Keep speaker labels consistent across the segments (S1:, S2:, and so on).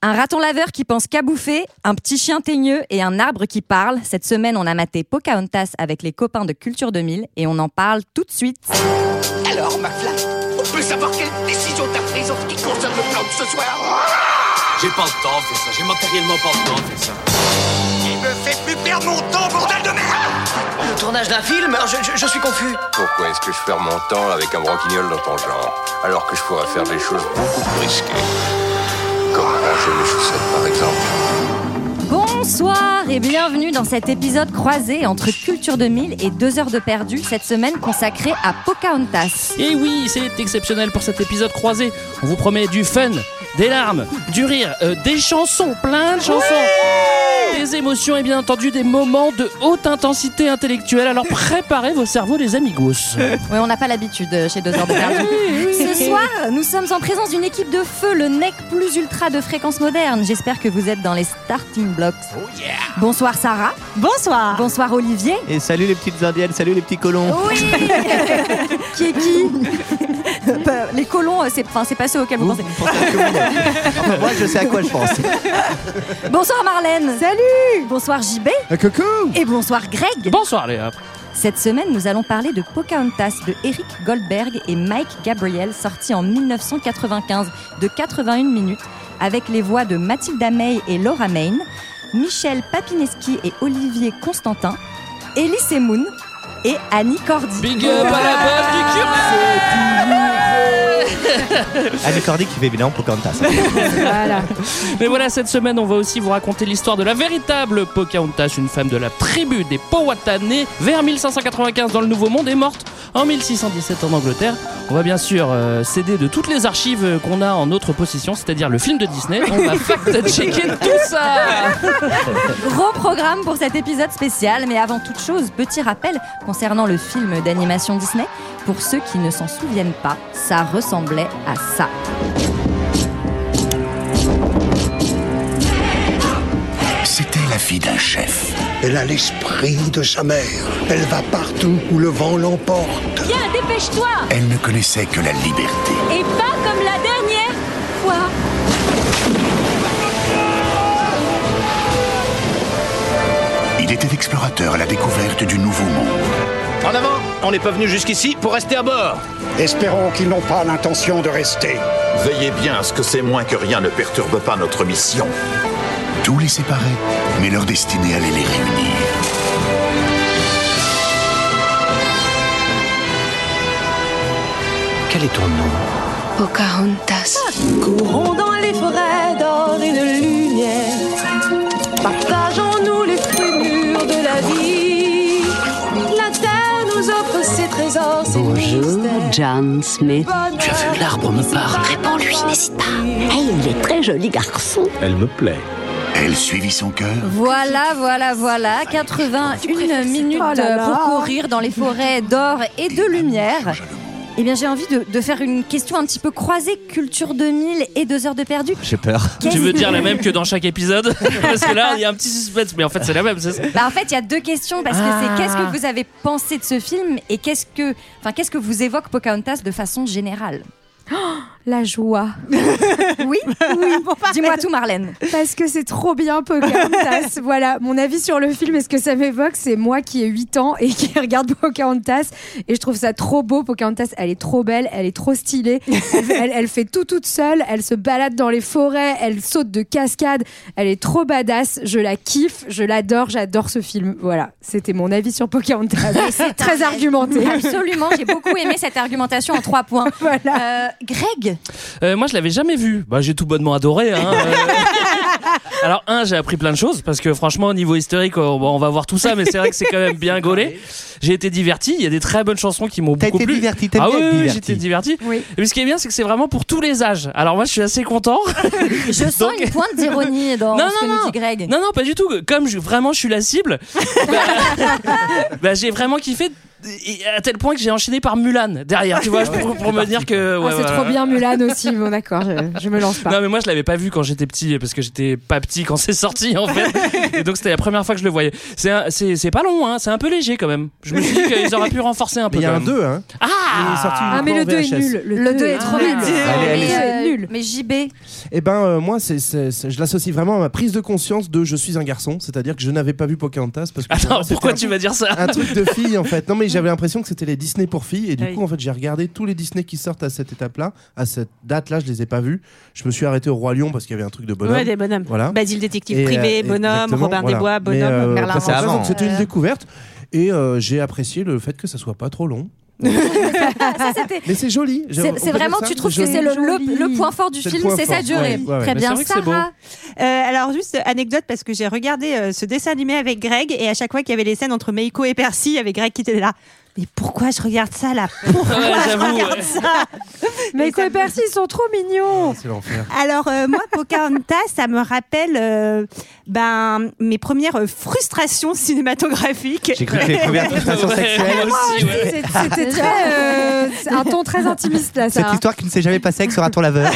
S1: Un raton laveur qui pense qu'à bouffer, un petit chien teigneux et un arbre qui parle. Cette semaine, on a maté Pocahontas avec les copains de Culture 2000 et on en parle tout de suite.
S2: Alors, McFly, on peut savoir quelle décision t'as prise en ce qui concerne le plan de ce soir
S3: J'ai pas le temps de faire ça, j'ai matériellement pas le temps de faire ça.
S2: Il me fait plus perdre mon temps, bordel de merde
S4: Le tournage d'un film je, je- je suis confus.
S5: Pourquoi est-ce que je perds mon temps avec un broquignol dans ton genre Alors que je pourrais faire des choses beaucoup plus risquées. Comme ranger mes chaussettes par exemple.
S1: Bonsoir et bienvenue dans cet épisode croisé entre Culture 2000 et 2 heures de perdu, cette semaine consacrée à Pocahontas.
S6: Et oui, c'est exceptionnel pour cet épisode croisé. On vous promet du fun, des larmes, du rire, euh, des chansons, plein de chansons. des émotions et bien entendu des moments de haute intensité intellectuelle. Alors préparez vos cerveaux les amigos.
S1: Oui, on n'a pas l'habitude euh, chez 2 heures de perdu. Ce soir, nous sommes en présence d'une équipe de feu, le nec plus ultra de fréquence moderne. J'espère que vous êtes dans les starting blocks. Bonsoir Sarah. Bonsoir. Bonsoir Olivier.
S7: Et salut les petites indiennes, salut les petits colons.
S1: Oui Qui est qui Bah, Les colons, euh, c'est enfin, c'est pas ceux auxquels vous pensez.
S7: Enfin, moi, je sais à quoi je pense.
S1: Bonsoir Marlène Salut Euh, Bonsoir JB
S7: Coucou
S1: et bonsoir Greg
S6: Bonsoir Léa.
S1: Cette semaine, nous allons parler de Pocahontas de Eric Goldberg et Mike Gabriel, sorti en 1995 de 81 minutes, avec les voix de Mathilda May et Laura Main, Michel Papineski et Olivier Constantin, Elise Moon et Annie Cordy.
S6: Big up à la base du curé
S7: Annie Cordy qui fait évidemment Pocahontas.
S6: Mais voilà, cette semaine, on va aussi vous raconter l'histoire de la véritable Pocahontas, une femme de la tribu des Powhatan, née vers 1595 dans le Nouveau Monde et morte en 1617 en Angleterre. On va bien sûr euh, s'aider de toutes les archives euh, qu'on a en notre possession, c'est-à-dire le film de Disney. On va fact-checker tout ça
S1: Gros programme pour cet épisode spécial, mais avant toute chose, petit rappel concernant le film d'animation Disney. Pour ceux qui ne s'en souviennent pas, ça ressemblait à ça.
S2: C'était la fille d'un chef.
S8: Elle a l'esprit de sa mère. Elle va partout où le vent l'emporte.
S9: Viens, dépêche-toi
S2: Elle ne connaissait que la liberté.
S9: Et pas comme la dernière fois
S2: Il était explorateur à la découverte du nouveau monde.
S3: En avant On n'est pas venu jusqu'ici pour rester à bord
S8: Espérons qu'ils n'ont pas l'intention de rester.
S10: Veillez bien à ce que ces moins que rien ne perturbe pas notre mission.
S2: Tous les séparait, mais leur destinée allait les réunir.
S4: Quel est ton nom
S9: Pocahontas.
S11: Courons dans les forêts d'or et de lumière. Partageons-nous les fruits mûrs de la vie. La terre nous offre ses trésors, ses mystères.
S4: Jan Smith.
S11: Bonheur,
S4: Tu as vu, l'arbre me parle.
S11: Réponds-lui, n'hésite pas.
S4: il est très joli garçon.
S10: Elle me plaît.
S2: Elle suivit son cœur.
S1: Voilà, voilà, voilà. 81 minutes
S11: Oh là là.
S1: pour courir dans les forêts d'or et de lumière. Eh bien, j'ai envie de, de faire une question un petit peu croisée, culture 2000 et deux heures de perdu.
S7: J'ai peur.
S1: Qu'est-ce
S6: Tu veux dire la même que dans chaque épisode Parce que là, il y a un petit suspense, mais en fait, c'est la même. c'est ça.
S1: Bah, en fait, il y a deux questions parce que
S6: Ah.
S1: c'est qu'est-ce que vous avez pensé de ce film et qu'est-ce que, enfin, qu'est-ce que vous évoque Pocahontas de façon générale
S9: La joie.
S1: Oui,
S9: Oui,
S1: dis-moi tout, Marlène.
S9: parce que c'est trop bien Pocahontas. voilà, mon avis sur le film et ce que ça m'évoque, c'est moi qui ai 8 ans et qui regarde Pocahontas. Et je trouve ça trop beau. Pocahontas, elle est trop belle, elle est trop stylée. Elle, elle- elle fait tout toute seule, elle se balade dans les forêts, elle saute de cascades, elle est trop badass. Je la kiffe, je l'adore, j'adore ce film. Voilà, c'était mon avis sur Pocahontas.
S1: c'est
S9: très argumenté.
S1: Absolument, j'ai beaucoup aimé cette argumentation en trois points.
S9: Voilà.
S1: Euh, Greg,
S6: Euh, moi, je l'avais jamais vu. Bah, j'ai tout bonnement adoré. hein, euh. Alors, un, j'ai appris plein de choses parce que franchement, au niveau historique, on, on va voir tout ça, mais c'est vrai que c'est quand même bien gaulé. J'ai été diverti. Il y a des très bonnes chansons qui m'ont
S7: T'as
S6: beaucoup
S7: été
S6: plu.
S7: diverti, t'as
S6: Ah
S7: bien
S6: oui,
S7: été
S6: oui,
S7: diverti.
S6: j'étais diverti.
S9: Oui.
S6: Mais ce qui est bien, c'est que c'est vraiment pour tous les âges. Alors moi, je suis assez content.
S1: je sens
S6: Donc-
S1: une pointe d'ironie dans
S6: Non,
S1: ce que
S6: non,
S1: nous dit Greg.
S6: Non, non, pas du tout. Comme je, vraiment, je suis la cible, bah, bah, j'ai vraiment kiffé et à tel point que j'ai enchaîné par Mulan derrière, tu vois, pour, pour me dire que. ouais,
S9: Ah, c'est
S6: voilà.
S9: trop bien Mulan aussi. Bon d'accord, je, je me lance pas.
S6: Non mais moi je l'avais pas vu quand j'étais petit parce que j'étais pas petit quand c'est sorti en fait et donc c'était la première fois que je le voyais. C'est un- c'est c'est pas long hein, c'est un peu léger quand même. Je me suis dit qu'ils auraient pu renforcer un peu.
S12: Mais il y a
S6: quand
S12: un
S6: même.
S12: 2, hein.
S6: Ah,
S9: Ah, mais le 2 est nul. Le 2 est trop nul.
S12: Allez,
S1: Mais,
S12: allez.
S1: euh, Mais JB,
S12: Eh ben, euh, moi, c'est, c'est- c'est- je l'associe vraiment à ma prise de conscience de je suis un garçon, c'est-à-dire que je n'avais pas vu Pocahontas parce que. pour
S6: Attends,
S12: moi, c'était
S6: pourquoi
S12: un-
S6: tu vas dire ça
S12: Un truc de fille en fait. Non mais j'avais l'impression que c'était les Disney pour filles et du
S6: Ah oui.
S12: coup en fait j'ai regardé tous les Disney qui sortent à cette étape-là, à cette date-là, je les ai pas vus. Je me suis arrêté au roi lion parce qu'il y avait un truc de bonhomme.
S13: Ouais, des bonhommes.
S12: Voilà.
S13: Basile détective
S12: Et,
S13: privé,
S12: euh,
S13: bonhomme,
S12: exactement,
S13: Robin des Bois,
S12: Mais,
S13: bonhomme,
S12: euh,
S13: Merlin
S12: Pocahontas,
S13: Robinson.
S12: donc C'était une
S13: Euh.
S12: découverte et euh, j'ai apprécié le fait que ça soit pas trop long. Mais c'est joli. J'ai- on
S1: c'est
S12: peut
S1: c'est
S12: dire
S1: vraiment,
S12: ça
S1: tu trouves que
S12: Joli.
S1: c'est le, le, le point fort du
S12: C'est le
S1: film,
S12: point
S1: c'est sa
S12: fort,
S1: durée.
S12: ouais, ouais, ouais.
S1: Très
S12: Mais
S1: bien,
S12: c'est vrai que c'est beau.
S1: Sarah.
S13: Euh, alors juste anecdote parce que j'ai regardé euh, ce dessin animé avec Greg et à chaque fois qu'il y avait les scènes entre Meiko et Percy, il y avait Greg qui était là. Mais pourquoi je regarde ça là Pourquoi
S9: Ouais,
S13: je
S9: j'avoue,
S13: regarde
S9: ouais.
S13: ça
S9: Mais quoi, Percy, ils sont trop mignons.
S12: C'est l'enfer.
S13: Alors euh, moi, Pocahontas, ça me rappelle euh, ben mes premières euh, frustrations cinématographiques.
S14: J'ai cru que les premières frustrations
S6: Ouais,
S14: sexuelles.
S6: moi aussi, ouais.
S9: C'est- C'était très, euh, c'est un ton très intimiste là,
S14: Cette
S9: ça.
S14: histoire qui ne s'est jamais passée avec ce raton laveur.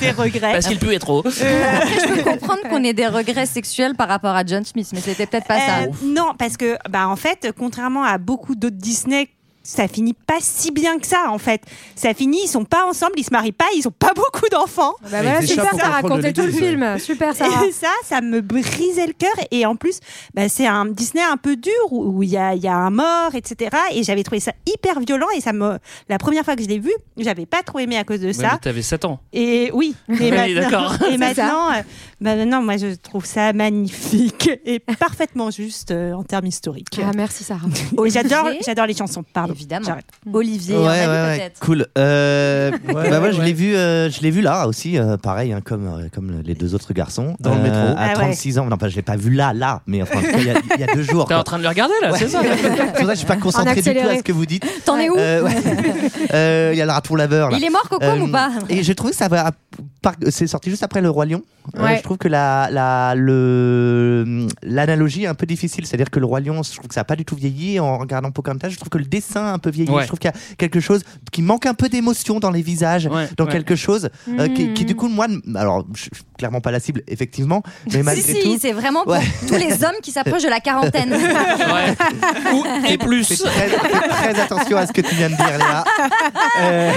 S13: Ses regrets.
S6: Parce qu'il pue trop.
S1: Après, je peux comprendre qu'on ait des regrets sexuels par rapport à John Smith, mais c'était peut-être pas ça.
S13: Euh, non, parce que, bah, en fait, contrairement à beaucoup d'autres Disney, ça finit pas si bien que ça, en fait. Ça finit, ils sont pas ensemble, ils se marient pas, ils ont pas beaucoup d'enfants.
S9: Bah voilà,
S13: Et
S9: super, ça racontait tout le film. Super, Sarah.
S13: Et ça, ça me brisait le cœur. Et en plus, bah, c'est un Disney un peu dur où où il y a, il y a un mort, etc. Et j'avais trouvé ça hyper violent. Et ça me, la première fois que je l'ai vu, j'avais pas trop aimé à cause de
S6: Ouais,
S13: ça.
S6: mais T'avais 7 ans.
S13: Et oui,
S6: Oui,
S13: mais maintenant,
S6: d'accord.
S13: et
S6: C'est
S13: maintenant, euh, bah maintenant, moi je trouve ça magnifique et parfaitement juste euh, en termes historiques.
S9: Ah, merci Sarah.
S13: Oh, j'adore, j'adore les chansons. Pardon. Évidemment.
S1: Mmh. Olivier,
S14: Ouais, ouais, ouais. Cool. Euh,
S12: Ouais,
S14: bah moi, je
S12: ouais.
S14: l'ai vu, euh, je l'ai vu là aussi, euh, pareil, hein, comme euh, comme les deux autres garçons. euh,
S12: Dans le métro. Ah
S14: À
S12: ouais.
S14: 36 ans. Non, pas, je l'ai pas vu là, là, mais enfin, en tout cas, il y a- il y, a deux jours.
S6: T'es
S14: quoi.
S6: en train de le regarder là,
S14: Ouais.
S6: c'est ça
S14: C'est pour ça que je suis pas concentré du tout à
S1: accéléré.
S14: ce que vous dites.
S1: T'en es où
S14: Euh, ouais. Euh, Il y a le raton laveur. là. Euh,
S1: Il est mort, Cocom, ou pas
S14: Et j'ai trouvé ça va. par- C'est sorti juste après le roi lion. Euh,
S1: Ouais.
S14: je trouve que la la le l'analogie est un peu difficile. C'est-à-dire que le roi lion, je trouve que ça a pas du tout vieilli. En regardant Pocahontas, je trouve que le dessin a un peu vieilli.
S6: Ouais.
S14: Je trouve qu'il y a quelque chose qui manque un peu d'émotion dans les visages, dans
S6: ouais.
S14: quelque chose euh, qui,
S1: Mhm.
S14: qui, du coup moi, ne- alors je suis clairement pas la cible effectivement, mais
S1: Si,
S14: malgré tout.
S1: si, c'est vraiment pour
S14: Ouais.
S1: tous les hommes qui s'approchent de la quarantaine.
S6: Et plus.
S14: Fais très, fais très attention à ce que tu viens de dire, Léa. Euh,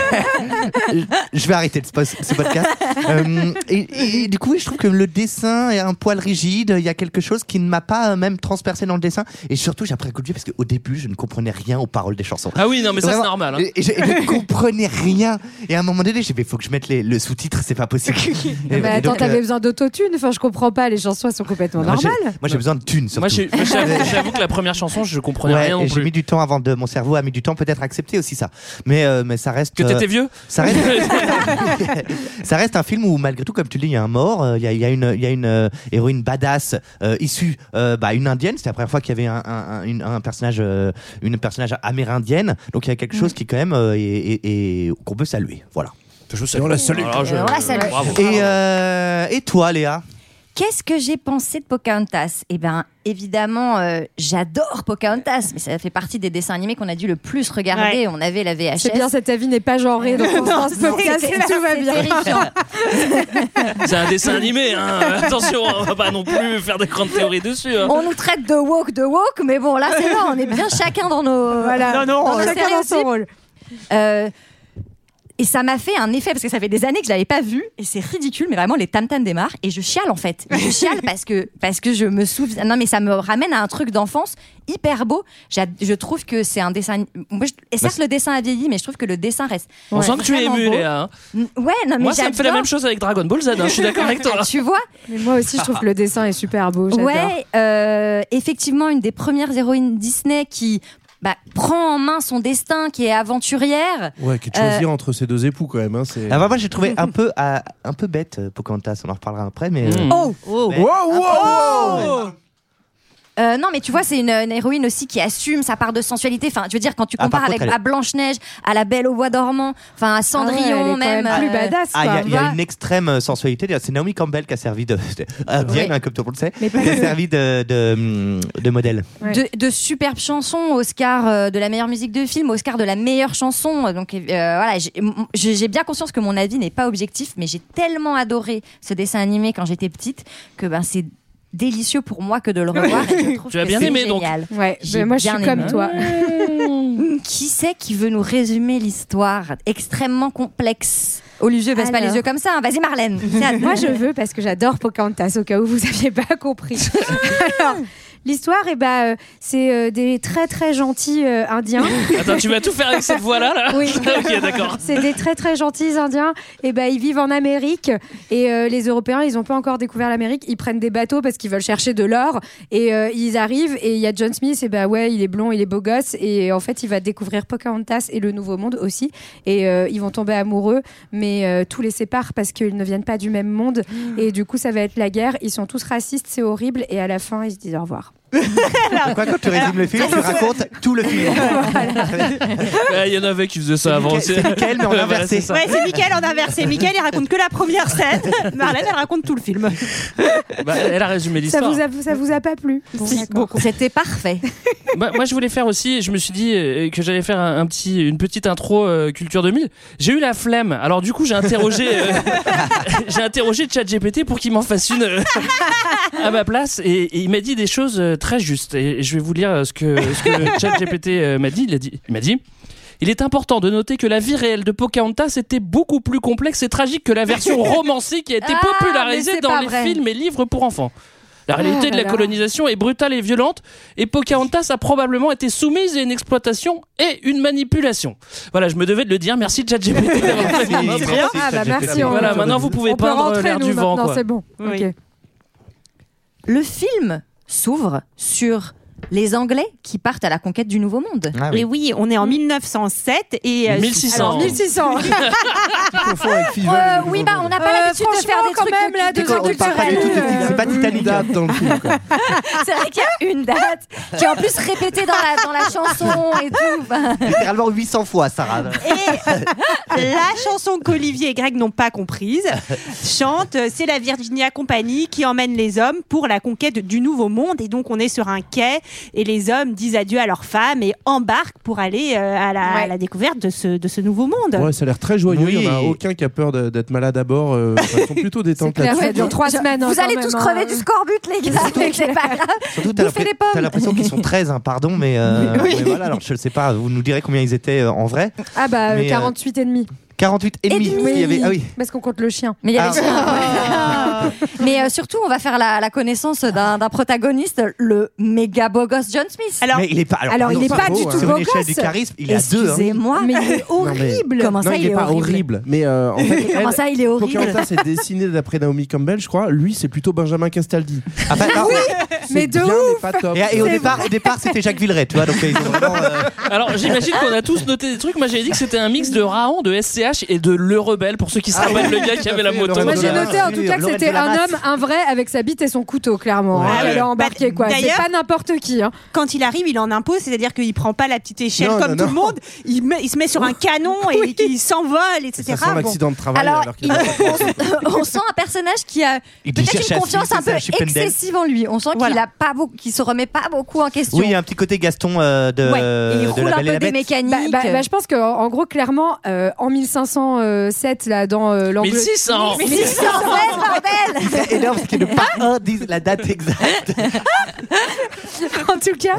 S14: je vais arrêter le spo- ce podcast. Euh, et, et du coup, je trouve que le dessin est un poil rigide. Il y a quelque chose qui ne m'a pas euh, même transpercé dans le dessin. Et surtout, j'ai appris un coup de vieux parce qu'au début, je ne comprenais rien aux paroles des chansons.
S6: Ah oui, non, mais ça, c'est normal, hein.
S14: Et, et je, et je ne comprenais rien. Et à un moment donné, j'ai fait faut que je mette les- le sous-titre, c'est pas possible. Et-
S9: Mais
S14: et
S9: Bah, attends,
S14: donc,
S9: t'avais
S14: euh,
S9: besoin d'autotune. Enfin, je comprends pas. Les chansons elles sont complètement
S14: moi, j'ai-
S9: normales.
S14: Moi, j'ai besoin de thunes.
S6: Moi,
S14: surtout.
S6: j'ai- moi, j'avoue j'avoue que la première chanson, je comprenais
S14: Ouais,
S6: rien non
S14: et j'ai
S6: plus.
S14: mis du temps avant de mon cerveau a mis du temps peut-être à accepter aussi ça. Mais euh, mais ça reste
S6: Que
S14: euh,
S6: t'étais vieux
S14: Ça reste ça reste un film où malgré tout comme tu le dis il y a un mort, euh, il y a, il y a une il y a une euh, héroïne badass euh, issue euh, bah, une indienne, c'était la première fois qu'il y avait un, un- un- une- un personnage euh, une personnage amérindienne. Donc il y a quelque chose qui quand même euh, est- est- est- qu'on peut saluer. Voilà.
S12: Et on la salue.
S6: Alors, je-
S1: Et on la salue. bravo.
S14: Et euh, et toi Léa
S1: Qu'est-ce que j'ai pensé de Pocahontas Eh bien, évidemment, euh, j'adore Pocahontas, mais ça fait partie des dessins animés qu'on a dû le plus
S9: Ouais.
S1: regarder. On avait la VHS.
S9: C'est bien, cet avis n'est pas genré. Donc, on se lance podcast, tout va bien.
S6: C'est un dessin animé, hein. attention, on va pas non plus faire des grandes théories dessus. hein.
S1: On nous traite de woke, de woke, mais bon, là, c'est bon, on est bien chacun dans nos.
S9: Voilà. Non, non,
S1: nos
S9: chacun dans son
S1: stéréotypes. Euh, et ça m'a fait un effet, parce que ça fait des années que je l'avais pas vu, et c'est ridicule, mais vraiment, les tam-tams démarrent, et je chiale en fait. Je chiale parce que, parce que je me souviens. Non, mais ça me ramène à un truc d'enfance hyper beau. J'ad- Je trouve que c'est un dessin. Moi, je- et certes, le dessin a vieilli, mais je trouve que le dessin reste.
S6: Bah, On sent que tu es
S1: vraiment
S6: ému,
S1: beau.
S6: Léa. hein.
S1: Ouais, non, mais
S6: Moi, ça me fait la
S1: j'adore.
S6: même chose avec Dragon Ball Z, hein, je suis d'accord avec toi.
S1: Tu vois
S9: Mais moi aussi, je trouve que le dessin est super beau. j'adore.
S1: Ouais, euh, effectivement, une des premières héroïnes Disney qui bah, prend en main son destin, qui est aventurière.
S12: Ouais, qui est de
S1: Euh,
S12: choisir entre ces deux époux quand même. Hein, c'est...
S14: Ah, bah, moi j'ai trouvé un peu ah, un peu
S6: Hmm. Oh.
S14: bête euh, Pocahontas, on en reparlera après mais euh,
S1: Oh,
S14: mais-
S1: Oh.
S14: Oh.
S1: Euh, non, mais tu vois, c'est une, une héroïne aussi qui assume sa part de sensualité. Enfin, je veux dire, quand tu
S7: Ah, par
S1: compares
S7: contre,
S1: avec
S7: elle est-
S1: à Blanche-Neige, à la Belle au Bois dormant, enfin à Cendrillon,
S9: Ah elle est quand
S1: même. euh,
S9: même plus badass,
S7: Ah, il y a- il y, a
S1: Voilà.
S7: une extrême euh, sensualité. D'ailleurs, C'est Naomi Campbell qui a servi de. de- à Vienne,
S1: Ouais.
S7: hein, comme tout le monde le sait.
S1: Mais pas
S7: Qui a
S1: que.
S7: servi de, de, hum, de modèle.
S1: De, de superbes chansons, Oscar euh, de la meilleure musique de film, Oscar de la meilleure chanson. Donc euh, voilà, j'ai- m- j'ai j'ai bien conscience que mon avis n'est pas objectif, mais j'ai tellement adoré ce dessin animé quand j'étais petite que ben c'est délicieux pour moi que de le revoir. et je trouve
S6: Tu as
S1: que
S6: bien
S1: c'est
S6: aimé, donc.
S1: génial.
S9: Ouais,
S1: J'ai
S9: mais moi, je
S1: bien
S9: suis comme
S1: aimé.
S9: toi.
S1: qui c'est qui veut nous résumer l'histoire extrêmement complexe Olivier, baisse pas
S9: Alors.
S1: les yeux comme ça. hein. Vas-y Marlène.
S9: Moi, je veux parce que j'adore Pocahontas, au cas où vous n'aviez pas compris. Alors, l'histoire, eh ben, euh, c'est euh, des très très gentils euh, Indiens.
S6: Attends, tu vas tout faire avec cette voix-là, là
S9: Oui.
S6: ok, d'accord.
S9: C'est des très très gentils Indiens. Et ben ils vivent en Amérique et euh, les Européens ils ont pas encore découvert l'Amérique. Ils prennent des bateaux parce qu'ils veulent chercher de l'or et euh, ils arrivent et il y a John Smith et bah ouais il est blond il est beau gosse et euh, en fait il va découvrir Pocahontas et le Nouveau Monde aussi et euh, ils vont tomber amoureux mais euh, tout les sépare parce qu'ils ne viennent pas du même monde
S6: Mmh.
S9: et du coup ça va être la guerre. Ils sont tous racistes c'est horrible et à la fin ils se disent au revoir.
S7: Quoi, quand tu résumes le film, tu racontes tout le film.
S6: Eh, Il y en avait qui faisaient ça avant.
S7: Mickaël- c'est Mickaël, mais en
S6: Voilà,
S7: inversé.
S6: c'est ça.
S13: Ouais, c'est Mickaël en inversé. Mickaël, il raconte que la première scène. Marlène, elle raconte tout le film.
S6: Bah, elle a résumé
S9: Ça
S6: l'histoire.
S9: vous a, ça vous a pas plu
S1: C'était parfait.
S6: Bah, moi, je voulais faire aussi, je me suis dit euh, que j'allais faire un, un petit, une petite intro euh, Culture 2000. J'ai eu la flemme. Alors, du coup, j'ai interrogé, euh, j'ai interrogé ChatGPT pour qu'il m'en fasse une euh, à ma place. Et, et il m'a dit des choses euh, très justes. Et, et je vais vous lire euh, ce que, ce que ChatGPT euh, m'a dit. Il a dit, il m'a dit. Il est important de noter que la vie réelle de Pocahontas était beaucoup plus complexe et tragique que la version romancée qui a été
S1: Ah, mais
S6: popularisée
S1: c'est
S6: dans
S1: pas
S6: les
S1: vrai.
S6: films et livres pour enfants. La réalité
S1: Ah
S6: de la
S1: là là.
S6: colonisation est brutale et violente, et Pocahontas a probablement été soumise à une exploitation et une manipulation. Voilà, je me devais de le dire. Merci ChatGPT d'avoir fait
S7: Merci,
S6: mon
S7: merci,
S6: intro.
S7: Ah, bah, merci, ChatGPT. on-
S6: Voilà, maintenant vous pouvez
S1: on peut
S6: peindre
S1: rentrer,
S6: l'air
S1: nous,
S6: du vent.
S1: maintenant,
S6: quoi.
S1: c'est bon.
S13: Oui.
S9: Ok.
S1: Le film s'ouvre sur les Anglais qui partent à la conquête du Nouveau Monde.
S13: Mais oui, on est en 1907 et. euh,
S6: 1600.
S13: alors,
S9: 1600.
S1: Euh, oui, bah on n'a pas
S9: Euh,
S1: l'habitude de faire
S9: franchement,
S1: des
S9: quand
S1: trucs
S9: même, là,
S1: de
S9: deux ans
S1: culture
S9: de culturel.
S7: C'est pas Titanic. hein, dans le film.
S1: C'est vrai qu'il y a une date qui est en plus répétée dans la, dans la chanson et tout. Bah,
S7: Littéralement 800 fois, Sarah.
S13: La chanson qu'Olivier et Greg n'ont pas comprise chante euh, C'est la Virginia Company qui emmène les hommes pour la conquête du Nouveau Monde. Et donc, on est sur un quai et les hommes disent adieu à leurs femmes et embarquent pour aller euh, à, la, à la découverte de ce, de ce Nouveau Monde.
S12: Ouais, ça a l'air très joyeux.
S7: Oui.
S12: Il n'y en a aucun qui a peur de- d'être malade à bord. euh, enfin, ils sont plutôt détentes
S9: clair,
S1: Ah
S12: là-dessus.
S9: ouais, dure trois
S1: je-
S9: semaines, hein,
S1: Vous
S9: quand
S1: allez
S9: même,
S1: tous
S9: hein.
S1: crever du scorbut, les gars. donc C'est pas grave.
S7: Surtout, t'as
S1: Bouffer
S7: l'appre-
S1: des pommes.
S7: t'as l'impression qu'ils sont 13, hein, pardon, mais, euh,
S9: Oui.
S7: mais voilà. Alors, je ne sais pas, vous nous direz combien ils étaient euh, en vrai.
S9: Ah bah
S7: Mais, euh,
S9: 48 et demi.
S7: 48 et demi. parce qu'il y avait- ah oui.
S9: Parce qu'on compte le chien.
S1: Mais, il y avait-
S9: Ah.
S1: Mais euh, surtout, on va faire la, la connaissance d'un d'un protagoniste, le méga beau gosse John Smith.
S13: Alors,
S7: mais il est pas. Alors,
S9: Alors,
S7: pardon,
S9: il est
S7: c'est
S9: pas
S7: beau,
S9: du
S7: hein.
S9: tout
S7: Sur
S9: beau
S7: une échelle du
S9: gosse.
S7: charisme, il a deux. hein.
S1: Excusez-moi, mais il est horrible. Comment
S12: non,
S1: ça,
S12: il
S1: il
S12: n'est
S1: est
S12: pas
S1: horrible
S12: horrible. Mais euh, en fait,
S1: Comment
S12: elle-
S1: ça, il est horrible
S12: Pocahontas est dessiné d'après Naomi Campbell, je crois. Lui, c'est plutôt Benjamin Castaldi.
S7: Enfin,
S1: Ah
S7: alors,
S12: C'est
S9: mais de
S12: bien,
S9: ouf.
S12: mais pas top.
S7: et, et au départ, au départ, c'était Jacques Villeray, tu vois. Donc, ils ont vraiment, euh,
S6: Alors j'imagine qu'on a tous noté des trucs. Moi j'avais dit que c'était un mix de Raon, de SCH et de Le Rebelle pour ceux qui se
S7: Ah
S6: rappellent le
S7: oui,
S6: gars
S7: tout
S6: qui
S7: à
S6: avait
S7: fait,
S6: la
S7: le
S6: moto.
S7: Rebelle.
S9: Moi j'ai noté en tout
S7: Sûr,
S9: cas que
S7: Lorraine
S9: c'était
S7: de la
S9: un
S7: Masse.
S9: homme, un vrai, avec sa bite et son couteau, clairement.
S7: Ouais.
S9: hein.
S13: Ouais.
S9: Il a embarqué quoi. C'est
S13: D'ailleurs-
S9: pas n'importe qui. hein.
S13: quand il arrive, il en impose, c'est-à-dire qu'il prend pas la petite échelle
S12: Non,
S13: comme
S12: non,
S13: tout
S12: non.
S13: le monde. Il, met- il se met sur un canon et il s'envole, etc.
S12: Ça sent
S13: Bon.
S12: l'accident de travail.
S1: Alors,
S12: alors qu'il
S1: il-
S12: a-
S1: on, on sent un personnage qui a
S7: Il dit
S1: peut-être
S7: cherche
S1: une
S7: à
S1: confiance
S7: suivre,
S1: un
S7: c'est
S1: peu
S7: ça, Chippendale.
S1: excessive en lui. On sent qu'il
S13: Voilà.
S1: a pas beaucoup, qu'il se remet pas beaucoup en question.
S7: oui, il y a un petit côté Gaston euh, de,
S1: Ouais, et il
S7: de
S1: roule
S7: la
S1: un
S7: Belle et
S1: peu
S7: la
S1: des
S7: Bête.
S1: mécaniques.
S9: Bah, bah, bah, je pense qu'en en gros, clairement, euh, en 1507, là, dans euh, l'Angleterre.
S6: 1600
S1: Mais c'est sans cesse, bordel
S7: C'est énorme parce qu'ils ne pas
S1: Hein
S7: un disent la date exacte.
S9: En tout cas,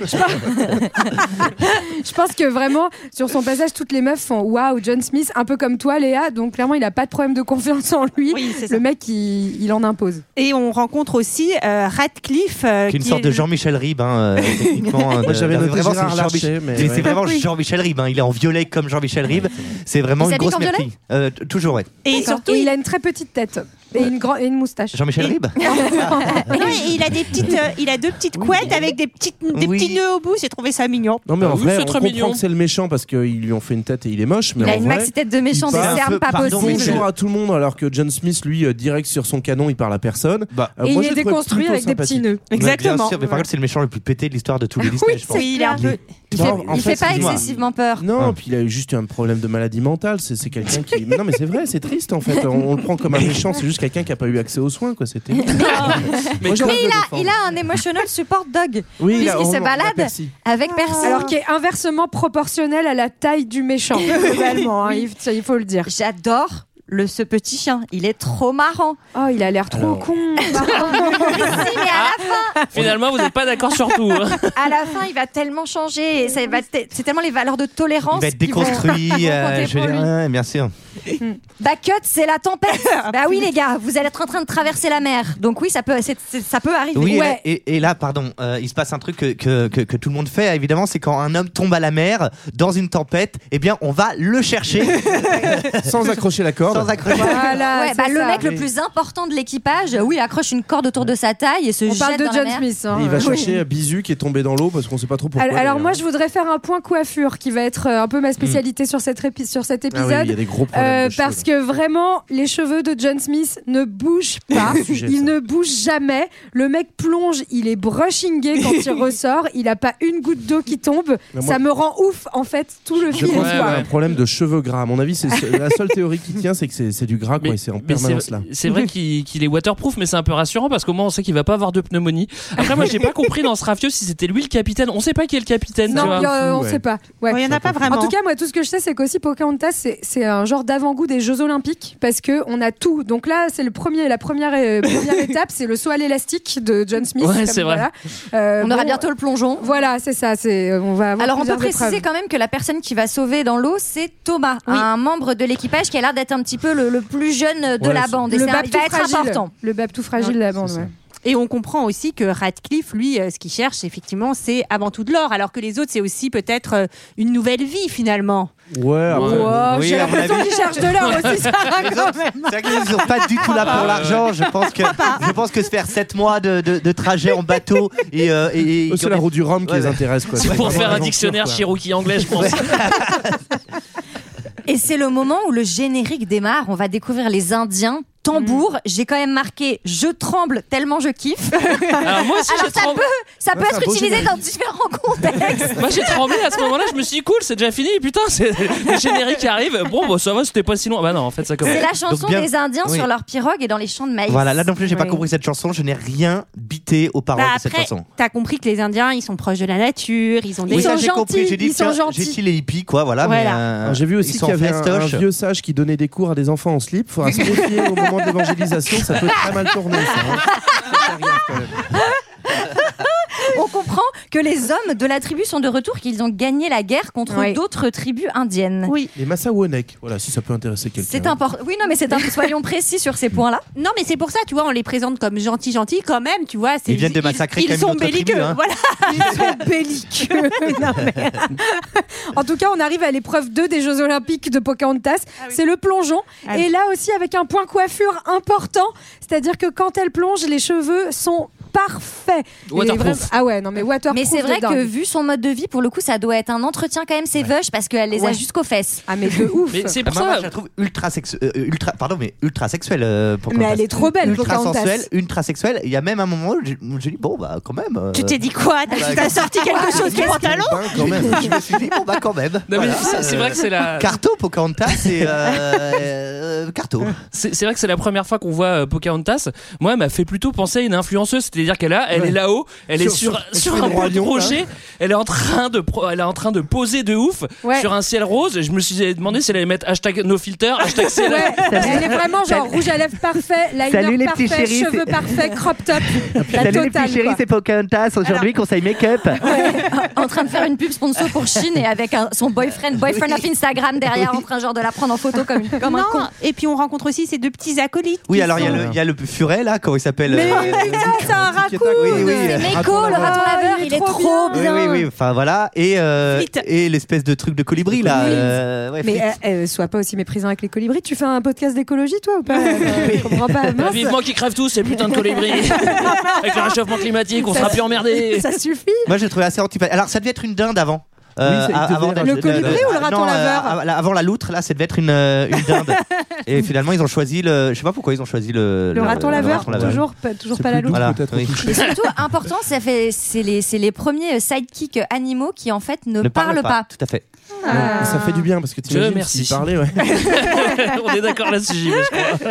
S9: je pense- je pense que vraiment, sur son passage, toutes les meufs font Waouh, John Smith, un peu comme toi, Léa. Donc, clairement, il a pas de problème de confiance en lui.
S13: Oui, c'est ça.
S9: Le mec, il, il en impose.
S13: Et on rencontre aussi euh, Radcliffe. euh,
S7: Qui est une
S13: qui
S7: sorte
S13: est
S7: de Jean-Michel Ribes, hein, euh, techniquement. hein,
S12: Moi, j'avais
S7: de-
S12: noté
S7: vraiment,
S12: Gérard
S7: c'est Jean-Michel-
S12: Larcher, mais
S6: Ah
S7: c'est
S12: ouais.
S7: vraiment
S13: Oui.
S7: Jean-Michel Ribes. hein, Il est en violet comme Jean-Michel Ribes. C'est vraiment une
S1: Il s'habille
S7: grosse
S1: en violet
S7: merquille. Euh, t- toujours, ouais.
S13: Et
S9: D'accord.
S13: surtout,
S9: Et
S13: il
S9: il a une très petite tête. Et une, grand- et Ah une moustache.
S7: Jean-Michel Ribes
S13: Non, et il a des petites, euh, il a deux petites couettes avec des petites, des petits nœuds au bout. J'ai trouvé ça mignon.
S12: Non, mais en
S13: Oui,
S12: vrai,
S13: c'est
S12: on
S13: très
S12: comprend
S13: mignon.
S12: que c'est le méchant parce qu'ils lui ont fait une tête et il est moche. Mais
S1: Il a
S12: en
S1: une
S12: vrai,
S1: maxi tête de méchant,
S12: il
S1: des
S12: parle-
S1: cernes pas
S12: Pardon,
S1: possibles.
S12: bonjour à tout le monde, alors que John Smith, lui, euh, direct sur son canon, il parle à personne.
S6: Bah.
S12: Euh,
S9: Et
S12: moi,
S9: il
S12: je
S9: est
S12: le trouvais
S9: déconstruit
S12: plutôt
S9: avec des petits
S12: sympathique.
S9: nœuds.
S7: Mais Bien sûr, mais par contre, c'est le méchant le plus pété de l'histoire de tous les Disney, je pense.
S9: c'est-
S13: Il est un peu.
S1: Il fait,
S12: Non, en
S1: il fait pas
S12: excuse-moi.
S1: excessivement peur.
S6: Ah.
S12: Non, puis il a eu juste un problème de maladie mentale. C'est c'est quelqu'un qui. Mais non, mais c'est vrai, c'est triste en fait. On, on le prend comme un méchant. C'est juste quelqu'un qui a pas eu accès aux soins, quoi. C'était.
S1: Mais,
S12: Moi, j'arrête de
S1: il, a,
S12: défendre.
S1: il a un emotional support dog.
S12: Oui, il a-
S1: puisqu'il
S12: on-
S1: se
S12: on
S1: balade
S12: l'a Percy.
S1: avec Percy.
S13: Ah.
S9: Alors qui est inversement proportionnel à la taille du méchant, globalement, hein, il, ça, il faut le dire.
S1: J'adore le, ce petit chien. Il est trop marrant.
S9: Oh, il a l'air trop
S12: Alors-
S9: con.
S6: Finalement, vous n'êtes pas d'accord sur tout. hein.
S1: à la fin, il va tellement changer. et ça va t- C'est tellement les valeurs de tolérance.
S7: Il va être
S1: qui vont-
S7: déconstruit.
S1: qui vont
S7: euh,
S1: compter
S7: je veux
S1: pour
S7: dire,
S1: lui.
S7: ouais, bien sûr.
S1: Bah cut, c'est la tempête. bah oui les gars, vous allez être en train de traverser la mer. Donc oui, ça peut, c'est- c'est- ça peut arriver.
S7: Oui, et là- et, et là, pardon, euh, il se passe un truc que, que, que- que tout le monde fait, évidemment, c'est quand un homme tombe à la mer dans une tempête, eh bien, on va le chercher
S12: Sans accrocher la corde.
S7: sans accrocher.
S9: Voilà,
S1: Ouais,
S9: c'est
S1: bah, le
S9: ça.
S1: mec le
S12: Oui.
S1: plus important de l'équipage, euh, oui, accroche une corde autour de sa taille et se
S9: On
S1: jette
S9: parle de
S1: dans la
S9: John
S1: mer.
S9: Smith. hein.
S12: Et il va
S9: Oui.
S12: chercher Bisu qui est tombé dans l'eau parce qu'on sait pas trop pourquoi.
S9: Alors, alors
S12: d'ailleurs.
S9: moi, je voudrais faire un point coiffure qui va être euh, un
S1: Hmm.
S9: peu ma spécialité sur, cette répi- sur cet
S12: Ah oui,
S9: épisode.
S12: il y a des gros problèmes.
S9: Euh,
S12: de cheveux,
S9: parce
S12: là.
S9: que vraiment, les cheveux de John Smith ne bougent pas.
S12: C'est un sujet, ça.
S9: il ne bouge jamais. Le mec plonge, il est brushingé quand il ressort. Il n'a pas une goutte d'eau qui tombe.
S12: Mais moi-
S9: Ça me rend ouf, en fait, tout le
S12: Je
S9: film.
S12: pense
S9: quoi.
S12: qu'il a un problème de cheveux gras. À mon avis, c'est c'est- la seule théorie qui tient, c'est que c'est c'est du gras, quoi. et C'est en
S6: Mais c'est-
S12: permanence là.
S6: C'est vrai qu'il qu'il est waterproof, mais c'est un peu rassurant parce qu'au moins on sait qu'il va pas avoir de pneumonie. Après, moi j'ai pas compris dans ce rafieux si c'était lui le capitaine. On sait pas qui est le capitaine.
S9: Non,
S6: tu vois.
S9: y a- on
S12: ouais.
S9: sait pas. Ouais.
S13: Il y en a pas vraiment.
S9: En tout cas, moi, tout ce que je sais, c'est qu'aussi Pocahontas, c'est- c'est un genre d'avant-goût des Jeux Olympiques parce que on a tout. Donc là, c'est le premier, la première, euh, première étape, c'est le saut à l'élastique de John Smith.
S6: Ouais,
S9: comme
S6: c'est vrai.
S9: Euh,
S1: On
S9: bon,
S1: aura bientôt le plongeon.
S9: Voilà, c'est ça. C'est euh, on va. avoir
S1: Alors on peut
S9: plusieurs
S1: préciser
S9: épreuves.
S1: quand même que la personne qui va sauver dans l'eau, c'est Thomas, un membre de l'équipage qui a l'air d'être un petit peu le, le plus jeune euh, de
S12: Ouais,
S1: la
S12: c'est-
S1: bande. Et
S9: le
S1: c'est un-
S9: bab
S1: il
S9: tout
S1: va être
S9: fragile.
S1: important.
S9: Le bab tout fragile de la bande. ouais.
S13: Et on comprend aussi que Radcliffe, lui, euh, ce qu'il cherche, effectivement, c'est avant tout de l'or, alors que les autres, c'est aussi peut-être euh, une nouvelle vie, finalement.
S12: Ouais, après.
S9: Wow,
S7: Oui,
S9: J'ai
S7: à mon
S9: l'impression
S7: avis.
S9: qu'il cherche de l'or aussi, Sarah,
S7: Les
S9: quand
S7: autres,
S9: même.
S7: C'est vrai qu'ils sont pas du tout là pour l'argent. Je pense que je pense que se faire 7 mois de, de, de trajet en bateau et, euh, et, et-
S12: Eux, C'est la roue du Rhum qui
S7: Ouais,
S12: les
S7: ouais.
S12: intéresse, quoi.
S6: C'est pour
S12: vraiment
S6: faire un
S12: l'aventure,
S6: dictionnaire
S12: quoi.
S6: Cherokee anglais, je pense.
S1: Et c'est le moment où le générique démarre. On va découvrir les Indiens. Tambour,
S13: Mm.
S1: j'ai quand même marqué je tremble tellement je kiffe.
S6: Alors moi aussi j'ai
S1: Alors ça
S6: tremblé.
S1: peut, ça peut
S12: Ouais, c'est un
S1: être
S12: beau
S1: utilisé
S12: générique.
S1: dans différents contextes.
S6: Moi j'ai tremblé à ce moment-là, je me suis dit cool, c'est déjà fini, putain, c'est le générique qui arrive. Bon, bah ça va, c'était pas si long. Bah non, en fait ça commence.
S1: C'est la chanson
S7: Donc bien-
S1: des Indiens
S7: oui.
S1: sur leur pirogue et dans les champs de maïs.
S7: Voilà, là non plus, j'ai pas
S9: Oui.
S7: compris cette chanson. Je n'ai rien bité aux paroles
S13: Bah,
S7: de cette
S13: après,
S7: chanson.
S13: t'as compris que les Indiens, ils sont proches de la nature, ils ont des...
S7: oui,
S9: sont
S7: ça, j'ai
S9: gentils,
S7: compris. J'ai dit,
S9: ils sont
S7: tiens,
S9: gentils.
S7: j'ai dit les hippies, quoi, voilà.
S13: Voilà.
S7: mais, euh,
S12: Alors, J'ai vu
S7: ils euh.
S12: aussi
S7: sont
S12: qu'il y avait un, un
S7: festoches.
S12: vieux sage qui donnait des cours à des enfants en slip. Faudra se méfier au moment de l'évangélisation, ça peut très mal tourner. ça, hein. Ça arrive, quand même.
S1: On comprend que les hommes de la tribu sont de retour, qu'ils ont gagné la guerre contre
S9: Oui.
S1: d'autres tribus indiennes.
S13: Oui.
S12: Les Massawonek, voilà, si ça peut intéresser quelqu'un.
S1: C'est important. Oui, non, mais c'est un... soyons précis sur ces points-là.
S13: Non, mais c'est pour ça, tu vois, on les présente comme gentils, gentils quand même, tu vois. c'est-
S7: Ils viennent de massacrer
S13: Ils,
S7: quand
S13: ils
S7: même une
S13: sont
S7: autre tribu,
S13: belliqueux,
S7: hein.
S13: voilà.
S9: Ils sont belliqueux. Non, mais- en tout cas, on arrive à l'épreuve 2 des Jeux Olympiques de Pocahontas. C'est le plongeon.
S13: Ah
S9: Et là aussi, avec un point coiffure important. C'est-à-dire que quand elle plonge, les cheveux sont parfaits. Et
S6: Waterproof.
S9: vraiment- Ah ouais, non, mais waterproof.
S1: Mais c'est vrai
S9: de dingue.
S1: que vu son mode de vie, pour le coup, ça doit être un entretien quand même séveuche parce qu'elle les a
S9: Ouais.
S1: jusqu'aux fesses.
S9: Ah, mais de ouf.
S6: Mais c'est
S7: Ah,
S6: pour
S7: moi, moi,
S6: ça.
S7: je la trouve ultra sexu- euh, ultra, pardon, mais ultra sexuelle. euh, Pocahontas.
S9: Mais elle est trop belle,
S7: Ultra
S9: Pocahontas.
S7: sensuelle, ultra sexuelle. Il y a même un moment où j'ai où j'ai dit bon bah quand même. euh,
S13: Tu t'es dit quoi T'as t'as sorti
S1: Ah,
S13: quelque chose du pantalon
S7: ben, quand même. Je me suis dit bon bah quand même.
S6: Non, mais
S7: Voilà.
S6: c'est- c'est vrai que c'est
S14: Euh,
S6: la.
S7: Carto Pocahontas et euh, euh, Carto.
S6: C'est c'est vrai que c'est la première fois qu'on voit euh, Pocahontas. Moi, elle m'a fait plutôt penser à une influenceuse, c'est-à-dire qu'elle a, elle
S12: Ouais.
S6: est là-haut, elle est
S12: Sur-
S6: sur
S12: sur-
S6: sur
S12: sur
S6: un
S12: le
S6: bout de
S12: Lion, là.
S6: rocher, elle est en train de pro- elle est en train de poser de ouf
S9: Ouais.
S6: sur un ciel rose. Et je me suis demandé si elle allait mettre hashtag no filter, hashtag c'est
S9: Ouais, elle est vraiment genre rouge à lèvres parfait, liner
S7: Salut les
S9: parfait,
S7: petits chéris,
S9: cheveux
S7: c'est-
S9: parfait, crop top. La totale, quoi.
S7: Pocahontas. Aujourd'hui, conseil make-up.
S1: en train de faire une pub sponsor pour Chine et avec un- son boyfriend, boyfriend of Instagram derrière, en train genre de la prendre en photo comme, comme un
S13: Non,
S1: con.
S13: et puis on rencontre aussi ces deux petits acolytes.
S14: Oui,
S13: qui
S14: alors il y a
S13: sont-
S14: le- il y a le furet là, comment il s'appelle
S13: Mais
S14: euh,
S13: putain,
S9: Ah,
S13: c'est un raccoon
S14: Oui, oui,
S1: C'est
S14: euh,
S1: Meiko,
S14: raton
S1: le
S14: laveur.
S1: raton laveur, il est trop
S14: Oui,
S1: bien.
S14: oui, oui, enfin voilà. Et, euh, et l'espèce de truc de colibri là.
S9: Oui.
S14: euh, ouais,
S9: Mais
S14: frites.
S9: euh, euh, sois pas aussi méprisant avec les colibris. Tu fais un podcast d'écologie, toi, ou pas Euh, Je comprends pas.
S6: Bah,
S9: Mince.
S6: vivement qu'ils crèvent tous, ces putains de colibris. Avec le réchauffement climatique, on
S9: Ça
S6: sera
S9: su-
S6: plus emmerdés.
S9: Ça suffit.
S14: Moi, j'ai trouvé assez antipathique. Alors, ça devait être une dinde avant. Euh,
S12: Oui, ça, il devait
S14: avant
S12: être- Le colibri
S9: ou le raton
S14: non, euh,
S9: laveur
S14: av- Avant la loutre, là, ça devait être une, euh, une dinde. Et finalement, ils ont choisi le. Je sais pas pourquoi ils ont choisi le.
S9: Le raton laveur, toujours pas- toujours C'est pas la plus loutre. doux,
S14: Voilà,
S12: peut-être,
S14: oui.
S1: Et surtout, important, ça fait, c'est les, c'est les premiers sidekicks animaux qui, en fait, ne,
S12: Ne parle
S1: parlent pas.
S14: Tout à fait.
S12: Ouais, Ça fait du bien parce que tu
S6: Dieu
S12: imagines
S6: merci.
S12: s'il parlait, ouais.
S6: on est d'accord là-dessus, j'y vais, je crois.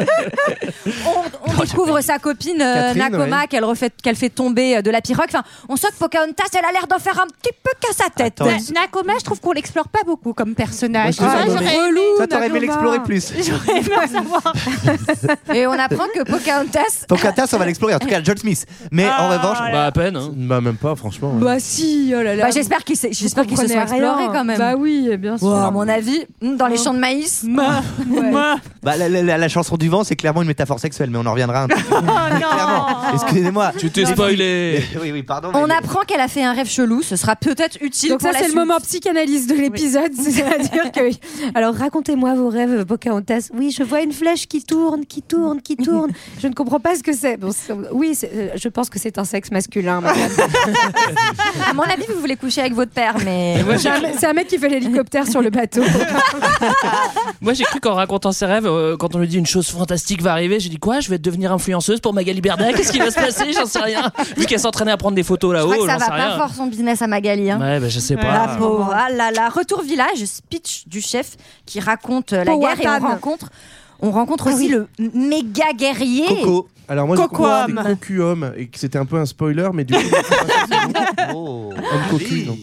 S1: On découvre sa copine euh,
S6: Catherine,
S1: Nakoma
S6: ouais.
S1: qu'elle refait, qu'elle fait tomber euh, de la pirogue. Enfin, on sent que Pocahontas, elle a l'air d'en faire un petit peu qu'à sa tête.
S13: Na- Nakoma, je trouve qu'on l'explore pas beaucoup comme personnage.
S1: Moi, je trouve ça
S13: j'aurais
S1: relou,
S13: aimé-
S1: Toi, t'aurais aimé l'explorer
S14: plus.
S13: J'aurais aimé en savoir.
S1: Et on apprend que Pocahontas.
S14: Pocahontas, on va l'explorer, en tout cas, John Smith. Mais en revanche.
S6: Bah, à peine.
S12: Bah, même pas, franchement. ouais.
S9: Bah si, oh là là.
S1: Bah, j'espère qu'ils se- j'espère qu'ils se sont
S9: comprenez rien.
S1: explorés quand même.
S9: Bah oui, Hein. bien sûr.
S1: Wow, à mon avis, mm, dans les champs de maïs.
S9: Ouais.
S14: Bah, la, la- la- la chanson du vent, c'est clairement une métaphore sexuelle, mais on en reviendra un peu. Clairement. Excusez-moi.
S6: Tu t'es spoilé.
S14: Oui, oui, pardon. mais-
S1: On apprend qu'elle a fait un rêve chelou, ce sera peut-être utile
S9: Donc
S1: pour
S9: ça
S1: la
S9: c'est le
S1: suite.
S9: moment psychanalyse de l'épisode, c'est-à-dire que alors racontez-moi vos rêves Pocahontas. Oui, je vois une flèche qui tourne, qui tourne, qui tourne. Je ne comprends pas ce que c'est. Bon, c'est- oui, c'est- euh, je pense que c'est un sexe masculin. madame.
S1: À mon avis, vous voulez coucher avec votre père, mais.
S6: moi, j'ai-
S9: C'est un mec- c'est un mec qui fait l'hélicoptère sur le bateau.
S6: Moi, j'ai cru qu'en racontant ses rêves, euh, quand on lui dit une chose fantastique va arriver, j'ai dit quoi Je vais devenir influenceuse pour Magali Berda Qu'est-ce qui va se passer J'en sais rien. Vu qu'elle s'entraînait à prendre des photos
S1: Je
S6: là-haut,
S1: crois que ça
S6: Oh, j'en sais
S1: va pas
S6: rien.
S1: fort son business à Magali. hein.
S6: Ouais, bah, je sais pas.
S1: La pauvre. Ah là là. Retour village, speech du chef qui raconte euh, la guerre et on
S9: Powhatan.
S1: rencontre, on rencontre
S9: Ah
S1: aussi le méga guerrier.
S12: Coco. Alors moi, j'ai
S1: Coco
S12: compris des
S1: homme.
S12: cocu hommes et que c'était un peu un spoiler, mais du coup,
S14: Oh.
S12: homme cocu, non.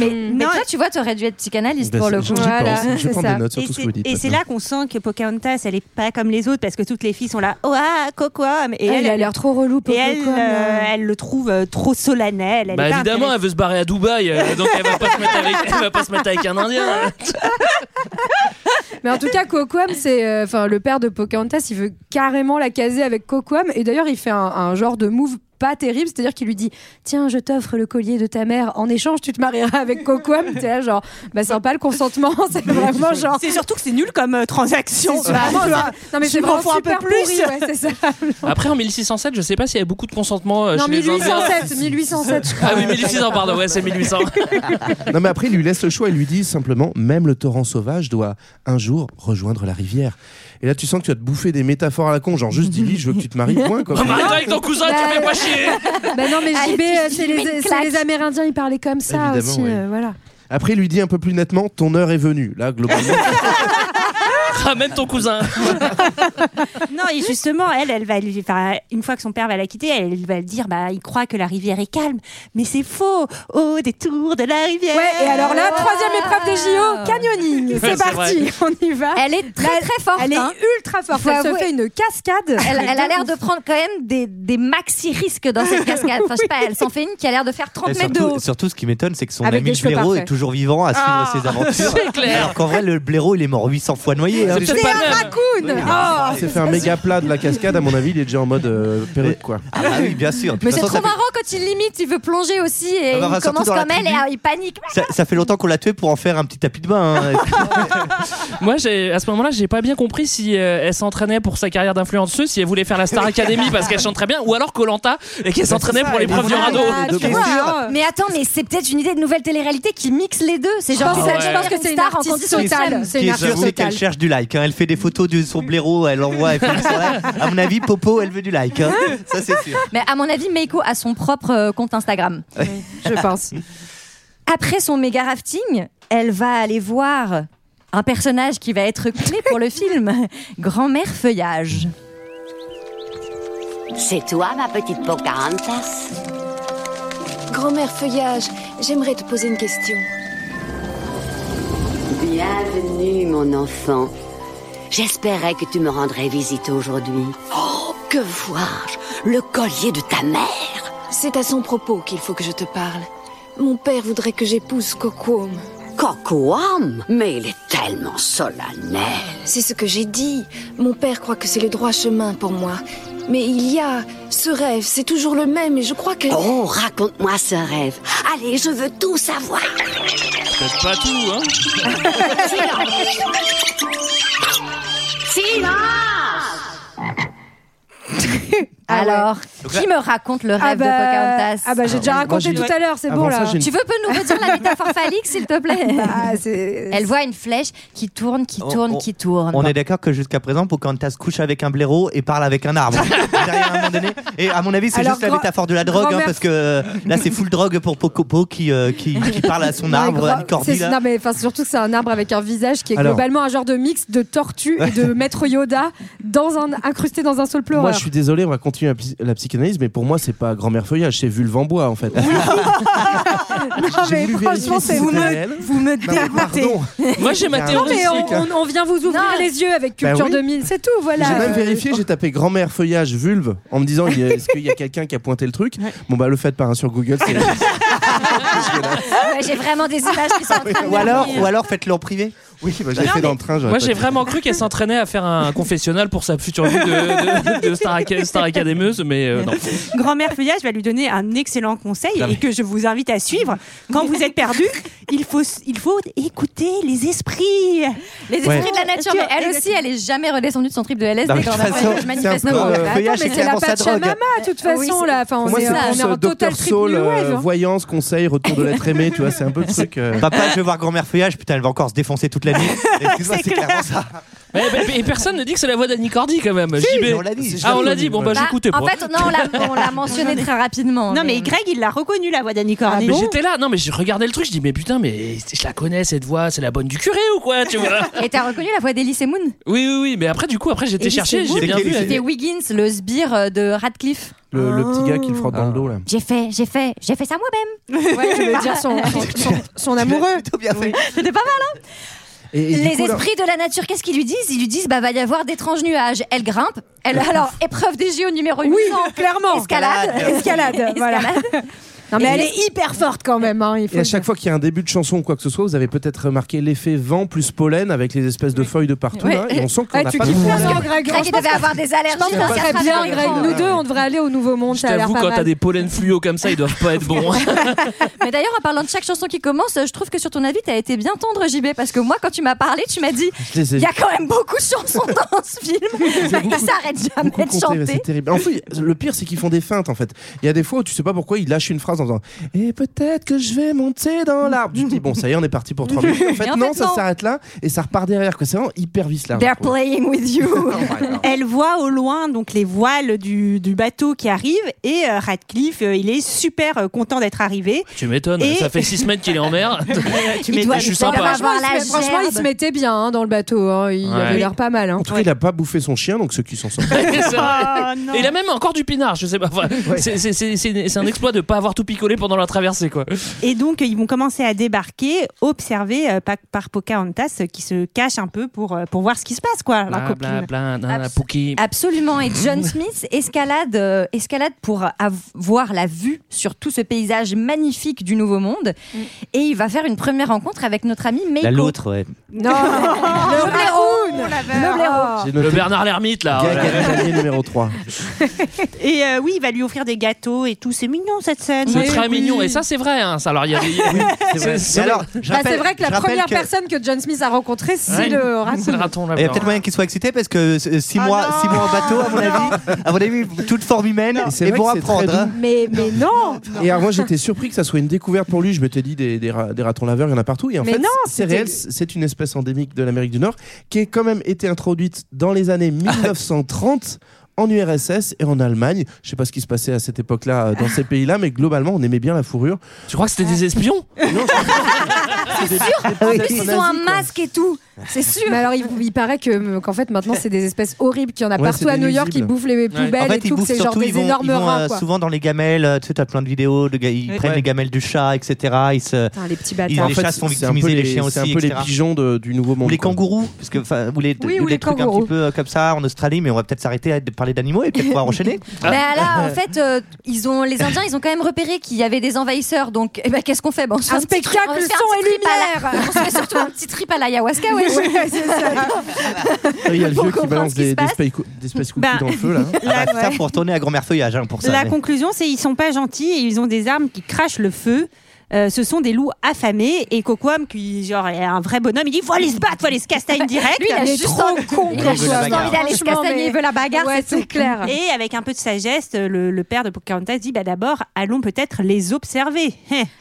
S1: Mais, mais toi, tu vois, t'aurais dû être psychanalyste
S12: Ben,
S6: Bah,
S1: pour le
S12: je-
S1: coup.
S12: j'y Voilà, pense. Je vais prendre
S13: C'est
S12: des
S13: ça.
S12: notes sur tout ce que vous dites,
S13: Et c'est
S12: maintenant.
S13: là qu'on sent que Pocahontas, elle est pas comme les autres parce que toutes les filles sont là, oh ah, cocoam. Et
S9: Ah, il a l'air trop relou.
S13: Et elle,
S9: Pocahontas,
S13: euh,
S9: là.
S13: elle le trouve euh, trop solennel. Elle
S6: Bah
S13: est pas
S6: évidemment, elle veut se barrer à Dubaï, euh, donc elle va pas se mettre avec, elle va pas se mettre avec un Indien.
S9: Mais en tout cas, Coquam, c'est euh, enfin le père de Pocahontas, il veut carrément la caser avec Coquam. Et d'ailleurs, il fait un, un genre de move pas terrible, c'est-à-dire qu'il lui dit Tiens, je t'offre le collier de ta mère, en échange, tu te marieras avec Coquam. C'est là, genre, bah, sympa le consentement, c'est vraiment genre.
S13: C'est surtout que c'est nul comme euh, transaction.
S9: C'est vraiment-
S13: Tu vois,
S9: non, mais
S13: je
S9: c'est
S13: m'en
S9: vraiment
S13: fous un peu
S9: super
S13: plus.
S9: pourri, ouais, c'est ça.
S6: Après, en 1607, je sais pas s'il y avait beaucoup de consentement euh,
S9: Non,
S6: chez les Indiens.
S9: 1807, 1807, je crois.
S6: Ah oui, 1800, pardon, ouais, c'est 1800.
S12: non mais après, il lui laisse le choix et lui dit simplement, même le torrent sauvage doit un jour rejoindre la rivière. Et là, tu sens que tu vas te bouffer des métaphores à la con, genre juste dis-lui, je veux que tu te maries, point. Quoi.
S6: Oh, bah, attends, avec ton cousin, tu fais pas chier.
S9: Bah non, mais
S1: Allez,
S9: JB,
S1: tu-
S9: euh,
S1: tu
S9: c'est
S1: mets
S9: les,
S1: une
S9: c'est
S1: claque.
S9: les Amérindiens, ils parlaient comme ça
S12: Évidemment,
S9: aussi,
S12: ouais.
S9: euh, voilà.
S12: Après, il lui dit un peu plus nettement, ton heure est venue. Là, globalement,
S6: Ramène ton cousin.
S13: Non, et justement, elle, elle va lui, enfin, une fois que son père va la quitter, elle, elle va le dire, bah, il croit que la rivière est calme, mais c'est faux. Au détour de la rivière.
S9: Ouais, et alors là, troisième épreuve des JO, canyoning.
S13: Ouais,
S9: Euh, C'est
S13: c'est
S9: parti, on y va.
S1: Elle est très très forte.
S9: hein Elle est
S1: hein.
S9: ultra forte.
S1: Faut
S9: Elle se
S1: avouer.
S9: fait une cascade.
S1: Elle, elle a l'air de prendre quand même des, des maxi risques dans cette cascade. Enfin, je sais pas, elle s'en fait une qui a l'air de faire 30
S14: Et
S1: mètres de haut.
S14: surtout, surtout, ce qui m'étonne, c'est que son
S1: Avec
S14: ami
S1: des
S14: le
S1: cheveux
S14: blaireau
S1: parfaits. Ah.
S14: est toujours vivant à suivre ses aventures.
S6: c'est clair.
S14: Alors qu'en vrai, le blaireau, il est mort 800 fois noyé. hein.
S6: C'est
S9: Ah,
S6: pas même.
S1: Oh,
S12: il s'est fait un méga plat de la cascade. À mon avis, il est déjà en mode euh, perruque, quoi.
S14: Ah bah oui, bien sûr. De toute
S1: Mais c'est
S14: façon,
S1: trop
S14: ça fait-
S1: marrant quand il limite, il veut plonger aussi et
S14: Ah bah,
S1: il
S14: bah, surtout
S1: commence
S14: dans la
S1: comme elle et
S14: tribu.
S1: ah, il panique.
S14: Ça, ça fait longtemps qu'on l'a tué pour en faire un petit tapis de bain. hein.
S6: Moi, j'ai- à ce moment-là, j'ai pas bien compris si euh, elle s'entraînait pour sa carrière d'influenceuse, si elle voulait faire la Star Academy parce qu'elle chante très bien, ou alors Colanta et qu'elle s'entraînait
S12: ça,
S6: pour
S12: elle
S6: l'épreuve
S12: est
S6: du
S12: vraiment
S6: radeau.
S12: là, tu
S1: bah, Tu vois, hein. mais attends, mais c'est peut-être une idée de nouvelle télé-réalité qui mixe les deux. C'est genre,
S9: Je pense
S1: tu vas
S6: que- je
S1: devenir
S9: pense que c'est une
S1: star en
S9: artiste
S1: condition de
S9: totale.
S1: femme.
S14: Ce
S9: C'est
S14: qui
S9: une
S14: est sûr,
S9: artiste
S14: c'est qu'elle
S9: totale.
S14: cherche du like. hein. Elle fait des photos de son blaireau, elle envoie, elle filme ça. À mon avis, Popo, elle veut du like. hein. Ça, c'est sûr.
S1: Mais à mon avis, Meiko a son propre euh, compte Instagram.
S9: Je pense.
S1: Après son méga rafting, elle va aller voir un personnage qui va être clé pour le film, Grand-mère Feuillage.
S4: C'est toi, ma petite Pocahontas
S15: Grand-mère Feuillage, j'aimerais te poser une question.
S4: Bienvenue, mon enfant. J'espérais que tu me rendrais visite aujourd'hui. Oh, que vois-je Le collier de ta mère
S15: C'est à son propos qu'il faut que je te parle. Mon père voudrait que j'épouse Cocoum.
S4: Cocoam Mais il est tellement solennel.
S15: C'est ce que j'ai dit. Mon père croit que c'est le droit chemin pour moi. Mais il y a ce rêve, c'est toujours le même et je crois que...
S4: Oh, raconte-moi ce rêve. Allez, je veux tout savoir.
S6: Peut-être pas tout, hein
S1: Alors,
S7: Donc là-
S1: qui me raconte le rêve
S9: Ah
S1: de
S9: bah-
S1: Pocahontas
S9: ah bah, j'ai déjà Ah, moi, raconté j'ai- tout à l'heure, c'est Avant bon, ça, là. Bah, j'ai une-
S1: Tu veux peut nous redire la métaphore phallique, s'il te plaît Elle voit une flèche qui tourne, qui tourne, qui tourne.
S7: On est d'accord que jusqu'à présent, Pocahontas couche avec un blaireau et parle avec un arbre. Derrière, à un moment donné. Et à mon avis, c'est
S9: Alors,
S7: juste la
S9: grand-
S7: métaphore de la drogue, hein,
S9: grand-mère-
S7: parce que euh, là, c'est full drogue pour Pocopo qui, euh, qui, qui parle à son
S9: Ouais,
S7: arbre,
S9: gros-
S7: à Nicordi.
S9: c'est-
S7: là.
S9: Non, mais enfin, surtout que c'est un arbre avec un visage qui est
S7: Alors.
S9: globalement un genre de mix de tortue et de maître Yoda dans un, incrusté dans un seul pleureur.
S12: Moi, je suis désolé, on va continuer la, psy- la psychanalyse, mais pour moi, c'est pas grand-mère feuillage, c'est vulve en bois, en fait.
S9: non, Ah, mais franchement, c'est
S12: vous me-
S9: vous me dégoûtez.
S6: Moi, j'ai maté
S9: Non,
S6: en
S9: mais
S6: musique, hein.
S9: on, on- on vient vous ouvrir les yeux avec
S12: Bah
S9: Culture
S12: oui.
S9: 2000, c'est tout, voilà.
S12: J'ai même
S9: Euh,
S12: vérifié, j'ai tapé grand-mère feuillage vulve en me disant il y a- est-ce qu'il y a quelqu'un qui a pointé le truc Bon bah le fait par un sur Google,
S9: Ah,
S12: c'est
S1: Ouais, J'ai vraiment des images qui sont en train de
S7: Ou alors,
S1: venir.
S7: ou alors faites-le en privé.
S12: Oui, bah, je l'ai fait dans le train. j'aurais
S6: Moi,
S12: pas
S6: j'ai
S12: dit.
S6: vraiment cru qu'elle s'entraînait à faire un confessionnal pour sa future vie de, de- de Star, Aca- Star Académeuse, mais euh, non.
S13: Grand-mère Feuillage va lui donner un excellent conseil
S6: Non, mais-
S13: et que je vous invite à suivre. Quand vous êtes perdu, il faut, il faut écouter les esprits.
S1: Les esprits de la nature, mais elle aussi, elle est jamais redescendue de son trip de LSD.
S13: Non, mais de
S1: quand
S13: toute
S1: même.
S13: façon,
S1: Ouais, je
S13: c'est
S1: manifeste
S13: un peu,
S1: nos
S12: euh,
S1: regrets.
S12: Bah, feuillage,
S9: mais c'est la Pachamama, de toute
S1: Oui,
S9: façon,
S1: c'est-
S9: là. Enfin, on
S12: Moi,
S9: est,
S12: c'est
S9: on est
S12: plus
S9: en
S12: euh,
S9: total hein.
S12: Dr
S9: trip
S12: Saul,
S9: New
S12: euh,
S9: Wave.
S12: voyance, conseil, retour de l'être aimé, tu vois, c'est un peu le truc. euh.
S7: Papa, je vais voir grand-mère feuillage, putain, elle va encore se défoncer toute la nuit. Excuse-moi, c'est clairement ça.
S6: Mais, mais- mais personne ne dit que c'est la voix d'Annie Cordy quand même.
S7: Si,
S6: JB.
S7: on l'a dit.
S6: Ah, on l'a dit. Bon, bah,
S1: Bah,
S6: j'écoutais pas.
S1: En fait, non, on l'a- on l'a mentionné très rapidement.
S13: Non, mais Greg, il l'a reconnu, la voix d'Annie Cordy.
S6: Mais j'étais là, non mais je regardais le truc, je dis mais putain mais je la connais cette voix, c'est la bonne du curé ou quoi tu vois
S1: Et t'as reconnu la voix d'Elise Moon
S6: Oui oui oui mais après du coup après j'étais
S1: Elise
S6: cherché,
S1: Moon,
S6: j'ai bien vu.
S1: C'était
S6: elle-
S1: Wiggins, le sbire euh, de Radcliffe.
S12: Le, le petit gars qui le frotte dans le dos là.
S7: Ah.
S1: J'ai fait, j'ai fait, j'ai fait ça moi-même.
S9: Ouais, tu veux dire son, son- son- son amoureux.
S1: C'était pas mal, hein
S12: Et- et du
S1: Les
S12: coup, là-
S1: esprits de la nature, qu'est-ce qu'ils lui disent Ils lui disent bah va y avoir d'étranges nuages. Elle grimpe. Elle alors épreuve des JO numéro 800.
S9: clairement.
S1: Escalade.
S9: Escalade, voilà. Non, mais elle est hyper forte quand même. hein, il faut
S12: Et à
S9: le
S12: chaque fois qu'il y a un début de chanson ou quoi que ce soit, vous avez peut-être remarqué l'effet vent plus pollen avec les espèces de feuilles de partout.
S9: Ouais.
S12: là, et on sent qu'on
S9: Ah,
S12: n'a
S9: tu
S12: pas
S9: kiffes
S12: de
S9: ça, non, Greg,
S1: Greg,
S9: je
S1: il
S9: pense
S1: devait
S9: que-
S1: avoir des allergies.
S9: Je pense
S1: parce
S9: que
S1: qu'il
S9: ça serait
S1: attrape
S9: bien,
S1: les
S9: Greg.
S1: grands.
S9: Nous deux, on devrait aller au Nouveau Monde.
S6: Je
S9: Ça a l'air
S6: t'avoue
S9: pas
S6: quand t'as
S9: mal.
S6: des pollens fluo comme ça ils doivent pas être bons.
S1: Mais d'ailleurs, en parlant de chaque chanson qui commence, je trouve que sur ton avis, t'as été bien tendre, JB, parce que moi, quand tu m'as parlé, tu m'as dit
S12: Je les ai-
S1: il y a quand même beaucoup de chansons dans ce film.
S12: beaucoup-
S1: Ils s'arrêtent
S12: Beaucoup
S1: jamais de
S12: compté, ouais,
S1: chanter.
S12: c'est terrible. En fait, le pire, c'est qu'ils font des feintes, en fait. Il y a des fois où tu sais pas pourquoi ils lâchent une phrase en disant Et peut-être que je vais monter dans l'arbre. Tu te dis Bon, ça y est, on est parti pour 3 minutes. En fait,
S1: Et en
S12: non,
S1: fait,
S12: ça
S1: non.
S12: s'arrête là et ça repart derrière. quoi. C'est vraiment hyper vice là.
S1: They're playing with you.
S13: Elle voit au loin donc les voiles du, du bateau qui arrivent et euh, Radcliffe, euh, il est super euh, content d'être arrivé.
S6: Tu m'étonnes,
S13: Et-
S6: ça fait 6 semaines qu'il est en mer.
S13: Tu
S6: m'étonnes. Je suis sympa.
S9: Franchement, il se- franchement, il se mettait bien hein, dans le bateau. hein, Il
S6: Ouais.
S9: avait l'air pas mal. hein.
S12: En tout cas, il a pas bouffé son chien, donc ceux qui s'en sortent.
S6: C'est vrai.
S13: Oh, non.
S6: Et il a même encore du pinard, je sais pas. Enfin, c'est- c'est- C'est c'est- c'est un exploit de pas avoir tout picolé pendant la traversée quoi.
S13: Et donc, euh, ils vont commencer à débarquer, observés euh, par, par Pocahontas euh, qui se cache un peu pour, euh, pour voir ce qui se passe, quoi, la
S6: Bla,
S13: copine.
S6: bla, Ah, bla, nana,
S1: Abs-
S6: pouki.
S1: Absolument. Et John Smith escalade, euh, escalade pour avoir la vue sur tout ce paysage magnifique du Nouveau Monde.
S12: Mm.
S1: Et il va faire une première rencontre avec notre ami Meiko.
S7: La l'autre, ouais.
S12: Ah.
S9: Non, le blaireau. Le blaireau.
S12: J'ai
S6: Le
S12: noté
S6: Bernard l'ermite
S7: Ah,
S6: là.
S12: Gaga
S6: voilà.
S12: Italier numéro 3.
S13: Et euh, oui, il va lui offrir des gâteaux et tout. C'est mignon cette scène.
S6: C'est
S13: Oui,
S6: très
S13: oui.
S6: mignon et ça c'est vrai. Hein. Ça, alors il y a des-
S7: vrai.
S6: c'est-
S7: Et alors, je
S9: Bah,
S7: rappelle-
S9: c'est vrai que la
S7: je rappelle
S9: première
S7: que-
S9: personne que John Smith a rencontrée, c'est
S6: Ouais.
S9: le raton.
S6: c'est le raton là.
S7: Il y a peut-être moyen qu'il soit excité parce que 6
S9: Ah
S7: mois,
S9: non
S7: six mois en bateau, à mon avis, à mon avis, toute forme humaine
S12: c'est
S7: est
S12: vrai
S7: bon
S12: que
S7: à
S12: c'est très
S7: prendre. hein.
S9: Mais, mais non
S12: Et alors, moi, j'étais surpris que ça soit une découverte pour lui. Je m'étais dit des, des ra- des ratons laveurs, il y en a partout. Et en
S9: Mais
S12: fait,
S9: non,
S12: c'est
S9: c'était-
S12: réel. C'est une espèce endémique de l'Amérique du Nord qui a quand même été introduite dans les années 1930 en URSS et en Allemagne. Je sais pas ce qui se passait à cette époque-là euh, dans ces pays-là, mais globalement, on aimait bien la fourrure.
S6: Tu crois que c'était des espions
S12: C'est
S1: En plus, ils ont un masque et tout. C'est sûr.
S9: Mais alors, il, il paraît que euh, qu'en fait maintenant c'est des espèces horribles qu'il y en a
S12: Ouais, c'est
S9: partout
S12: des
S9: à New York qui
S12: nuisibles.
S9: bouffent les poubelles
S7: En fait,
S9: et
S7: ils
S9: tout. que
S7: bouffent
S9: C'est genre
S7: surtout,
S9: des
S7: ils vont,
S9: énormes
S7: ils vont,
S9: rats
S7: euh,
S9: quoi.
S7: souvent dans les gamelles. euh, Tu sais, t'as plein de vidéos, de gars, ils
S9: Ouais.
S7: prennent
S12: Ouais.
S7: les gamelles du chat, etc. Ils se...
S9: Putain, les petits
S7: Ils-
S9: bâtards.
S12: En
S7: les
S12: fait,
S7: chats sont
S12: c'est un peu
S7: victimisés, les
S12: les-
S7: chiens
S12: C'est un
S7: aussi,
S12: peu les
S7: etc.
S12: pigeons de- du Nouveau
S7: Ou
S12: Monde.
S7: les
S12: quoi.
S7: kangourous, parce que, enfin, ou les,
S9: Oui,
S7: ou
S9: ou
S7: des
S9: les
S7: trucs un
S9: kangourous.
S7: petit peu euh, comme ça. On Australie, mais on va peut-être s'arrêter à- parler d'animaux et peut-être pouvoir enchaîner.
S12: Ah.
S1: Bah là, en fait, euh, ils ont, les Indiens, ils ont quand même repéré qu'il y avait des envahisseurs. Donc, eh ben, qu'est-ce qu'on fait Bon, on se fait
S9: Un
S1: petit trip-
S9: spectacle,
S1: on se fait un
S9: son
S1: petit
S9: et
S1: trip à la-
S9: lumière.
S1: On se fait surtout un petit trip à l'ayahuasca, ouais.
S9: Ouais, c'est ça.
S12: Ah, Il y a le
S1: Pour
S12: vieux qui
S1: comprendre
S12: balance
S1: ce qui se
S12: des, des
S1: passe.
S12: space cou- des space cookies
S13: Ben,
S12: dans le feu là.
S13: la-
S7: Ah bah, Ça pour retourner à grand-mère feuillage hein, pour ça.
S13: La
S7: mais-
S13: conclusion, c'est ils sont pas gentils et ils ont des armes qui crachent le feu. Euh, ce sont des loups affamés et Coquam qui genre est un vrai bonhomme il dit faut aller se battre faut aller se castagner direct
S9: Lui, il a juste envie- il a Il veut juste la envie bagarre. d'aller se
S13: Franchement,
S9: castagner,
S13: mais-
S9: il veut la bagarre,
S13: Ouais,
S9: c'est tout. clair.
S13: et avec un peu de sagesse le, le père de Pocahontas dit bah d'abord allons peut-être les observer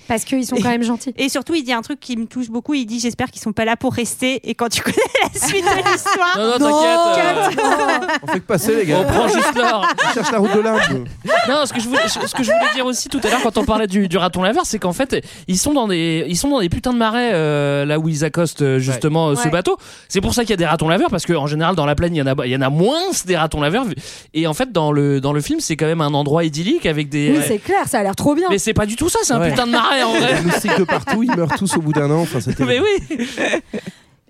S9: parce qu'ils sont quand même gentils
S13: et surtout il dit un truc qui me touche beaucoup il dit j'espère qu'ils sont pas là pour rester et quand tu connais la suite de l'histoire
S6: Non, non, t'inquiète, euh,
S12: On fait que passer les gars.
S6: On prend juste l'or.
S12: On cherche la route de l'Inde.
S6: Non, ce que je voulais, ce que je voulais dire aussi tout à l'heure quand on parlait du, du raton laveur, c'est qu'en fait, ils sont dans des, ils sont dans des putains de marais euh, là où ils accostent euh, justement euh, ce
S16: Ouais.
S6: bateau. C'est pour ça qu'il y a des ratons laveurs parce qu'en général dans la plaine, il y en a, il y en a moins c'est des ratons laveurs. Et en fait, dans le dans le film, c'est quand même un endroit idyllique avec des.
S9: Oui, c'est clair, ça a l'air trop bien.
S6: Mais c'est pas du tout ça, c'est un
S12: Ouais.
S6: putain de marais en vrai.
S12: Ils nous signent de partout, ils meurent tous au bout d'un an. Enfin, c'était.
S6: Mais oui.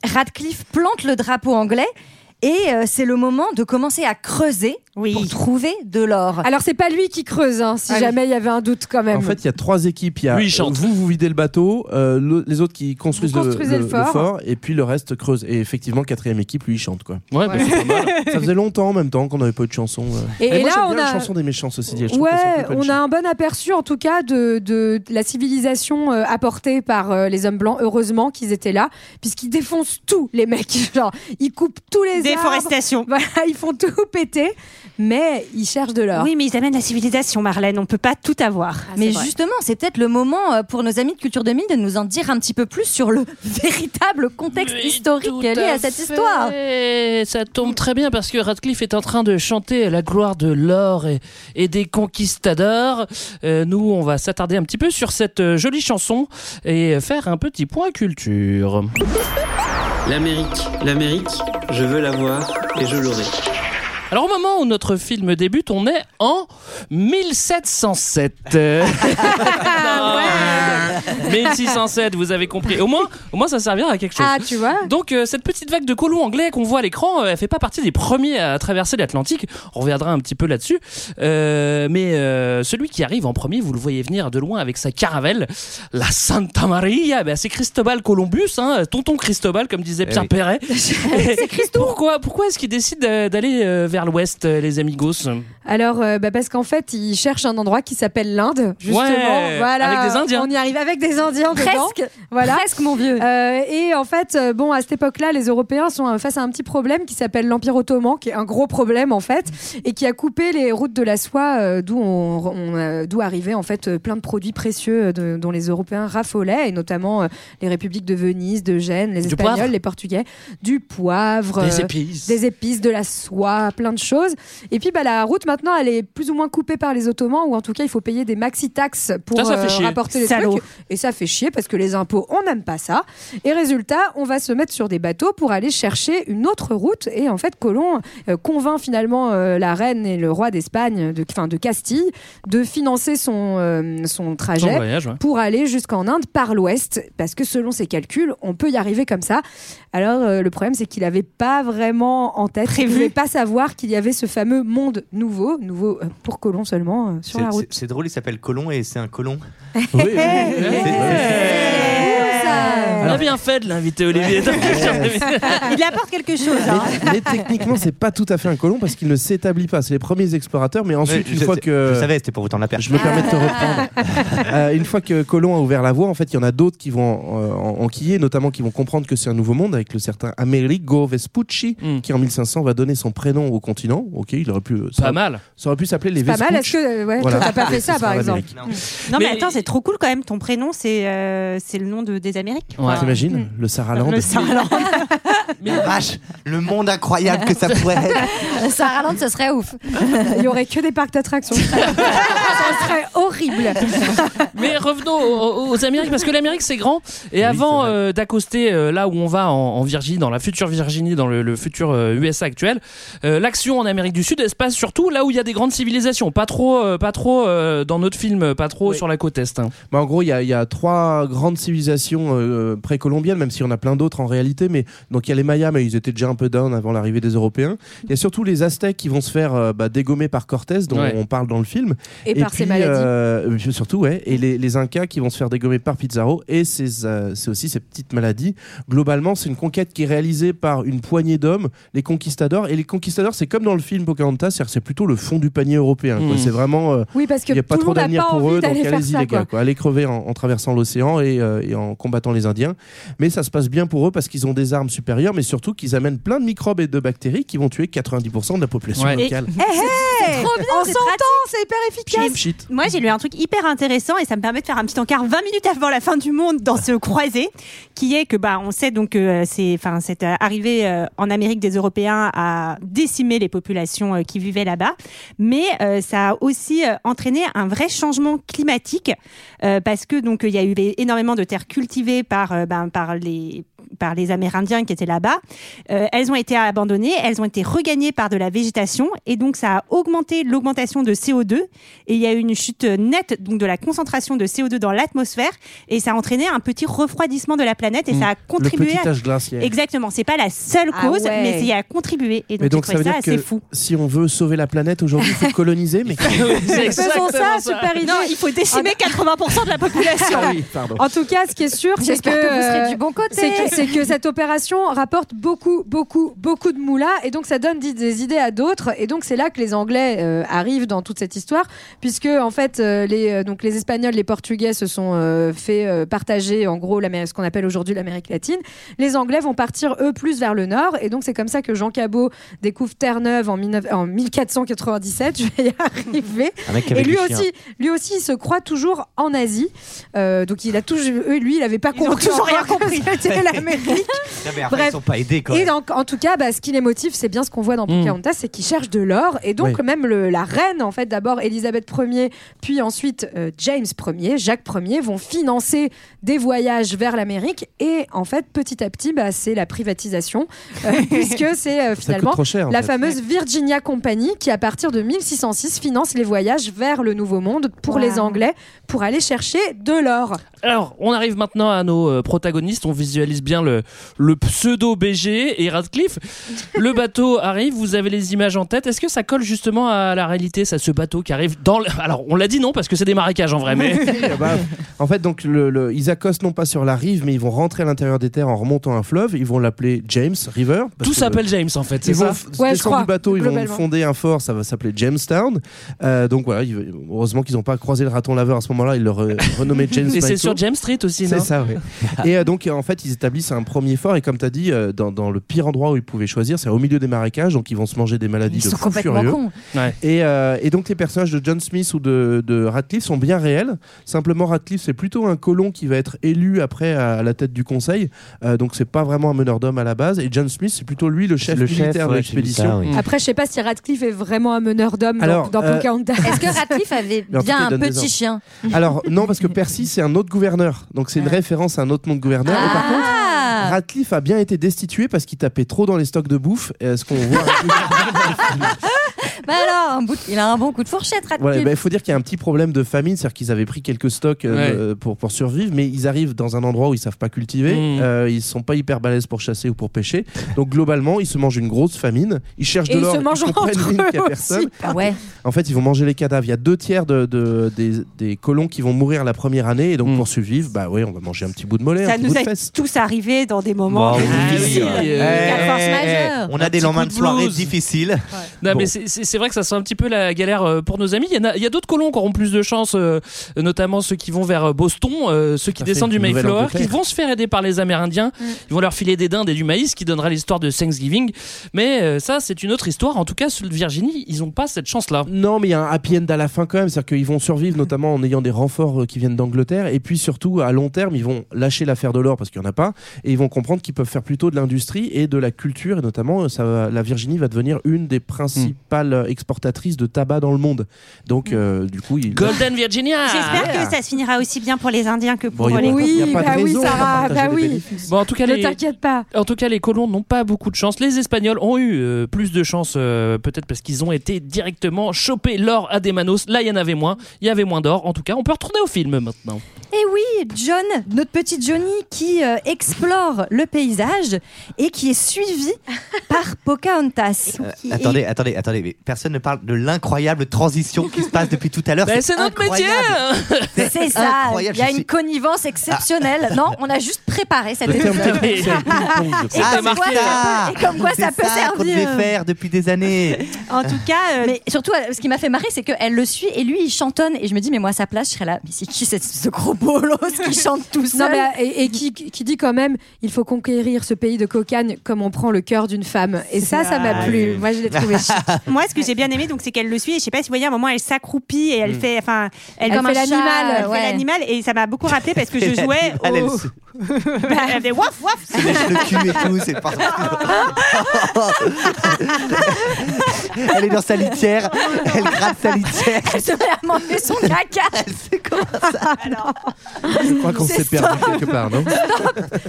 S1: Radcliffe plante le drapeau anglais et euh, c'est le moment de commencer à creuser pour trouver de l'or.
S9: Alors, c'est pas lui qui creuse, hein, si
S1: Ah oui.
S9: jamais il y avait un doute quand même.
S12: En fait, il y a trois équipes. Il y a
S6: Lui, il chante.
S12: vous, vous videz le bateau, euh, le- les autres qui construisent
S9: Vous
S12: le,
S9: construisez le fort.
S12: et puis le reste creuse. Et effectivement, quatrième équipe, lui, il chante quoi.
S6: Ouais,
S9: bah, c'est pas mal.
S12: Ça faisait longtemps en même temps qu'on n'avait pas eu de chanson. euh.
S9: Et-
S12: Mais
S9: et
S12: moi,
S9: là,
S12: j'aime
S9: on
S12: bien
S9: a-
S12: les chansons des méchants, ceci dit. Je trouve qu'elles sont
S9: Ouais,
S12: plus
S9: on
S12: punchy.
S9: a un bon aperçu en tout cas de, de, de la civilisation euh, apportée par euh, les hommes blancs. Heureusement qu'ils étaient là, puisqu'ils défoncent tout, les mecs. Genre, ils coupent tous les arbres.
S13: Déforestation.
S9: Voilà, ils font tout péter, mais ils cherchent de l'or.
S13: oui mais ils amènent la civilisation Marlène on peut pas tout avoir
S1: Mais justement, c'est peut-être le moment euh, pour nos amis de Culture 2000 de nous en dire un petit peu plus sur le véritable contexte historique lié à cette histoire.
S6: Ça tombe très bien parce que Radcliffe est en train de chanter la gloire de l'or et, et des conquistadors. Euh, nous, on va s'attarder un petit peu sur cette euh, jolie chanson et faire un petit point culture.
S16: L'Amérique, l'Amérique, je veux la voir et je l'aurai.
S6: Alors au moment où notre film débute, on est en 1707. Euh, non. 1607, vous avez compris. Au moins, au moins ça servira à quelque chose.
S9: Ah, tu vois.
S6: Donc euh, cette petite vague de colons anglais qu'on voit à l'écran, euh, elle fait pas partie des premiers à traverser l'Atlantique. On reviendra un petit peu là-dessus. Euh, mais euh, celui qui arrive en premier, vous le voyez venir de loin avec sa caravelle, la Santa Maria. Ben, c'est Cristobal Columbus, hein, tonton Cristobal comme disait Pierre
S16: oui.
S6: Perret. pourquoi pourquoi est-ce qu'il décide euh, d'aller euh, vers l'ouest, euh, les amigos
S9: Alors, euh, bah, parce qu'en fait, ils cherchent un endroit qui s'appelle l'Inde, justement.
S6: Ouais,
S9: voilà,
S6: avec des Indiens.
S9: On y arrive avec des Indiens dedans.
S1: Presque.
S9: Voilà.
S1: Presque, mon vieux.
S9: Euh, et en fait, euh, bon, à cette époque-là, les Européens sont euh, face à un petit problème qui s'appelle l'Empire ottoman, qui est un gros problème en fait, et qui a coupé les routes de la soie, euh, d'où on, on, euh, d'où arrivaient en fait euh, plein de produits précieux euh, de- dont les Européens raffolaient, et notamment euh, les républiques de Venise, de Gênes, les
S6: Du
S9: Espagnols,
S6: poivre.
S9: les Portugais, du poivre,
S6: Des
S9: euh,
S6: épices.
S9: des épices, de la soie, plein de choses. Et puis, bah, la route maintenant, elle est plus ou moins coupée par les Ottomans, ou en tout cas, il faut payer des maxi taxes pour
S6: Ça, ça fait
S9: euh,
S6: chier.
S9: rapporter les
S6: Salaud.
S9: trucs. Et ça fait chier parce que les impôts, on n'aime pas ça. Et résultat, on va se mettre sur des bateaux pour aller chercher une autre route. Et en fait, Colomb euh, convainc finalement euh, la reine et le roi d'Espagne, de, enfin de Castille, de financer son, euh, son trajet
S6: Son voyage, ouais.
S9: pour aller jusqu'en Inde par l'ouest. Parce que selon ses calculs, on peut y arriver comme ça. Alors, euh, le problème, c'est qu'il n'avait pas vraiment en tête, il ne pouvait pas savoir qu'il y avait ce fameux monde nouveau, nouveau euh, pour Colomb seulement, euh, sur
S7: C'est-
S9: la route.
S7: C'est c'est drôle, il s'appelle Colon et c'est un colon.
S14: Eh.
S9: euh,
S6: On a bien fait de l'inviter Olivier.
S13: il apporte quelque chose hein.
S12: Mais techniquement, c'est pas tout à fait un colon parce qu'il ne s'établit pas. C'est les premiers explorateurs, mais ensuite,
S7: Mais
S12: une
S7: je-
S12: fois que.
S7: Je savais, c'était pour vous tendre la perche.
S12: Je me permets de
S1: euh,
S12: te reprendre. Euh, une fois que Colomb a ouvert la voie, en fait, il y en a d'autres qui vont en- en- enquiller, notamment qui vont comprendre que c'est un nouveau monde avec le certain Amerigo Vespucci, qui en 1500 va donner son prénom au continent. Ok, il aurait pu. ça-
S6: Pas mal.
S12: Ça aurait pu s'appeler les
S9: Pas
S12: Vespucci.
S9: mal, est-ce que euh, ouais,
S12: Voilà. Ah,
S9: toi, t'as pas fait
S12: Et
S9: ça
S12: ce
S9: par
S12: sera
S9: exemple
S12: l'Amérique.
S13: non mais,
S12: Mais-
S13: attends c'est trop cool quand même ton prénom c'est euh, c'est le nom de, des Amériques
S12: Ouais.
S13: Enfin,
S12: T'imagines
S9: Hmm.
S12: Le Saraland.
S13: Le Saarland.
S7: Mais vache, le monde incroyable que ça pourrait être.
S1: Ça ralente, ce serait ouf.
S9: Il y aurait que des parcs d'attractions. ça serait horrible.
S6: Mais revenons aux, aux- aux Amériques, parce que l'Amérique c'est grand. Et avant euh, d'accoster euh, là où on va en, en Virginie, dans la future Virginie, dans le, le futur euh, USA actuel, euh, l'action en Amérique du Sud, elle se passe surtout là où il y a des grandes civilisations. Pas trop, euh, pas trop euh, dans notre film, pas trop sur la côte Est. hein.
S12: Bah, en gros, il y, a- il y a trois grandes civilisations euh, précolombiennes, même s'il y en a plein d'autres en réalité. Mais donc, il y a les Mayas, mais ils étaient déjà un peu down avant l'arrivée des Européens. Il y a surtout les Aztèques qui vont se faire euh, bah, dégommer par Cortés, dont
S6: Ouais.
S12: on parle dans le film.
S9: Et par ses maladies.
S12: euh, euh, surtout, ouais. Et les, les Incas qui vont se faire dégommer par Pizarro et ses, euh, c'est aussi ces petites maladies. Globalement, c'est une conquête qui est réalisée par une poignée d'hommes, les conquistadors. Et les conquistadors, c'est comme dans le film Pocahontas, c'est-à-dire que c'est plutôt le fond du panier européen. hein,
S6: hmm.
S12: quoi.
S9: Mm.
S12: C'est vraiment. euh,
S9: Oui, parce que
S12: il n'y a pas
S9: tout le
S12: trop
S9: monde n'a
S12: d'avenir
S9: pas
S12: pour
S9: envie
S12: eux, donc
S9: d'aller faire
S12: allez-y
S9: ça,
S12: les gars,
S9: quoi.
S12: quoi. allez crever en, en traversant l'océan et, euh, et en combattant les Indiens. Mais ça se passe bien pour eux parce qu'ils ont des armes supérieures, mais surtout qu'ils amènent plein de microbes et de bactéries qui vont tuer 90% de la population
S6: Ouais.
S12: locale.
S13: Et- Hey
S9: trop bien, Oh,
S13: En
S9: c'est
S13: 100 ans, c'est hyper efficace.
S12: Cheap shit.
S13: Moi, j'ai lu un truc hyper intéressant et ça me permet de faire un petit encart 20 minutes avant la fin du monde dans ce croisé, qui est que bah on sait donc que euh, c'est enfin cette euh, arrivée euh, en Amérique des Européens a décimé les populations euh, qui vivaient là-bas, mais euh, ça a aussi euh, entraîné un vrai changement climatique euh, parce que donc il y a eu les- énormément de terres cultivées par euh, ben, par les par les Amérindiens qui étaient là-bas. Euh, elles ont été abandonnées, elles ont été regagnées par de la végétation et donc ça a augmenté l'augmentation de CO2 et il y a eu une chute nette donc de la concentration de CO2 dans l'atmosphère et ça a entraîné un petit refroidissement de la planète et
S12: Mm.
S13: ça a
S12: Le
S13: contribué
S12: petit
S13: à...
S12: âge glaciaire.
S13: Exactement, c'est pas la seule
S12: Ah
S13: cause
S12: ouais.
S13: mais c'est- il y a contribué et
S12: Mais
S13: donc,
S12: donc
S13: j'ai
S12: ça veut
S13: trouvé ça
S12: dire
S13: assez
S12: que
S13: fou.
S12: si on veut sauver la planète aujourd'hui, il faut coloniser. Mais
S13: Mais faisons ça, super idée. Ah, bah. Non, il faut décimer 80% de la population.
S12: Ah oui, pardon.
S9: En tout cas, ce qui est sûr, c'est que,
S13: J'espère que vous serez
S9: euh,
S13: du bon côté.
S9: C'est que, c'est que cette opération rapporte beaucoup, beaucoup, beaucoup de moulas, et donc ça donne des, des idées à d'autres. Et donc c'est là que les Anglais euh, arrivent dans toute cette histoire, puisque en fait euh, les euh, donc les Espagnols, les Portugais se sont euh, fait euh, partager en gros l'Amérique- ce qu'on appelle aujourd'hui l'Amérique latine. Les Anglais vont partir eux plus vers le nord, et donc c'est comme ça que Jean Cabot découvre Terre-Neuve en, 19 en 1497. Je vais y arriver.
S7: Un mec
S9: et
S7: avec
S9: lui
S7: des chiens.
S9: aussi, lui aussi, il se croit toujours en Asie. Euh, donc il a toujours, lui, il avait pas
S13: Ils ont
S9: compris.
S13: toujours
S9: encore
S13: rien compris.
S9: que C'était l'Amérique.
S14: Non, mais après,
S9: Bref.
S14: ils sont pas aidés quand
S9: Et
S14: même.
S9: donc, en tout cas, bah, ce qui les motive, c'est bien ce qu'on voit dans
S12: Hmm.
S9: Pocahontas, c'est qu'ils cherchent de l'or. Et donc,
S14: Oui.
S9: même le- la reine, en fait, d'abord Elisabeth Ier, puis ensuite euh, James Ier, Jacques Ier, vont financer des voyages vers l'Amérique. Et en fait, petit à petit, bah, c'est la privatisation, euh, puisque c'est euh,
S12: coûte
S9: finalement
S12: trop cher, en
S9: la
S12: fait.
S9: fameuse Virginia Company qui, à partir de 1606, finance les voyages vers le Nouveau Monde pour les Anglais pour aller chercher de l'or.
S6: Alors, on arrive maintenant à nos euh, protagonistes. On visualise bien le, le pseudo BG et Radcliffe. Le bateau arrive, vous avez les images en tête. Est-ce que ça colle justement à la réalité, ça, ce bateau qui arrive dans le... Alors, on l'a dit non, parce que c'est des marécages en vrai, mais...
S12: Ah bah, en fait, donc, le, le- ils accostent non pas sur la rive, mais ils vont rentrer à l'intérieur des terres en remontant un fleuve. Ils vont l'appeler James River. parce
S6: Tout
S12: que-
S6: s'appelle James en fait, c'est
S12: Ils vont
S6: ça
S12: f- descendre du bateau, ils vont fonder un fort, ça va s'appeler Jamestown. Euh, donc voilà, ils- heureusement qu'ils n'ont pas croisé le raton laveur à ce moment-là, ils l'ont re- renommé James.
S6: Et c'est
S12: Michael.
S6: sur James Street aussi, non
S12: C'est ça, oui. et euh, donc, euh, en fait, ils établissent un premier fort, et comme tu as dit, euh, dans, dans le pire endroit où ils pouvaient choisir, c'est au milieu des marécages, donc ils vont se manger des maladies
S6: Ils
S12: de
S6: sont
S12: fous
S6: complètement
S12: furieux.
S6: cons.
S12: Et, euh, et donc, les personnages de John Smith ou de, de Ratcliffe sont bien réels. Simplement, Ratcliffe, c'est plutôt un colon qui va être élu après à, à la tête du conseil, Euh, donc c'est pas vraiment un meneur d'hommes à la base. Et John Smith, c'est plutôt lui le chef
S14: Le chef,
S12: militaire de
S14: ouais,
S12: l'expédition.
S14: j'ai vu ça, oui.
S9: Après, je sais pas si Radcliffe est vraiment un meneur d'hommes dans,
S12: Mm. Alors,
S9: dans
S12: euh,
S9: Pocahontas.
S1: Est-ce que Radcliffe avait
S12: Mais en tout cas,
S1: bien
S12: il
S1: un
S12: donne des
S1: petit
S12: ordres.
S1: chien
S12: Alors non, parce que Percy, c'est un autre gouverneur. Donc c'est une référence à un autre monde gouverneur. Et par
S13: Ah.
S12: contre,
S1: Ah,
S12: Ratcliffe a bien été destitué parce qu'il tapait trop dans les stocks de bouffe. Et euh, ce qu'on voit.
S1: Bah alors, un bout de- il a un bon coup de fourchette, Radcliffe.
S12: Voilà, bah, Il faut dire qu'il y a un petit problème de famine, c'est-à-dire qu'ils avaient pris quelques stocks euh, pour, pour survivre, mais ils arrivent dans un endroit où ils savent pas cultiver,
S6: Mm.
S12: euh, ils sont pas hyper balèzes pour chasser ou pour pêcher. Donc globalement, ils se mangent une grosse famine, ils cherchent
S9: Et
S12: de
S9: ils
S12: l'or,
S9: se mangent
S12: comprennent
S9: entre
S12: bien qu'il y a
S9: eux
S12: personne.
S9: aussi. Ah ouais.
S12: En fait, ils vont manger les cadavres. Il y a deux tiers de, de- des, des colons qui vont mourir la première année, et donc pour survivre, bah ouais, on va manger un petit bout de mollet, un
S13: Ça
S12: petit bout
S13: nous
S12: de
S13: est
S12: fesse.
S13: tous arrivé dans des moments
S12: Bah oui,
S13: difficiles.
S1: euh,
S12: oui, eh,
S6: oui.
S13: Car force majeure.
S14: On a des lendemains de soirée difficiles.
S6: Non, mais c'est- c'est c'est vrai que ça sent un petit peu la galère euh, pour nos amis. Il y en a, il y a d'autres colons qui auront plus de chance, euh, notamment ceux qui vont vers euh, Boston, euh, ceux qui
S12: à fait,
S6: descendent du Mayflower,
S12: Nouvelle-Angleterre.
S6: qui vont se faire aider par les Amérindiens.
S13: Mm.
S6: Ils vont leur filer des dindes et du maïs, qui donnera l'histoire de Thanksgiving. Mais euh, ça, c'est une autre histoire. En tout cas, sur le Virginie, ils n'ont pas cette chance-là.
S12: Non, mais il y a un happy end à la fin quand même. C'est-à-dire qu'ils vont survivre, notamment en ayant des renforts euh, qui viennent d'Angleterre. Et puis surtout, à long terme, ils vont lâcher l'affaire de l'or parce qu'il n'y en a pas. Et ils vont comprendre qu'ils peuvent faire plutôt de l'industrie et de la culture. Et notamment, euh, ça va- la Virginie va devenir une des principales principale exportatrice de tabac dans le monde. Donc, euh, du coup, il.
S6: Golden Virginia
S13: J'espère que ça se finira aussi bien pour les Indiens que pour
S12: Bon, y a pas-
S13: les.
S12: Oui, y a pas de bah oui, raison, Sarah,
S9: bah oui.
S6: Bon, en tout cas,
S9: Ne
S6: les...
S9: t'inquiète pas.
S6: En tout cas, les colons n'ont pas beaucoup de chance. Les Espagnols ont eu euh, plus de chance, euh, peut-être parce qu'ils ont été directement chopés l'or à des manos. Là, il y en avait moins. Il y avait moins d'or. En tout cas, on peut retourner au film maintenant.
S1: Et Eh oui, John, notre petit Johnny qui euh, explore le paysage et qui est suivi par Pocahontas. Et-
S14: Euh, Attendez, attendez, attendez, mais personne ne parle de l'incroyable transition qui se passe depuis tout à l'heure.
S9: Bah,
S1: Ben, c'est notre
S14: incroyable.
S1: métier C'est ça,
S14: incroyable,
S1: il y a
S14: je
S1: une
S14: suis-
S1: connivence exceptionnelle.
S14: Ah.
S1: Non, on a juste préparé cette
S14: Le terme technique, c'est le ping-pong, je crois. Ah,
S1: comme quoi,
S14: c'est
S1: ça
S14: ça.
S1: peut, et comme quoi ça
S14: C'est
S1: peut
S14: ça qu'on devait
S1: servir.
S14: faire depuis des années.
S13: cas,
S1: mais surtout, euh, ce qui m'a fait marrer, c'est qu'elle le suit et lui, il chantonne. Et je me dis, mais moi, à sa place, je serais là. Mais c'est qui cette- ce gros bolos qui chante tout
S9: Non,
S1: seul
S9: mais, euh, et, et qui, qui dit quand même il faut conquérir ce pays de cocagne comme on prend le cœur d'une femme. Et ça, ça m'a plu. Moi, je l'ai trouvé chic.
S13: Moi, ce que j'ai bien aimé, donc, c'est qu'elle le suit. Et je sais pas si vous voyez, à un moment, elle s'accroupit et elle
S9: Mm.
S13: fait, enfin, elle,
S9: Comme
S13: fait
S9: un chat,
S13: l'animal, elle fait
S9: ouais.
S13: l'animal. Et ça m'a beaucoup rappelé parce que je
S14: Elle-
S13: jouais
S14: elle, elle
S13: au.
S14: se-
S13: Elle fait waf waf.
S14: se lèche le cul et tout, c'est partout. elle est dans sa litière, elle gratte sa litière.
S1: Elle se met à manger son caca.
S12: Je crois qu'on s'est perdu quelque part, non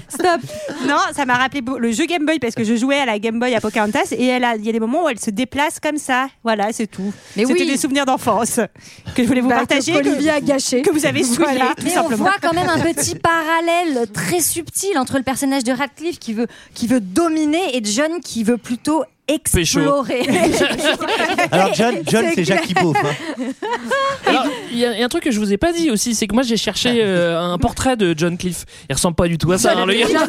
S13: Stop. Non, ça m'a rappelé beau- le jeu Game Boy parce que je jouais à la Game Boy à Pocahontas et elle a- il y a des moments où elle se déplace comme ça. Voilà, c'est tout.
S1: Mais
S13: C'était
S1: oui.
S13: des souvenirs d'enfance que je voulais vous
S9: Bah, que
S13: partager.
S9: Olivier a gâché.
S13: Que vous avez souillé,
S9: Voilà.
S13: tout
S1: Mais on
S13: simplement.
S1: voit quand même un petit parallèle très subtil entre le personnage de Radcliffe qui veut, qui veut dominer et John qui veut plutôt explorer.
S14: Alors, John, John c'est
S6: clair.
S14: Jackie Beauf. hein.
S6: Alors, Il y, a- il y a un truc que je vous ai pas dit aussi, c'est que moi j'ai cherché euh, un portrait de John Cliff. Il ressemble pas du tout à ça. hein, le gars.
S14: Il a
S1: un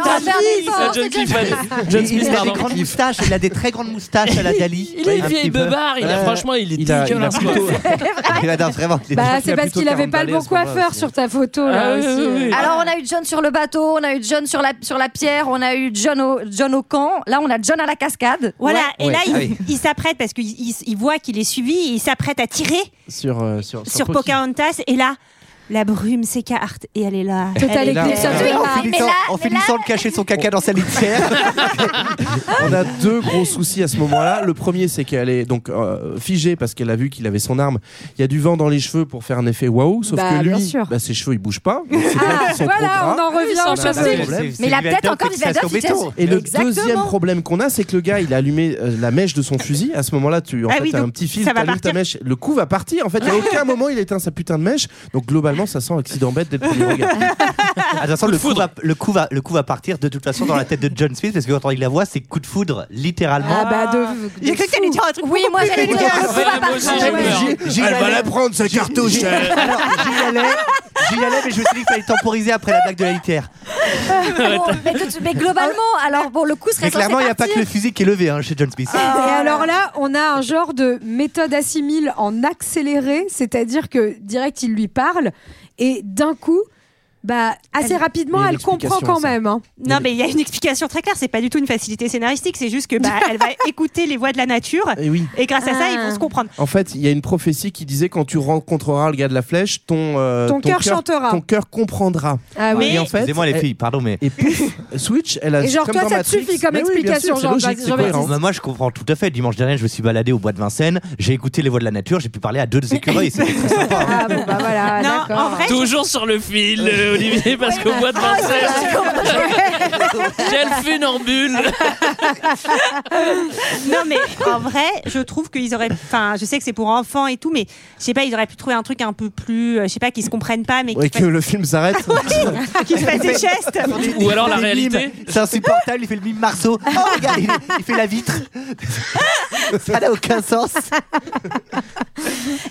S6: Ah, John Cliff, allez. John Smith,
S14: il a des
S6: pardon.
S14: grandes moustaches, il a des très grandes moustaches à la Dali.
S6: Il est
S14: Un
S6: vieil
S14: petit peu.
S6: beubard, il a-
S14: Ouais.
S6: franchement, il est hein,
S14: Il a- il a
S6: dégueulasse, quoi.
S14: plutôt- Il a vraiment.
S9: Bah, c'est parce qu'il avait pas le bon coiffeur sur ta photo.
S6: Ah
S9: Là,
S6: oui,
S9: aussi.
S6: oui, oui.
S1: Alors on a eu John sur le bateau, on a eu John sur la, sur la pierre, on a eu John au, John au camp, là on a John à la cascade.
S13: Voilà, et là, il,
S12: Ah oui.
S13: il s'apprête parce qu'il il- il voit qu'il est suivi, il s'apprête à tirer
S12: Sur, euh, sur,
S13: sur Pocahontas et là, la brume s'écarte et elle est là. Elle est
S14: Et
S13: là.
S14: là, en finissant, en finissant de cacher son caca dans sa litière.
S12: On a deux gros soucis à ce moment-là. Le premier, c'est qu'elle est donc euh, figée parce qu'elle a vu qu'il avait son arme. Il y a du vent dans les cheveux pour faire un effet waouh, sauf
S9: Bah,
S12: que
S9: bien
S12: lui,
S9: sûr.
S12: bah, ses cheveux ils bougent pas. Donc, c'est
S1: Ah,
S12: bien qu'ils sont trop
S9: voilà,
S12: gras.
S9: on en revient
S12: Ah,
S9: aux
S12: bah,
S9: cheveux.
S12: c'est le problème.
S1: Mais il a peut-être encore des
S14: Fixation
S1: adultes,
S14: béton.
S1: fixation-
S12: Et le
S1: Exactement.
S12: deuxième problème qu'on a, c'est que le gars, il a allumé euh, la mèche de son fusil. À ce moment-là, tu en
S13: Ah
S12: fait,
S13: oui,
S12: t'as un
S13: donc
S12: petit fil,
S13: ça va
S12: t'allumes ta
S13: partir.
S12: mèche. Le coup va partir. En fait, à aucun moment, il éteint sa putain de mèche. Donc globalement, ça sent accident bête dès le premier regard.
S14: Ah, de toute façon, le coup, va, le, coup va, le coup va partir de toute façon dans la tête de John Smith parce que quand il la voit, c'est coup de foudre, littéralement.
S9: Ah bah de.
S13: J'ai cru que t'allais dire un truc.
S1: Oui, moi j'allais dire le coup va partir.
S14: Elle va la prendre, sa cartouche. J'y alors, j'y allais, j'y allais, mais je me suis dit qu'il fallait temporiser après la blague de la litière.
S1: Bon, mais, tout- mais globalement, alors bon, le coup serait
S14: Mais
S1: censé
S14: clairement, il n'y a pas
S1: partir.
S14: que le fusil qui est levé hein, chez John Smith.
S9: Et alors là, on a un genre de méthode assimile en accéléré, c'est-à-dire que direct il lui parle et d'un coup, bah assez rapidement,
S12: Il y a
S9: elle
S12: une
S9: comprend
S12: explication à
S9: quand
S12: ça.
S9: même. hein.
S13: Non, mais il y a une explication très claire. C'est pas du tout une facilité scénaristique. C'est juste que bah, elle va écouter les voix de la nature.
S12: Et Eh oui.
S13: Et grâce à
S9: Ah.
S13: ça, ils vont se comprendre.
S12: En fait, il y a une prophétie qui disait quand tu rencontreras le gars de la flèche, ton euh,
S9: Ton cœur chantera.
S12: ton cœur comprendra.
S9: Ah oui.
S12: Et en fait,
S14: Excusez-moi les
S12: elle-
S14: filles, pardon, mais.
S12: Et pouf, Switch, elle a
S9: Et genre,
S12: comme
S9: toi,
S12: dans
S9: ça te
S12: Matrix.
S9: suffit comme
S12: Mais oui, bien
S9: explication,
S12: sûr,
S9: genre,
S12: c'est logique, c'est
S9: Jean-Baptiste.
S12: cohérent.
S14: Bah, moi, je comprends tout à fait. Dimanche dernier, je me suis baladé au bois de Vincennes, j'ai écouté les voix de la nature, j'ai pu parler à deux des écureuils. c'était très sympa.
S9: Ah bon bah voilà.
S13: Non,
S9: d'accord.
S13: en vrai,
S6: Toujours sur le fil, euh, Olivier, parce qu'au bois de
S9: Ah,
S6: Vincennes, quel funambule
S13: non, mais en vrai, je trouve qu'ils auraient. Enfin, je sais que c'est pour enfants et tout, mais je sais pas, ils auraient pu trouver un truc un peu plus. euh, Je sais pas, qu'ils se comprennent pas, mais
S12: Ouais,
S13: qu'ils
S12: que le film s'arrête.
S13: fassent- qu'ils se fassent des gestes.
S6: Ou alors la
S14: Il fait des
S6: réalité.
S14: mimes. C'est insupportable, il fait le mime Marceau. Oh, regarde, il, il fait la vitre. Ça n'a aucun sens.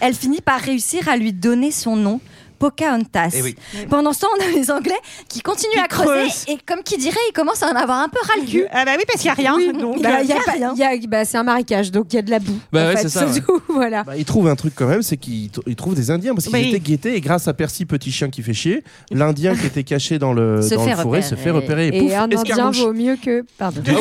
S1: Elle finit par réussir à lui donner son nom. Pocahontas.
S14: Eh oui.
S1: Pendant ce temps, on a les Anglais qui continuent
S13: Qui
S1: à creuser
S13: creusent.
S1: et comme qui dirait, ils commencent à en avoir un peu ras le cul.
S13: Ah bah oui, parce qu'il y a rien. donc,
S9: Il y a- il y a
S13: bah,
S9: pas- il y a- bah, c'est un marécage, donc il y a de la boue.
S6: Bah
S9: en
S6: ouais,
S9: fait,
S6: c'est ça, ouais.
S9: tout, voilà.
S12: Bah, ils trouvent un truc quand même, c'est qu'ils t- ils trouvent des Indiens parce qu'ils
S13: Oui.
S12: étaient guettés et grâce à Percy, petit chien qui fait chier, l'Indien qui était caché dans le
S1: Se
S12: dans
S1: fait
S12: le forêt se fait repérer.
S9: Et
S12: pouf,
S9: un Indien
S12: escarmouche.
S9: vaut mieux que. Pardon.
S14: Je-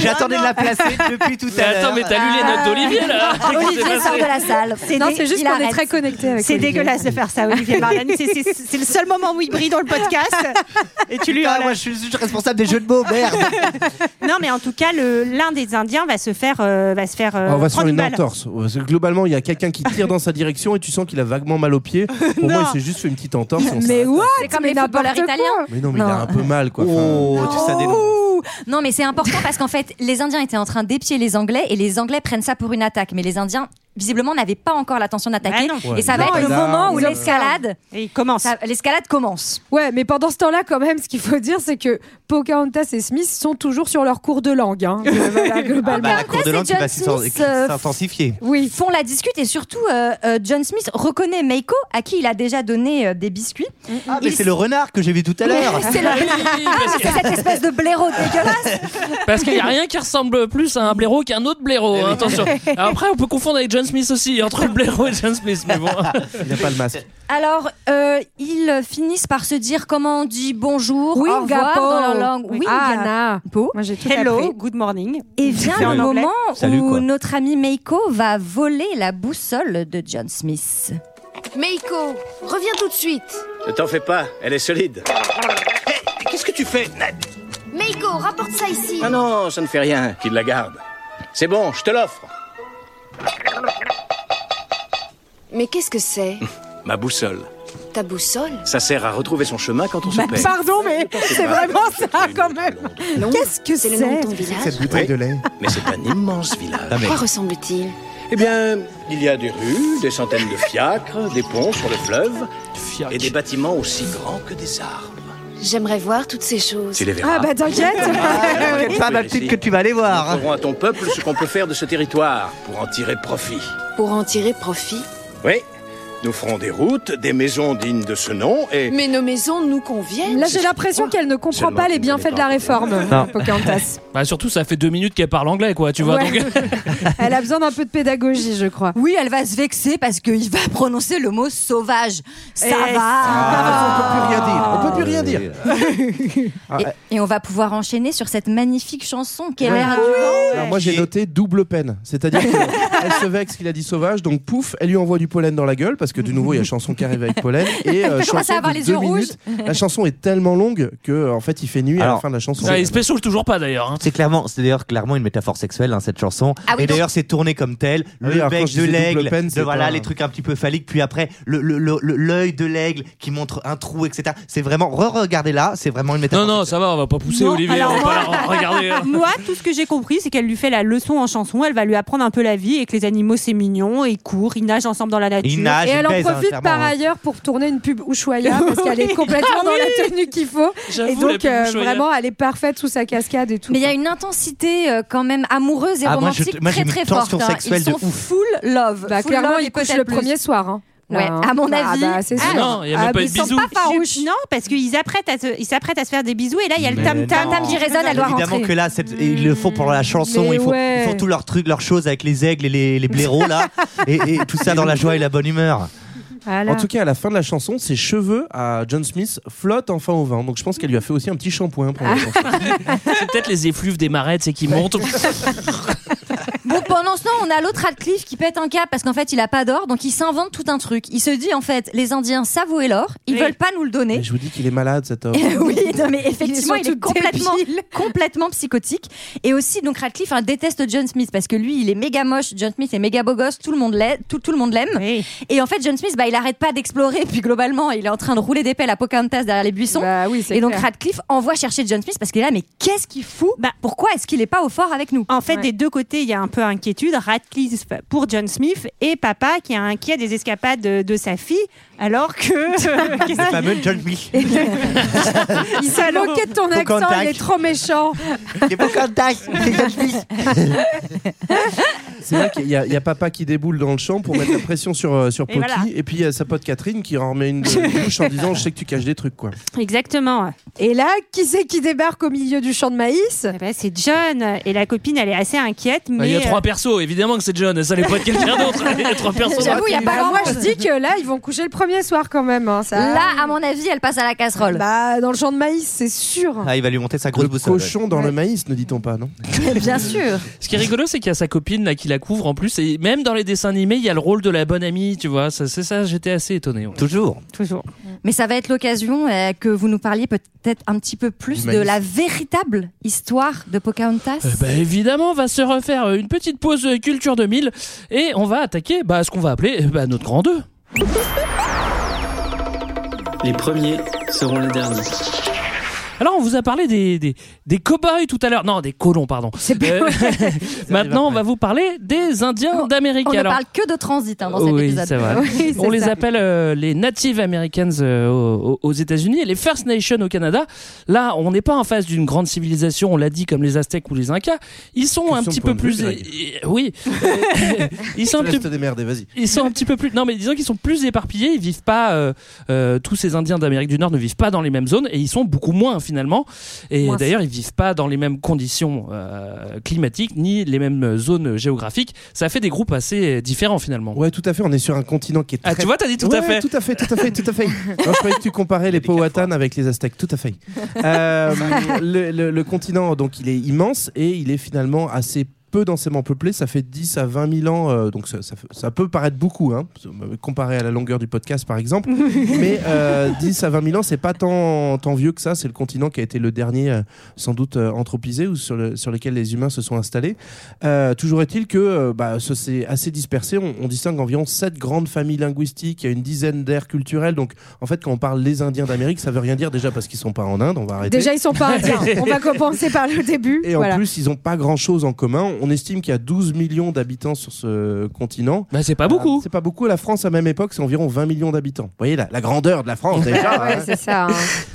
S14: J'attendais de la placer depuis tout
S6: Mais
S14: à l'heure.
S9: Ah,
S6: attends, mais t'as lu les notes d'Olivier là
S1: Olivier Ah sort de la salle.
S13: C'est
S9: Non,
S13: des-
S9: c'est juste
S1: il
S9: qu'on est
S1: arrête.
S9: très connecté avec avec
S13: C'est
S9: Olivier.
S13: dégueulasse de faire ça, Olivier Marlène. C'est- C'est c'est le seul moment où il brille dans le podcast. Et tu lui
S7: Putain,
S13: enlèves.
S7: moi, je suis juste responsable des jeux de mots, merde.
S13: Non, mais en tout cas, le- l'un des Indiens va se faire, euh, va se faire. euh,
S12: Ah, on va se
S13: prendre
S12: faire une
S13: balle.
S12: entorse. Parce que globalement, il y a quelqu'un qui tire dans sa direction et tu sens qu'il a vaguement mal au pied. Pour moi,
S13: Non.
S12: il s'est juste fait une petite entorse. on s'est-
S9: Mais what
S1: C'est comme les footballeurs italiens.
S12: Mais non, mais il a un peu mal, quoi. Oh,
S14: euh,
S1: Non, mais c'est important parce qu'en fait, les Indiens étaient en train d'épier les Anglais et les Anglais prennent ça pour une attaque. Mais les Indiens, visiblement, n'avaient pas encore l'intention d'attaquer.
S9: non.
S1: et ça
S9: Ouais,
S1: va
S9: ils
S1: être le
S9: ont pas
S1: moment où
S9: d'armes.
S1: l'escalade.
S13: commence.
S1: L'escalade commence.
S9: Ouais, mais pendant ce temps-là, quand même, ce qu'il faut dire, c'est que Pocahontas et Smith sont toujours sur leur cours de langue. hein. Voilà,
S14: Ah
S9: globalement.
S14: bah, la cour de langue qui va s'inten- qui va s'intensifier.
S1: Oui, font la discute et surtout euh, euh, John Smith reconnaît Meiko à qui il a déjà donné euh, des biscuits.
S14: Ah, mais
S1: Il-
S14: c'est le renard que j'ai vu tout à l'heure.
S1: C'est le- Ah, c'est cette espèce de blaireau dégueulasse.
S6: Parce qu'il n'y a rien qui ressemble plus à un blaireau qu'un autre
S9: Eh
S6: blaireau. hein, attention. Après, on peut confondre avec John Smith aussi, entre le blaireau et John Smith. Mais bon.
S12: Il n'a pas le masque.
S1: Alors, euh, ils finissent par se dire comment on dit bonjour, au revoir
S9: Wingapo.
S1: dans leur langue.
S9: Oui,
S1: Wingapo.
S9: Ah, Moi, j'ai tout
S13: Hello,
S9: appris.
S13: good morning.
S1: Et vient
S13: C'est en
S1: le
S13: anglais.
S1: moment
S14: Salut,
S1: où
S14: quoi.
S1: notre ami Meiko va voler la boussole de John Smith.
S15: Meiko, reviens tout de suite.
S3: Ne t'en fais pas, elle est solide. Qu'est-ce que tu fais Ned
S15: Meiko, rapporte ça ici.
S3: Ah non, ça ne fait rien, qu'il la garde. C'est bon, je te l'offre.
S15: Mais qu'est-ce que c'est
S3: Hmm, Ma boussole.
S15: Ta boussole
S3: Ça sert à retrouver son chemin quand on se perd.
S9: Pardon, mais c'est vraiment ça quand même. Qu'est-ce que
S15: C'est
S9: c'est
S15: le nom de ton village
S7: Cette bouteille
S3: Oui.
S7: de lait.
S3: Mais c'est un immense village.
S14: Ah,
S15: À
S9: Ah,
S15: quoi ressemble-t-il
S3: Eh bien, il y a des rues, des centaines de fiacres, des ponts sur le fleuve et des bâtiments aussi grands que des arbres.
S15: J'aimerais voir toutes ces choses.
S3: Tu les verras. Ah, bah,
S9: t'inquiète. Ah,
S3: T'inquiète pas, ma petite, que
S14: tu vas aller voir.
S3: Nous montrerons à ton peuple ce qu'on peut faire de ce territoire pour en tirer profit.
S15: Pour en tirer profit.
S3: Oui, nous ferons des routes, des maisons dignes de ce nom et...
S15: Mais nos maisons nous conviennent.
S9: Là, j'ai l'impression qu'elle ne comprend
S3: Seulement
S9: pas
S3: qu'il
S9: les
S3: ne
S9: bienfaits
S3: connaît
S9: de la
S3: pas.
S9: réforme,
S6: Non.
S9: Pocahontas.
S6: Bah, surtout, ça fait deux minutes qu'elle parle anglais, quoi, tu vois.
S9: Ouais.
S6: donc-
S9: Elle a besoin d'un peu de pédagogie, je crois.
S1: Oui, elle va se vexer parce qu'il va prononcer le mot sauvage. Ça va.
S12: On peut plus rien dire. On peut plus rien dire.
S14: Ah,
S1: Et, et on va pouvoir enchaîner sur cette magnifique chanson qui est l'air du
S12: Alors moi j'ai noté double peine, c'est-à-dire qu'elle se vexe qu'il a dit sauvage, donc pouf, elle lui envoie du pollen dans la gueule parce que de nouveau il y a chanson qui arrive avec pollen et
S14: euh,
S1: Elle commence
S12: chanson
S1: à avoir
S12: de
S1: les
S12: deux
S1: yeux
S12: minutes.
S1: rouges.
S12: La chanson est tellement longue que euh, en fait il fait nuit à la
S14: Alors,
S12: fin de la chanson.
S6: Ah, et spécial, toujours pas d'ailleurs. hein.
S14: C'est clairement, c'est d'ailleurs clairement une métaphore sexuelle hein, cette chanson.
S6: Ah oui,
S14: et
S6: donc-
S14: d'ailleurs c'est tourné comme tel,
S12: Ah oui,
S14: le
S12: alors quand
S14: bec
S12: je disais
S14: de
S12: double
S14: l'aigle,
S12: peine,
S14: de
S12: c'est
S14: voilà
S12: pas-
S14: les trucs un petit peu phalliques, puis après le le- le- le- l'œil de l'aigle qui montre un trou, etc. C'est vraiment re-regardez là, c'est vraiment une métaphore.
S6: Non, non, ça va, on va pas pousser
S14: Non,
S6: Olivier.
S14: alors
S6: on va
S14: moi-
S6: pas la re- regarder. hein.
S13: Moi, tout ce que j'ai compris, c'est qu'elle lui fait la leçon en chanson. Elle va lui apprendre un peu la vie et que les animaux, c'est mignon. Ils courent, ils nagent ensemble dans la nature.
S14: Ils nagent,
S9: Et elle en
S14: baise, hein,
S9: profite
S14: clairement,
S9: par
S14: hein.
S9: ailleurs pour tourner une pub Ushuaïa parce qu'elle est
S13: Oui.
S9: complètement
S13: Ah
S9: dans la
S13: oui.
S9: tenue qu'il faut.
S13: J'avoue,
S9: Et donc,
S13: la pub
S9: euh,
S13: Ushuaïa.
S9: vraiment, elle est parfaite sous sa cascade et tout.
S1: Mais il y a une intensité euh, quand même amoureuse et
S14: Ah, moi, je-
S1: romantique
S14: moi, j'ai
S1: très
S14: une
S1: très
S14: tension
S1: forte. hein.
S14: sexuelle
S1: Ils sont
S14: de ouf.
S1: full love.
S9: Bah,
S1: Full
S9: clairement,
S1: love
S9: ils
S1: et
S9: couchent
S1: peut-être
S9: le
S1: plus.
S9: premier soir. hein. Là,
S1: Ouais,
S9: hein.
S1: à mon
S9: Ah,
S1: avis.
S9: bah, c'est sûr.
S6: non, il y a même
S9: Ah,
S6: pas
S9: mais
S6: eu de
S9: ils sont
S6: bisous.
S9: farouches.
S13: Non, parce qu'ils apprêtent à se- ils s'apprêtent à se faire des bisous et là il y a le
S14: Mais
S13: tam tam
S14: non. Évidemment que là, cette- ils le font pour la chanson,
S13: Mais
S14: ils font,
S13: ouais.
S14: ils font tous leurs trucs, leurs choses avec les aigles et les, les blaireaux là, et, et tout ça dans la joie et la bonne humeur.
S12: En tout cas à la fin de la chanson, ses cheveux à John Smith flottent enfin au vent. Donc je pense qu'elle lui a fait aussi un petit shampoing pour la chanson.
S6: C'est peut-être les effluves des marais, c'est qui montent.
S1: Bon, pendant ce temps, on a l'autre Radcliffe qui pète un câble parce qu'en fait, il a pas d'or, donc il s'invente tout un truc. Il se dit en fait, les Indiens savent où est l'or, ils veulent pas nous le donner.
S12: Mais je vous dis qu'il est malade cet homme.
S1: oui, non, mais effectivement, il est,
S9: surtout
S1: complètement, complètement psychotique. Et aussi, donc Radcliffe hein, déteste John Smith parce que lui, il est méga moche. John Smith est méga beau gosse. Tout le monde l'aime. Tout, tout le monde l'aime. Et en fait, John Smith, bah, il arrête pas d'explorer. Puis globalement, il est en train de rouler des pelles à Pocahontas derrière les buissons.
S9: Bah, c'est
S1: et donc
S9: clair. Bah,
S1: Radcliffe envoie chercher John Smith parce qu'il est là. Mais qu'est-ce qu'il fout Pourquoi est-ce qu'il est pas au fort avec nous
S13: En fait, des deux côtés, il y a un peu inquiétude. Radcliffe pour John Smith et papa qui est inquiet des escapades de, de sa fille, alors que.
S14: Le fameux John Smith.
S9: Il s'est
S13: Salaud.
S9: moqué de ton
S14: Faut qu'on
S9: accent, il
S14: tacle.
S9: est trop méchant.
S14: Il est pas contact, c'est John Smith.
S12: C'est vrai qu'il y, a- il y a papa qui déboule dans le champ pour mettre la pression sur, euh, sur
S13: Et
S12: Pocky. Et,
S13: voilà.
S12: puis il y a sa pote Catherine qui en remet une de bouche en disant Je sais que tu caches des trucs, quoi.
S13: Exactement.
S9: Et là, qui c'est qui débarque au milieu du champ de maïs
S13: Eh C'est John. ben, Et la copine, elle est assez inquiète.
S12: Ah,
S13: Mais
S12: il y a trop
S1: euh,
S6: trois persos, évidemment que c'est John, ça n'est pas de quelqu'un d'autre. Les trois persos.
S9: J'avoue, il y a pas grand Moi, je dis que là, ils vont coucher le premier soir quand même. hein, ça...
S1: Là, à mon avis, elle passe à la casserole.
S9: Bah, dans le champ de maïs, c'est sûr.
S14: Ah, il va lui monter sa grosse boussole.
S12: Cochon dans le maïs, ne dit-on pas, non
S9: Bien sûr.
S6: Ce qui est rigolo, c'est qu'il y a sa copine là qui la couvre en plus, et même dans les dessins animés, il y a le rôle de la bonne amie, tu vois. Ça, c'est ça, j'étais assez étonné.
S14: Toujours.
S6: Toujours.
S1: Mm. Mais ça va être l'occasion euh, que vous nous parliez peut-être un petit peu plus de
S6: Humaniste.
S1: la véritable histoire de Pocahontas.
S6: Bah, évidemment, on va se refaire euh, une petite pause euh, culture 2000 et on va attaquer bah, ce qu'on va appeler euh, bah, notre grand 2.
S16: Les premiers seront les derniers.
S6: Alors, on vous a parlé des, des, des cow-boys tout à l'heure. Non, des colons, pardon. Euh, maintenant, on va vous parler des Indiens d'Amérique.
S1: Oh, On ne
S6: Alors-
S1: parle que de transit hein, dans cet
S6: oui,
S1: épisode.
S6: c'est vrai.
S1: Oui, c'est
S6: Ah, On les
S1: ça.
S6: appelle euh, les Native Americans euh, aux, aux États-Unis et les First Nations au Canada. Là, on n'est pas en face d'une grande civilisation, on l'a dit, comme les Aztèques ou les Incas. Ils sont un
S12: Question
S6: petit
S12: de point
S6: peu
S12: de
S6: plus.
S12: vue,
S6: é- é- Oui. ils sont un petit
S12: Reste des merdes, vas-y.
S6: ils sont un petit peu plus. Non, mais disons qu'ils sont plus éparpillés. Ils vivent pas. euh, euh, tous ces Indiens d'Amérique du Nord ne vivent pas dans les mêmes zones et ils sont beaucoup moins finalement. Et
S16: Moins.
S6: d'ailleurs, ils vivent pas dans les mêmes conditions euh, climatiques ni les mêmes zones géographiques. Ça fait des groupes assez différents finalement.
S12: Ouais, tout à fait. On est sur un continent qui est
S6: Ah,
S12: très-
S6: tu vois, t'as dit tout à
S12: Ouais,
S6: fait.
S12: Tout à fait, tout à fait, tout à fait. Non, je croyais que tu comparais les Powhatan avec les Aztèques. Tout à fait. Euh, le, le- le continent, donc, il est immense et il est finalement assez peu densément peuplé. Ça fait 10 à 20 000 ans, euh, donc ça, ça fait- ça peut paraître beaucoup, hein, comparé à la longueur du podcast, par exemple. Mais euh, 10 à 20 000 ans, c'est pas tant, tant vieux que ça. C'est le continent qui a été le dernier, euh, sans doute, euh, anthropisé ou sur, le- sur lequel les humains se sont installés. Euh, toujours est-il que euh, bah, ce- c'est assez dispersé. On, on distingue environ 7 grandes familles linguistiques. Il y a une dizaine d'aires culturelles. Donc, en fait, quand on parle les Indiens d'Amérique, ça veut rien dire déjà parce qu'ils sont pas en Inde. On va arrêter.
S9: Déjà, ils sont pas indiens. On va commencer par le début.
S12: Et en
S9: voilà.
S12: plus, ils n'ont pas grand-chose en commun. On estime qu'il y a 12 millions d'habitants sur ce continent.
S6: Bah, c'est pas beaucoup.
S12: Ah, c'est pas beaucoup. La France, à même époque, c'est environ 20 millions d'habitants. Vous voyez la, la grandeur de la France, déjà.
S9: Ouais,
S12: hein.
S9: c'est ça. hein.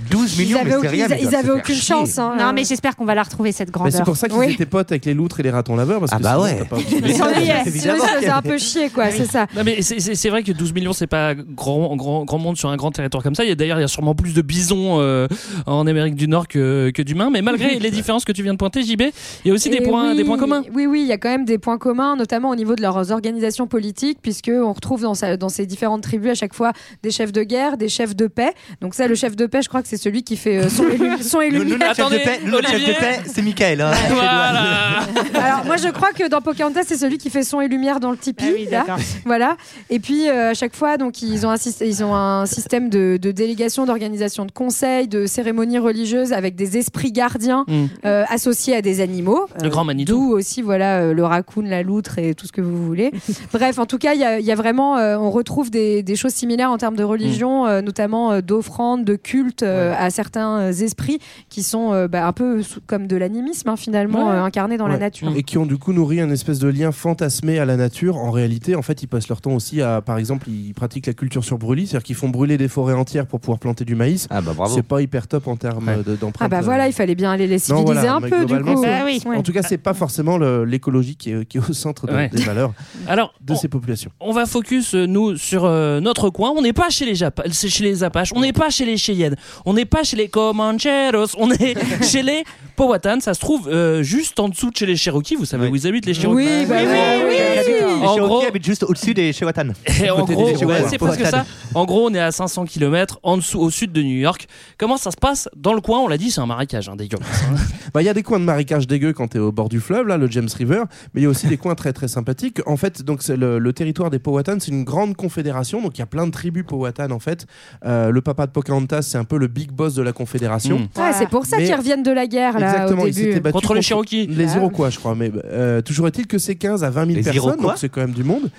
S12: 12
S9: Ils
S12: millions, mais
S9: avaient
S12: c'est
S9: aucune-
S12: rien.
S9: ils- ils
S12: doivent se
S9: avaient
S12: faire
S9: aucune
S12: chier.
S9: chance. hein.
S13: Non, mais j'espère qu'on va la retrouver cette
S12: Bah,
S13: grandeur.
S12: c'est pour ça qu'ils
S13: Oui.
S12: étaient potes avec les loutres et les ratons laveurs. Parce que
S14: bah
S12: sinon,
S14: ouais.
S12: t'as pas-
S13: Ils s'ennuyaient.
S9: Sinon, ils se faisaient un peu chier, quoi, c'est ça.
S6: Non, mais c'est- c'est c'est vrai que 12 millions, c'est pas grand, grand, grand monde sur un grand territoire comme ça. Il y a- D'ailleurs, il y a sûrement plus de bisons euh, en Amérique du Nord que, que d'humains. Mais malgré les différences que tu viens de pointer, JB, il y a aussi des
S9: Et
S6: points,
S9: Eh oui,
S6: des points communs.
S9: Oui, oui, il y a quand même des points communs, notamment au niveau de leurs organisations politiques, puisque on retrouve dans, sa- dans ces différentes tribus à chaque fois des chefs de guerre, des chefs de paix. Donc ça, le chef de paix, je crois que c'est celui qui fait euh, son élu, son élu-
S14: Nous, nous, notre chef de
S6: Attendez,
S14: paix- nous, notre chef de
S6: Olivier.
S14: paix, c'est Michael. hein.
S6: Voilà.
S9: Alors moi, je crois que dans Pocahontas, c'est celui qui fait son et lumière dans le tipi. là.
S13: d'accord.
S9: Voilà. Et puis euh, à chaque fois, donc ils ont un, syst- ils ont un système de, de délégation, d'organisation de conseils, de cérémonies religieuses avec des esprits gardiens
S6: Mm.
S9: euh, associés à des animaux.
S6: Le grand Manitou.
S9: D'où aussi voilà euh, le raccoon, la loutre et tout ce que vous voulez. Bref, en tout cas, il y a, il y a vraiment, euh, on retrouve des, des choses similaires en termes de religion,
S12: Mm.
S9: euh, notamment euh, d'offrandes, de cultes euh, à certains euh, esprits qui sont euh, bah, un peu sous- comme de l'animisme hein, finalement
S12: Ouais.
S9: euh, incarné dans la
S12: Ouais.
S9: nature.
S12: Et qui ont du coup nourri un espèce de lien fantasmé à la nature. En réalité, en fait, ils passent leur temps aussi à, par exemple, ils pratiquent la culture sur brûlis, c'est-à-dire qu'ils font brûler des forêts entières pour pouvoir planter du maïs.
S14: Ah bah bravo.
S12: C'est pas hyper top en termes euh, de- d'empreinte.
S9: Ah bah voilà, il fallait bien aller les
S12: Non,
S9: civiliser
S12: voilà,
S9: un
S12: mais
S9: peu du
S12: globalement,
S9: coup.
S12: c'est- En tout cas, c'est pas forcément le- l'écologie qui, est- qui est au centre de-
S6: Ouais.
S12: des valeurs
S6: Alors,
S12: de ces populations.
S6: on va focus euh, nous sur euh, notre coin. On n'est pas chez les Japa- c'est chez les Apaches, on n'est pas chez les Cheyennes, on n'est pas chez les Comancheros, on est chez les Powhatan. Ça se trouve euh, juste en dessous de chez les Cherokees. Vous savez où ils habitent les Cherokees
S14: Oui, bah oui,
S6: euh,
S14: oui, Les
S6: En
S14: Cherokees
S6: gros,
S14: habitent juste au-dessus des Chewatan.
S6: Et en
S14: Côté
S6: gros,
S14: des Cherokees.
S6: ouais, c'est presque ça. En gros, on est à 500 km en dessous, au sud de New York. Comment ça se passe dans le coin On l'a dit, c'est un marécage, hein, dégueulasse. hein.
S12: Bah, il y a des coins de marécage dégueu quand t'es au bord du fleuve, là, le James River, mais il y a aussi des coins très très sympathiques. En fait, donc c'est le, le territoire des Powhatan, c'est une grande confédération, donc il y a plein de tribus Powhatan en fait. Euh, le papa de Pocahontas, c'est un peu le big boss de la confédération.
S9: Ah, c'est pour ça
S12: Mais-
S9: qu'ils reviennent de la guerre là
S12: Exactement,
S9: au
S12: ils s'étaient
S14: Bah,
S9: début.
S12: battus
S6: Mmh. Contre les Cherokees.
S12: Les
S9: Ah.
S12: Iroquois, je crois. Mais euh, toujours est-il que c'est 15 à 20 000
S14: Les
S12: personnes,
S14: Iroquois
S12: donc c'est quand même du monde.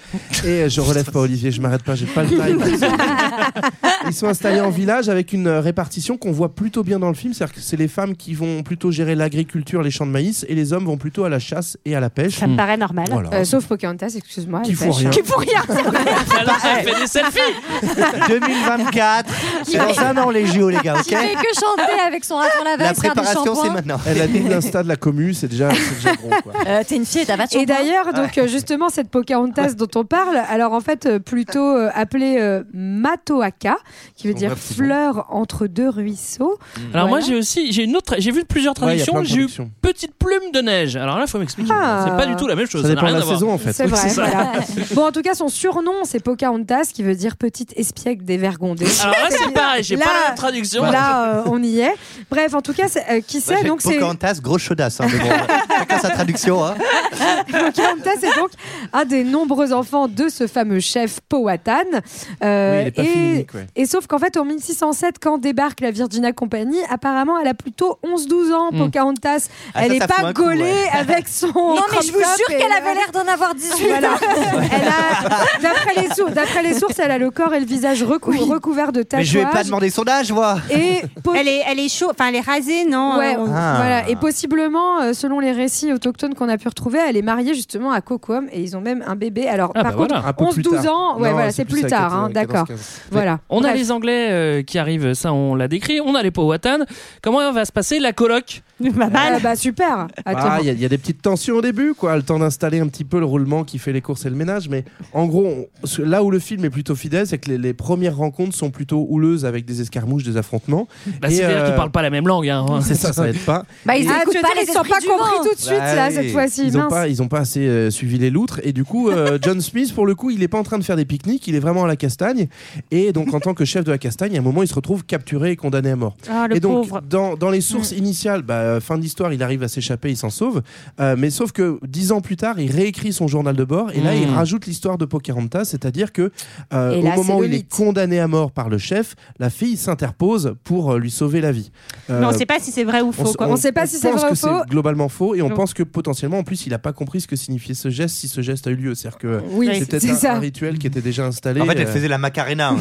S12: Et euh, je relève pas Olivier, je m'arrête pas, j'ai pas le time. Ils sont installés en village avec une euh, répartition qu'on voit plutôt bien dans le film, c'est-à-dire que c'est les femmes qui vont plutôt gérer l'agriculture, les champs de maïs, et les hommes vont plutôt à la chasse et à la pêche.
S13: Ça me paraît normal.
S12: Voilà.
S9: Euh, sauf Pocahontas, excuse-moi.
S12: Qui
S9: elle
S12: fout
S9: pêche.
S12: rien.
S9: Qui fout rien.
S6: Alors, elle fait des selfies
S14: 2024, c'est dans un an les JO, les gars, ok
S1: Qui fait que chanter avec son raton laveur,
S14: La
S1: se faire du
S14: préparation,
S1: shampoing.
S14: c'est maintenant.
S7: alors.
S12: Elle a dit l'insta de la commu, c'est déjà, c'est déjà gros. Quoi.
S9: Euh, T'es une fille, t'as pas Et d'ailleurs, donc
S12: Ouais.
S9: euh, justement, cette Pocahontas dont on parle, alors en fait, euh, plutôt euh, appelée euh, Matoaka, qui veut dire fleur entre deux ruisseaux.
S6: Alors moi
S9: Voilà.
S6: j'ai aussi j'ai une autre j'ai vu plusieurs
S9: Ouais, il y a
S6: traductions
S9: plein de
S6: j'ai eu
S9: traductions.
S6: petite plume de neige alors là il faut m'expliquer
S9: Ah.
S6: c'est pas du tout la même chose
S12: Ça
S6: n'a
S12: dépend de
S6: rien
S12: la
S6: à voir.
S12: saison, en fait.
S9: C'est vrai, voilà. Bon, en tout cas, son surnom, c'est Pocahontas, qui veut dire petite espiègle dévergondée.
S14: Ah,
S6: alors là c'est pareil j'ai
S9: Là,
S6: pas la même traduction Ah,
S9: Là, euh, on y est. Bref, en tout cas, c'est- euh, qui sait, donc c'est
S14: Bah, Pocahontas, grosse chaudasse. Hein, mais bon, chacun sa traduction. Hein.
S9: Pocahontas est donc un des nombreux enfants de ce fameux chef Powhatan. Euh,
S14: Oui, il est pas
S9: et,
S14: philonique, ouais.
S9: et sauf qu'en fait, en 1607, quand débarque la Virginia Company, apparemment, elle a plutôt 11-12 ans,
S6: Mm.
S9: Pocahontas.
S6: Ah, ça,
S9: elle
S6: ça
S9: n'est
S6: fout
S9: pas
S6: un coup,
S9: gaulée
S6: ouais.
S9: avec son.
S17: Non, mais je vous jure qu'elle avait l'air
S9: d'en avoir
S17: 18.
S9: D'après les, sou- d'après les sources, elle a le corps et le visage recou- recouvert de tatouages.
S14: Mais je vais pas demander son âge, moi.
S9: Et
S13: elle est, elle est chaud, enfin elle est rasée, non
S9: Ouais,
S13: On-
S14: Ah.
S9: voilà. Et possiblement, euh, selon les récits autochtones qu'on a pu retrouver, elle est mariée justement à Cocom et ils ont même un bébé. Alors,
S6: Ah,
S9: par
S6: bah
S9: contre,
S6: voilà. Un peu plus
S9: 11-12
S6: tard.
S9: ans, ouais,
S6: Non,
S9: voilà,
S6: c'est
S9: c'est
S6: plus
S9: plus
S6: à
S9: tard,
S6: 14,
S9: hein, d'accord.
S6: 14.
S9: Voilà.
S6: on a
S9: Bref.
S6: les anglais euh, qui arrivent ça on l'a décrit on a les Powhatan comment va se passer la coloc
S9: Ah, bah, super. Attends.
S12: Ah, Il y, a- il y a des petites tensions au début, quoi. Le temps d'installer un petit peu le roulement qui fait les courses et le ménage. Mais en gros, on- ce- là où le film est plutôt fidèle, c'est que les, les premières rencontres sont plutôt houleuses avec des escarmouches, des affrontements.
S6: Bah, c'est-à-dire
S9: euh,
S6: qu'ils parlent pas la même langue hein.
S12: C'est ça, ça aide pas.
S9: Bah, ils
S12: Et-
S9: écoutent
S17: tu veux
S9: pas
S17: dire,
S9: les
S17: ils
S9: sont
S17: esprits
S9: pas
S17: du
S9: compris
S17: vent.
S9: tout de suite,
S12: Bah
S9: là,
S12: oui.
S9: cette fois-ci.
S12: Ils ont
S9: Mince.
S12: pas, ils ont pas assez euh, suivi les loutres. Et du coup, euh, John Smith, pour le coup, il est pas en train de faire des pique-niques, il est vraiment à la castagne. Et donc, en tant que chef de la castagne, à un moment, il se retrouve capturé et condamné à mort.
S13: Ah, le
S12: et donc,
S13: pauvre.
S12: Dans, dans les sources
S9: Mm.
S12: initiales, bah, euh, fin de l'histoire, il arrive à s'échapper, il s'en sauve. Euh, mais sauf que dix ans plus tard, il réécrit son journal de bord. Et là, il
S6: Mm.
S12: rajoute l'histoire de Pocahontas, c'est-à-dire que euh,
S9: Et
S12: au
S9: là, c'est
S12: moment où
S9: le
S12: il est
S9: mythe.
S12: condamné à mort par le chef, la fille s'interpose pour euh, lui sauver la vie.
S13: Mais on
S12: Euh,
S13: sait pas si c'est vrai ou faux.
S12: s-
S13: quoi.
S12: pense que c'est globalement faux et on
S13: Non.
S12: pense que potentiellement, en plus, il n'a pas compris ce que signifiait ce geste si ce geste a eu lieu. C'est-à-dire que
S9: Oui, c'est
S12: c'est peut-être
S9: ça.
S12: un, un rituel qui était déjà installé.
S14: En fait, elle
S12: euh,
S14: faisait la macarena. hein.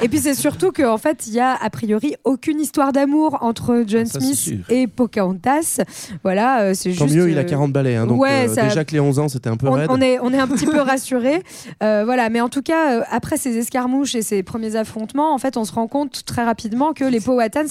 S9: Et puis c'est surtout qu'en fait, il y a a priori aucune histoire d'amour entre John
S12: Ah, Ça, c'est sûr.
S9: Smith et Pocahontas. Voilà, euh, c'est
S12: Tant
S9: juste.
S12: mieux, il a
S9: euh,
S12: 40 balais. hein, donc
S9: ouais,
S12: euh,
S9: ça-
S12: déjà que les 11 ans, c'était un peu
S9: on,
S12: raide.
S9: on est, on est un petit peu rassuré. voilà, mais en tout cas, euh, après ces escarmouches et ces premiers affrontements, en fait, on se rend compte très rapidement que les Powhatans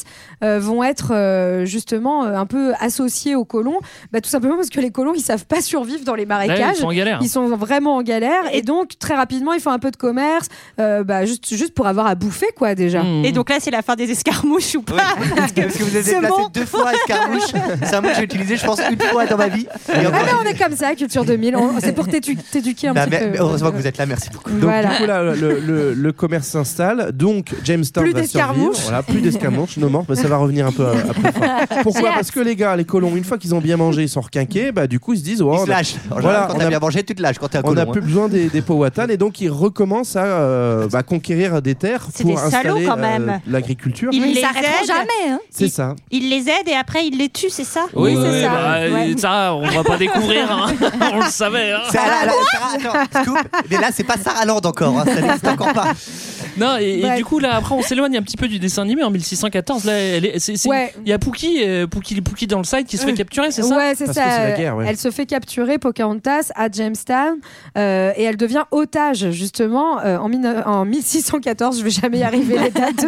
S9: euh, vont être euh, justement euh, un peu associés aux colons, Bah, tout simplement parce que les colons, ils savent pas survivre dans les marécages.
S6: Ouais, ils sont en galère.
S9: Ils sont vraiment en galère, et donc très rapidement, ils font un peu de commerce, euh, bah, juste, juste pour avoir à bouffer, quoi,
S14: Mm.
S9: déjà.
S13: Et donc là, c'est la fin des escarmouches ou pas
S14: Parce que vous avez
S9: C'est
S14: déplacé
S9: bon.
S14: deux fois escarmouche. C'est un mot que j'ai utilisé, je pense, une fois dans ma vie.
S9: Ah
S14: Et encore-
S9: non, on est comme ça, Culture 2000. on- C'est pour t'édu- t'éduquer un
S14: Bah,
S9: petit
S14: mais-
S9: peu.
S14: mais heureusement que vous êtes là, merci beaucoup.
S12: Donc,
S9: Voilà.
S12: du coup, là, le, le- le commerce s'installe. Donc, Jamestown
S9: Plus
S12: va survivre.
S9: d'escarmouches.
S12: Voilà, plus d'escarmouches, nos morts. Bah, ça va revenir un peu euh, après. Pourquoi Parce que les gars, les colons, une fois qu'ils ont bien mangé, ils sont requinqués, bah, du coup, ils se disent oh,
S14: Ils se
S12: on a-
S14: lâchent. En général,
S12: Voilà,
S14: quand
S12: on
S14: t'as
S12: a-
S14: bien mangé, tu te lâches quand t'es un
S12: on
S14: colon. hein.
S12: n'a plus besoin des, des Powhatan et donc ils recommencent à euh, bah, conquérir des terres
S13: C'est
S12: pour
S13: des salauds,
S12: installer
S13: quand même.
S12: euh, l'agriculture.
S13: Ils les aident.
S1: hein.
S12: C'est ça.
S13: Ils les aident et après ils les tuent, c'est ça
S6: oui,
S13: c'est
S6: oui,
S13: ça.
S6: bah,
S13: Ouais.
S6: ça on va pas découvrir hein. on le savait hein.
S14: C'est à la- la- Sarah, attends, scoop. Mais là, c'est pas Sarah Land encore. hein, Ça n'existe encore pas.
S6: Non, et, et
S14: Ouais.
S6: du coup, là, après, on s'éloigne un petit peu du dessin animé en 1614. Là, elle est- c'est- c'est- il
S9: Ouais.
S6: y a Pookie, euh, Pookie, Pookie dans le side qui se fait capturer, c'est ça
S9: Ouais, c'est ça. Elle se fait capturer, Pocahontas, à Jamestown, euh, et elle devient otage, justement, euh, en, mille- en 1614. Je vais jamais y arriver les dates.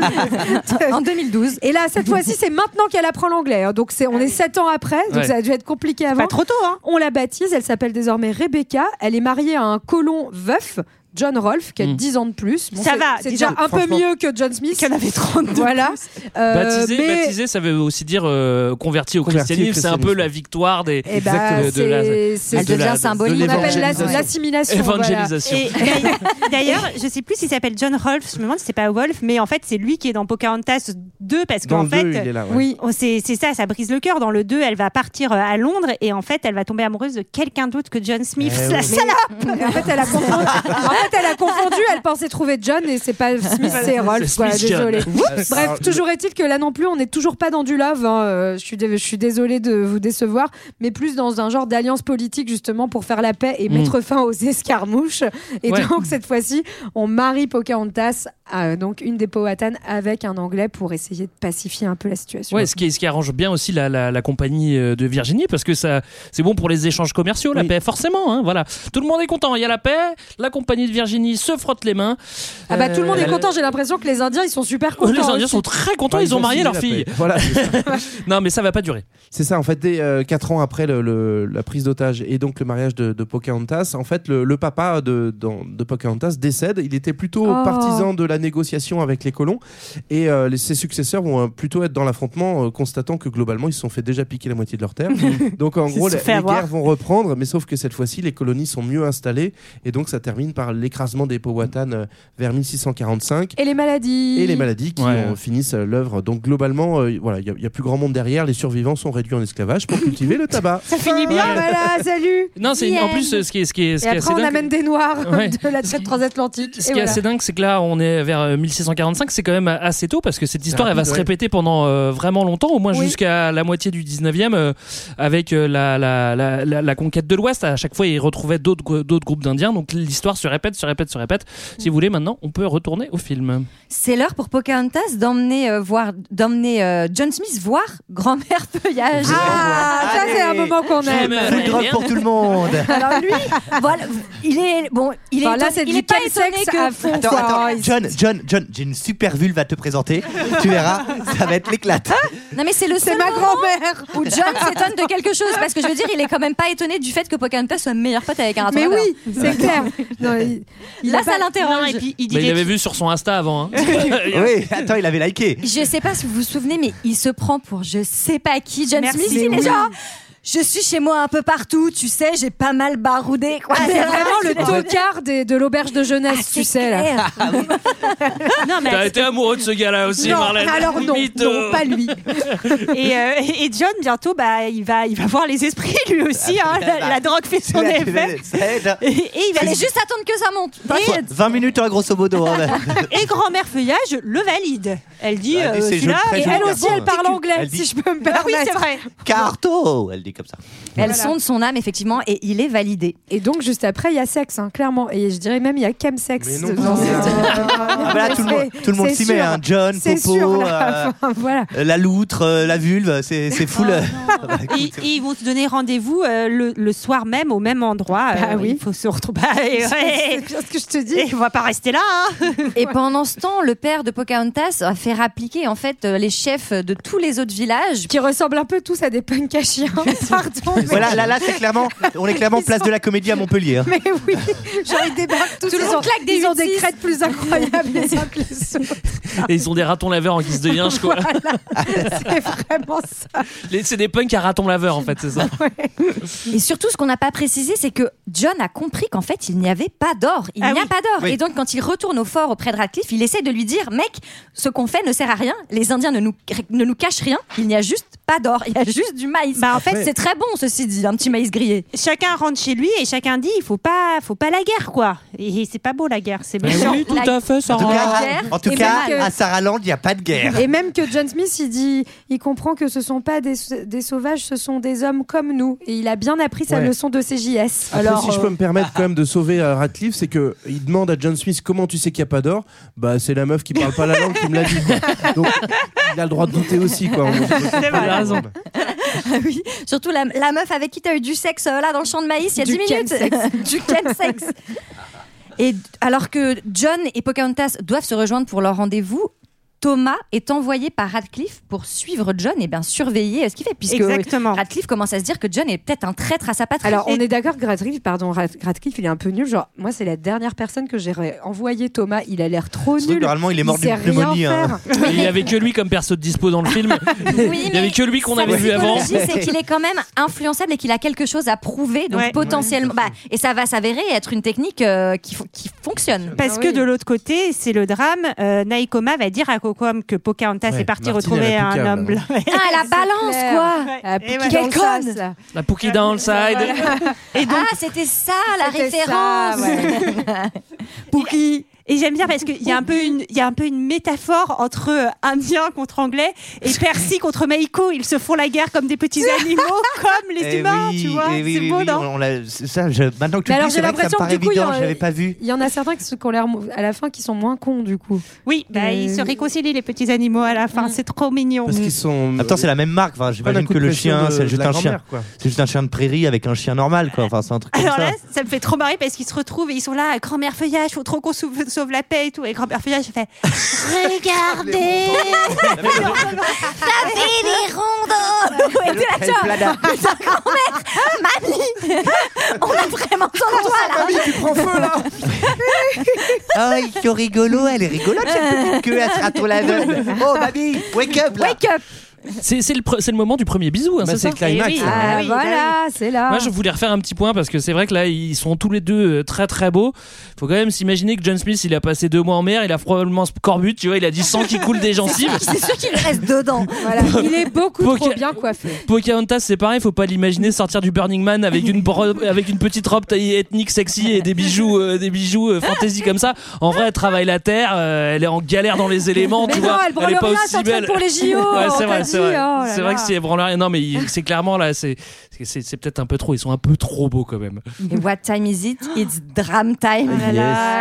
S9: en 2012. Et là, cette fois-ci, c'est maintenant qu'elle apprend l'anglais. hein. Donc, c'est, on est sept ans après, donc
S13: Ouais.
S9: ça a dû être compliqué avant.
S13: pas trop tôt, hein.
S9: On la baptise, elle s'appelle désormais Rebecca. Elle est mariée à un colon veuf. John Rolfe, qui a
S13: Mm.
S9: 10 ans de plus.
S13: Ça
S9: c'est-
S13: va,
S9: C'est
S13: 10
S9: déjà
S13: ans,
S9: un peu
S13: franchement.
S9: mieux que John Smith. Qui en
S13: avait 30
S9: Voilà. Euh,
S6: Baptisé,
S9: mais-
S6: baptisé, ça veut aussi dire euh, converti
S12: Converti
S6: au
S12: au
S6: christianisme. C'est un peu
S12: christianisme.
S6: la victoire des.
S9: Eh ben,
S6: de- de la-
S9: c'est- c'est-
S6: de
S9: Elle devient
S6: la- de-
S9: symbolique.
S6: de
S9: On appelle l'as-
S6: l'évangélisation.
S9: l'assimilation, voilà.
S6: Évangélisation.
S13: Et d'ailleurs- D'ailleurs, je sais plus s'il s'appelle John Rolfe, je me demande si c'est pas Wolf, mais en fait, c'est lui qui est dans Pocahontas 2 parce
S12: Dans
S13: qu'en
S12: le
S13: fait,
S12: deux, il est là, ouais.
S13: oui, on- c'est c'est ça, ça brise le cœur. Dans le 2, elle va partir euh, à Londres et en fait, elle va tomber amoureuse de quelqu'un d'autre que John Smith.
S12: Eh
S13: la
S12: oui.
S13: salope
S9: En fait, elle a confondu. En fait, elle a confondu. Elle pensait trouver John et c'est pas Smith, c'est Rolf.
S13: C'est
S9: Quoi,
S13: Smith John.
S9: désolé.
S13: Oups.
S9: Bref, toujours est-il que là non plus, on n'est toujours pas dans du love. hein. Euh, Je suis, dé- je suis désolée de vous décevoir, mais plus dans un genre d'alliance politique justement pour faire la paix et
S6: Hmm.
S13: Mm.
S9: mettre fin aux escarmouches. Et
S13: Ouais.
S9: donc cette fois-ci, on marie Pocahontas, à, donc une des Powhatan, avec un Anglais pour essayer de pacifier un peu la situation.
S6: Ouais, ce qui, ce qui arrange bien aussi la, la- la compagnie euh, de Virginie, parce que ça, c'est bon pour les échanges commerciaux, la paix, forcément. hein, voilà. Tout le monde est content. Il y a la paix, la compagnie de Virginie se frottent les mains.
S9: Ah bah tout le monde est
S6: Euh,
S9: content, j'ai l'impression que les Indiens ils sont super contents.
S6: les Indiens
S9: aussi.
S6: sont très contents,
S12: Enfin,
S6: Bah, ils ont marié
S12: signé
S6: leur
S12: la
S6: fille.
S12: paix. Voilà.
S6: non, mais ça va pas durer.
S12: C'est ça, en fait, dès 4 ans après le- le- la prise d'otage et donc le mariage de, de Pocahontas, en fait, le, le papa de, dans- de Pocahontas décède. Il était plutôt
S9: Oh.
S12: partisan de la négociation avec les colons et euh, les- ses successeurs vont euh, plutôt être dans l'affrontement, euh, constatant que globalement, ils se sont fait déjà piquer la moitié de leur terre. donc, en
S13: Ils
S12: gros,
S13: se
S12: les,
S13: sont fait
S12: les
S13: avoir.
S12: guerres vont reprendre, mais sauf que cette fois-ci, les colonies sont mieux installées et donc ça termine par l'écrasement des Powhatan euh, vers 1645
S9: Et les maladies.
S12: et les maladies qui
S6: Ouais.
S12: ont- finissent euh, l'œuvre. Donc globalement, euh, voilà, il n'y a, plus grand monde derrière. Les survivants sont réduits en esclavage pour cultiver le tabac.
S9: Ça finit
S6: bien.
S9: Voilà, salut.
S6: Non, c'est
S9: The
S6: en
S9: end.
S6: plus euh, ce qui est, ce qui est, ce
S9: Et
S6: qui est assez
S9: après on
S6: dingue.
S9: amène des noirs
S6: Ouais.
S9: de la traite transatlantique.
S6: Ce qui est assez dingue, c'est que là, on est vers euh, 1645, c'est quand même euh, assez tôt parce que cette histoire, elle va
S12: rapide,
S6: se
S12: ouais.
S6: répéter pendant euh, vraiment longtemps, au moins jusqu'à la moitié du 19e, euh, avec euh, la, la- la- la- la conquête de l'Ouest. À chaque fois, ils retrouvaient d'autres gro- d'autres groupes d'Indiens, donc l'histoire se répète, se répète, se répète. Si vous voulez, maintenant, on peut retourner au film.
S1: C'est l'heure pour Pocahontas d'emmener euh, voir, d'emmener euh, John Smith voir Grand-mère Feuillage.
S9: Ah, ça c'est un moment qu'on aime.
S14: Food drop pour tout le monde.
S1: Alors lui, voilà, il est bon, il est
S9: Enfin, là,
S1: étonné-
S9: c'est
S1: il
S9: du
S1: est pas
S9: quel
S1: étonné
S9: sexe
S1: que
S9: à fond,
S14: Attends,
S9: quoi.
S14: attends,
S9: Ils-
S14: John, John, John, j'ai une super vulve à te présenter. Tu verras, ça va être l'éclate.
S1: Non mais c'est le
S9: C'est
S1: seul
S9: ma
S1: moment
S9: grand-mère.
S1: où John s'étonne de quelque chose parce que je veux dire, il est quand même pas étonné du fait que Pocahontas soit meilleur pote avec un raton
S9: Mais
S1: laveur.
S9: oui, c'est clair. Non, il- il
S1: Là,
S9: a
S1: ça
S9: pas-
S1: l'interroge.
S9: Non, et puis,
S6: Mais il l'avait vu sur son Insta avant. hein.
S14: oui, attends, il avait liké.
S1: Je sais pas si vous vous souvenez, mais il se prend pour je sais pas qui. John
S9: Merci.
S1: Smith, il
S9: Mais
S1: est
S9: oui.
S1: genre, Je suis chez moi un peu partout, tu sais, j'ai pas mal baroudé. quoi.
S9: C'est vraiment le
S1: Ah,
S9: tocard des- de l'auberge de jeunesse, tu sais. Là. Ah,
S13: Non, mais
S6: T'as été amoureux de ce gars-là aussi,
S13: Non,
S6: Marlène.
S13: alors non,
S6: Limite,
S13: non,
S6: euh,
S13: pas lui. et, euh, et John bientôt bah il va il va voir les esprits lui aussi hein, la, la drogue fait son effet. Et, et il va
S1: Fallait juste attendre que ça monte.
S14: Soit 20 minutes, hein, grosso modo. hein.
S13: Et grand-mère feuillage le valide. Elle dit
S14: Bah, Elle dit,
S13: euh,
S14: c'est
S13: celui-là-
S14: joli, très
S13: et
S14: joli
S13: elle aussi
S14: garçon.
S13: elle parle anglais
S14: Elle dit-
S13: si je peux me
S9: Bah
S13: permettre.
S9: oui, c'est
S13: vrai.
S14: Carto Elle dit comme ça.
S1: Elle sonde son âme, effectivement, et il est validé.
S9: Et donc, juste après, il y a sexe, hein, clairement. Et je dirais même, il y a chemsex.
S14: Mais non,
S9: dans cette-
S14: Ah, bah là, tout le monde, tout le monde
S9: C'est
S14: s'y met.
S9: sûr.
S14: hein. John,
S9: C'est
S14: Popo,
S9: sûr, là.
S14: euh,
S9: Enfin, voilà.
S14: la loutre, euh, la vulve, c'est c'est full. euh,
S13: Et, et ils vont se donner rendez-vous euh, le, le soir même au même endroit. Euh,
S9: Bah oui.
S13: Il faut se retrouver. Bah, et-
S9: C'est
S13: ouais.
S9: bien ce que je te dis.
S13: Et on va pas rester là. hein.
S1: Et pendant ce temps, le père de Pocahontas a fait appliquer en fait euh, les chefs de tous les autres villages.
S9: Qui ressemblent un peu tous à des punks à chiens. Pardon. mais-
S14: voilà, là, là, c'est clairement, on est clairement place de la comédie à Montpellier. hein.
S9: Mais oui, genre ils débarquent tous,
S1: Tout le
S9: ils
S1: monde
S9: ont,
S1: claque des
S9: ils ont des
S1: 8-6.
S9: crêtes plus incroyables les uns que les autres.
S6: Et ils ont des ratons laveurs en guise de linge, quoi.
S9: C'est vraiment ça.
S6: Les- C'est des punks à ratons laveurs, en fait, c'est ça.
S13: Mm.
S1: Et surtout, ce qu'on n'a pas précisé, c'est que John a compris qu'en fait, il n'y avait pas d'or. Il
S13: Ah
S1: n'y a
S13: oui.
S1: pas d'or.
S14: Oui.
S1: Et donc, quand il retourne au fort auprès de Radcliffe, il essaie de lui dire, mec, ce qu'on fait ne sert à rien. Les Indiens ne nous, ne nous cachent rien. Il n'y a juste pas d'or. Il y a juste du maïs.
S13: Bah, en fait,
S1: c'est très bon, ceci dit, un petit maïs grillé.
S13: Chacun rentre chez lui et chacun dit il faut pas, faut pas la guerre quoi. Et c'est pas beau la guerre, c'est méchant.
S6: Bah oui, tout
S1: La-
S6: à fait,
S14: En tout
S6: Sarah.
S14: cas,
S1: guerre,
S14: en tout
S9: et
S14: cas,
S9: même que-
S14: à Saraland, il n'y a pas de guerre.
S9: Et même que John Smith, il dit, il comprend que ce sont pas des, des sauvages, ce sont des hommes comme nous. Et il a bien appris sa
S12: Ouais.
S9: leçon de CJS.
S12: Après, si je peux
S9: euh,
S12: me permettre quand même de sauver euh, Ratcliffe, c'est que il demande à John Smith comment tu sais qu'il n'y a pas d'or. Bah, c'est la meuf qui parle pas la langue qui me l'a dit. quoi. Donc, il a le droit de douter aussi, quoi.
S13: C'est vrai.
S6: raison.
S1: Ah oui, surtout la, la meuf avec qui tu as eu du sexe euh, là dans le champ de maïs il y a
S9: Du
S1: 10 minutes.
S9: chemsex.
S1: du chemsex. Et d- alors que John et Pocahontas doivent se rejoindre pour leur rendez-vous, Thomas est envoyé par Radcliffe pour suivre John et bien surveiller euh, ce qu'il fait, puisque
S13: Exactement.
S1: Radcliffe commence à se dire que John est peut-être un traître à sa patrie.
S9: Alors, on
S1: Et-
S9: est d'accord que Radcliffe, pardon, Rad- Radcliffe, il est un peu nul. Genre, moi, c'est la dernière personne que j'ai ré- envoyée, Thomas. Il a l'air trop
S14: Surtout que
S9: nul.
S14: normalement, il est mort
S9: sait
S14: d'une pneumonie,
S9: rien
S14: hein.
S9: faire.
S6: Et Il n'y avait que lui comme perso de dispo dans le film.
S1: Oui,
S6: Il n'y avait
S1: mais
S6: que lui qu'on
S1: sa
S6: avait vu avant.
S1: psychologie, c'est qu'il est quand même influençable et qu'il a quelque chose à prouver, donc
S13: Ouais.
S1: potentiellement. bah, et ça va s'avérer être une technique euh, qui, fon- qui fonctionne.
S13: Parce
S9: Ah
S13: que
S9: oui.
S13: de l'autre côté, c'est le drame. Euh, Naïkoma va dire à Kokom que Pocahontas
S12: Ouais,
S13: est parti
S12: Martine, elle
S13: retrouver
S12: est
S13: un
S12: applicable,
S13: homme blanc.
S1: Ah, la balance,
S9: clair.
S1: quoi
S9: Ah,
S13: Et
S9: piqué
S13: voilà.
S9: dans le
S1: Quelle
S9: sas, là.
S6: La Pookie Downside.
S1: Ah, c'était ça la
S9: C'était
S1: référence
S9: ça, ouais.
S1: Pouki
S13: Et j'aime bien parce qu'il y, a un peu une- il y a un peu une métaphore entre euh, Indiens contre Anglais et Percy contre Maïko. Ils se font la guerre comme des petits animaux, comme les
S14: Eh
S13: humains,
S14: oui,
S13: tu vois.
S14: eh oui,
S13: c'est
S14: oui,
S13: beau,
S14: oui,
S13: non
S14: on- on l'a- c'est ça, je- Maintenant que tu le
S9: Mais alors
S14: dis, c'est vrai
S9: j'ai
S14: que ça me
S9: l'impression que
S14: paraît
S9: du coup, il y
S14: évident,
S9: en-
S14: je l'avais pas vu.
S9: il y en a certains qui sont qui ont l'air mou- à la fin qui sont moins cons du coup. Euh, Mm.
S13: Oui, bah, ils se réconcilient les petits animaux à la fin. C'est trop mignon.
S12: Parce qu'ils sont.
S14: Attends, c'est la même marque. Enfin, j'imagine
S12: Euh, coup
S14: que
S12: de
S14: le
S12: pression
S14: chien,
S12: de-
S14: c'est
S12: de
S14: juste
S12: la
S14: un chien.
S12: grand-mère, quoi.
S14: C'est juste un chien de prairie avec un chien normal, quoi. Enfin, c'est un truc comme
S13: Alors
S14: ça.
S13: là, ça me fait trop marrer parce qu'ils se retrouvent et ils sont là, grand-mère feuillage, faut trop qu'on sauve, sauve la paix et tout. Et grand-mère feuillage, fait Regardez
S17: La ville est ronde Et t'es là, tu vois, ta grand-mère, euh, mamie, on a vraiment besoin de toi là Mamie, tu prends feu là
S14: Ah, ils sont rigolos, elle est rigolote, cette petite queue à, à ton
S17: Euh.
S14: aveugle. Oh, mamie, wake up là.
S9: Wake up
S6: C'est c'est le, pre- c'est le moment du premier bisou, hein,
S12: Bah,
S6: c'est
S12: c'est
S6: ça
S12: le climax, Eh oui. hein.
S9: Ah, voilà, c'est là.
S6: Moi, je voulais refaire un petit point parce que c'est vrai que là, ils sont tous les deux euh, très très beaux. Faut quand même s'imaginer que John Smith, il a passé deux mois en mer, il a probablement ce corbut, tu vois, il a du sang qui coule des gencives.
S17: C'est sûr qu'il reste dedans
S9: Voilà, il est beaucoup trop
S6: Poca-
S9: bien coiffé.
S6: Pocahontas, c'est pareil, faut pas l'imaginer sortir du Burning Man avec une, bro- avec une petite robe taillée ethnique sexy et des bijoux, euh, des bijoux euh, fantasy comme ça. En vrai, elle travaille la terre, euh, elle est en galère dans les éléments,
S9: Mais
S6: tu
S9: non,
S6: vois.
S9: elle branle
S6: est pas
S9: rien,
S6: aussi
S9: s'entraîne
S6: belle.
S9: pour les JO,
S6: Ouais,
S9: on
S6: c'est
S9: t'a
S6: vrai,
S9: dit,
S6: c'est vrai.
S9: oh là
S6: C'est vrai
S9: là.
S6: que si elle branle rien, non, mais il- c'est clairement là, c'est c'est- c'est peut-être un peu trop, ils sont un peu trop beaux quand même.
S1: Et what time is it It's drame time.
S9: Ah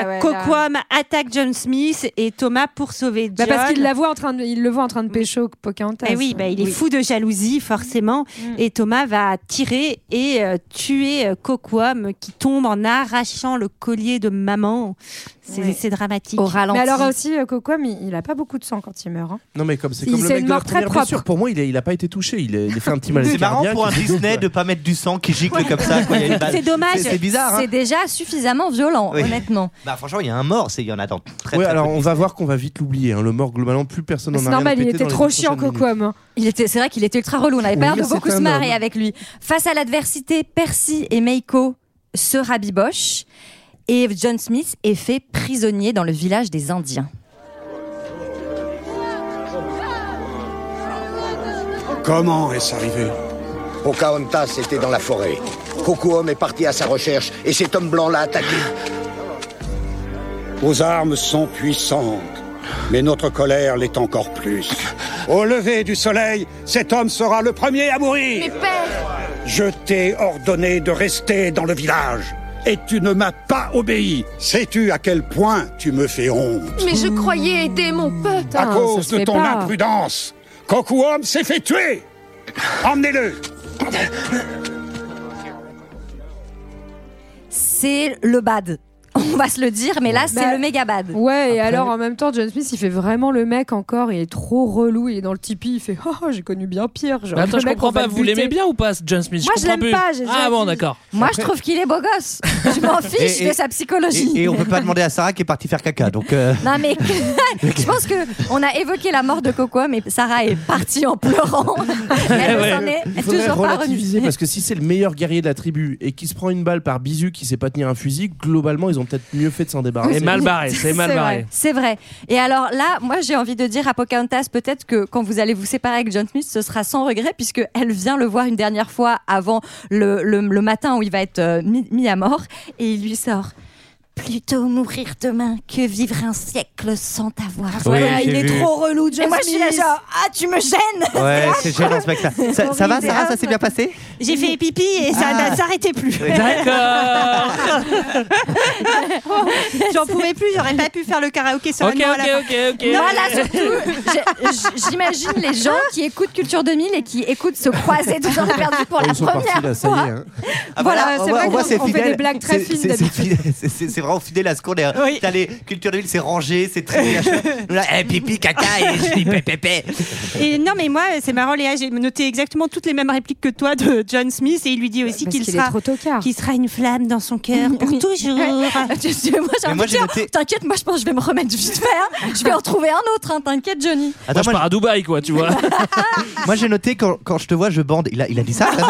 S13: Voilà, Coquam attaque John Smith et Thomas pour sauver
S9: Bah,
S13: John.
S9: parce qu'il la voit en train de, il le voit en train de pécho Pocahontas.
S13: Mm.
S9: Mm.
S13: Eh oui, bah, il est fou de jalousie, forcément. Et Thomas va tirer et euh, tuer euh, Coquam qui tombe en arrachant le collier de maman. C'est c'est dramatique.
S9: Mais alors aussi, euh, Coquam, il, il a pas beaucoup de sang quand il meurt. hein.
S12: Non, mais comme c'est
S9: Il-
S12: comme le
S9: c'est
S12: mec
S9: une
S12: de la
S9: mort très
S12: première
S9: propre.
S12: blessure. Pour moi, il, est- il a pas été touché. Il, est- il a fait un petit mal.
S14: C'est marrant
S12: cardiaque.
S14: pour un Disney de pas mettre du sang qui gicle comme ça. quand il y a une balle. Bah, C'est c'est bizarre. hein.
S1: C'est déjà suffisamment violent,
S14: Oui.
S1: honnêtement.
S14: Bah, franchement, il y a un mort, c'est- il y en a dans très,
S12: Ouais,
S14: très
S12: alors
S14: peu.
S12: on va voir qu'on va vite l'oublier. hein. Le mort, globalement, plus personne n'en a
S1: C'est
S12: rien à
S1: normal, il
S12: péter
S1: était
S12: dans les
S1: trop
S12: dix
S1: chiant,
S12: prochaines minutes.
S9: hein.
S1: Cocom. Il était, c'est vrai qu'il était ultra relou. On n'avait pas
S12: Oui,
S1: l'air de
S12: c'est
S1: beaucoup
S12: un
S1: se marrer
S12: homme.
S1: avec lui. Face à l'adversité, Percy et Meiko se rabibochent et John Smith est fait prisonnier dans le village des Indiens.
S8: Comment est-ce arrivé
S2: Pocahontas était dans la forêt. Kokuom est parti à sa recherche et cet homme blanc l'a attaqué.
S8: Vos armes sont puissantes, mais notre colère l'est encore plus. Au lever du soleil, cet homme sera le premier à mourir. Je t'ai ordonné de rester dans le village. Et tu ne m'as pas obéi. Sais-tu à quel point tu me fais honte
S15: Mais je croyais aider mon hein. peuple.
S8: À cause de ton imprudence, Kokuom s'est fait tuer. Emmenez-le.
S1: C'est le bad. On va se le dire, mais là, c'est
S9: Bah,
S1: le méga bad.
S9: Ouais, et alors en même temps, John Smith, il fait vraiment le mec encore. Il est trop relou. Il est dans le tipi. Il fait Oh, j'ai connu bien pire. Genre,
S6: Mais Bah, attends,
S9: le
S6: je
S9: mec, on
S6: comprends
S9: va
S6: pas,
S9: le
S6: vous l'aimez
S9: buter.
S6: bien ou pas, John Smith
S9: Moi, je
S6: comprends
S9: l'aime
S6: plus.
S9: pas, j'ai
S6: Ah
S9: déjà
S6: bon,
S9: dit.
S6: d'accord.
S1: Moi, je trouve qu'il est beau gosse. Je m'en fiche
S14: Et- et-
S1: de sa psychologie.
S14: Et, et on peut pas demander à Sarah qui est partie faire caca. Donc, euh,
S1: Non mais je pense que on a évoqué la mort de Coco, mais Sarah est partie en pleurant. Elle
S12: Ouais.
S1: s'en est
S12: Il faudrait
S1: toujours pas revenue.
S12: relativiser parce que si c'est le meilleur guerrier de la tribu et qui se prend une balle par bisu qui sait pas tenir un fusil, globalement ils ont peut-être mieux fait de s'en
S14: Bah,
S12: débarrasser.
S6: Et mal barré, c'est mal barré.
S1: vrai, C'est vrai. Et alors là, moi j'ai envie de dire à Pocahontas peut-être que quand vous allez vous séparer avec John Smith, ce sera sans regret puisque elle vient le voir une dernière fois avant le, le- le matin où il va être euh, mis, mis à mort et il lui sort. Plutôt mourir demain que vivre un siècle sans t'avoir.
S14: Voilà, j'ai il est vu. trop
S1: relou, John Et moi, je suis là,
S17: Smith.
S1: genre, ah, tu me gênes
S14: ouais, c'est gênant ce mec-là. Ça, ça va,
S13: horrible.
S14: Sarah Ça s'est bien passé
S13: J'ai fait pipi et ça
S14: Ah.
S13: n'a s'arrêtait plus.
S6: D'accord.
S13: J'en pouvais plus, j'aurais pas pu faire le karaoké
S6: Ok,
S13: sereinement à la
S6: ok,
S13: fin.
S6: ok, ok.
S1: Non, là, surtout, j'ai- j- j'imagine les gens qui écoutent Culture 2000 et qui écoutent se croiser tous en perdu pour
S12: Ah,
S1: la
S12: ils sont partis,
S1: première
S12: là, ça y
S1: fois.
S12: est, hein.
S14: Ah,
S1: Voilà,
S14: bah là,
S1: c'est
S14: voit-
S1: vrai
S14: voit,
S1: qu'on-
S14: c'est
S1: on fait
S14: fidèle.
S1: des blagues très
S14: C'est-
S1: fines
S14: c'est- c'est
S1: d'habitude.
S14: fidèle. C'est c'est- c'est vraiment fidèle à ce qu'on est. hein. T'as les cultures de ville, c'est rangé, c'est trié. Nous, là, eh, pipi, caca, et je dis pépépé.
S13: Et non, mais moi, c'est marrant, Léa, j'ai noté exactement toutes les mêmes répliques que toi de John Smith et il lui dit aussi
S9: Parce
S13: qu'il
S9: qu'il est
S13: sera,
S9: trop tocard.
S13: qu'il sera une flamme dans son cœur pour toujours.
S1: Tu sais, moi, j'ai
S14: Mais
S1: envie
S14: moi,
S1: de
S14: j'ai
S1: dire,
S14: noté-
S1: T'inquiète, moi je pense que je vais me remettre vite fait. hein. Je vais en trouver un autre, hein, t'inquiète Johnny.
S6: Moi, je pars à Dubaï, quoi, tu vois.
S14: Ah, Moi, j'ai noté quand, quand je te vois, je bande. Il a, il a dit ça, vraiment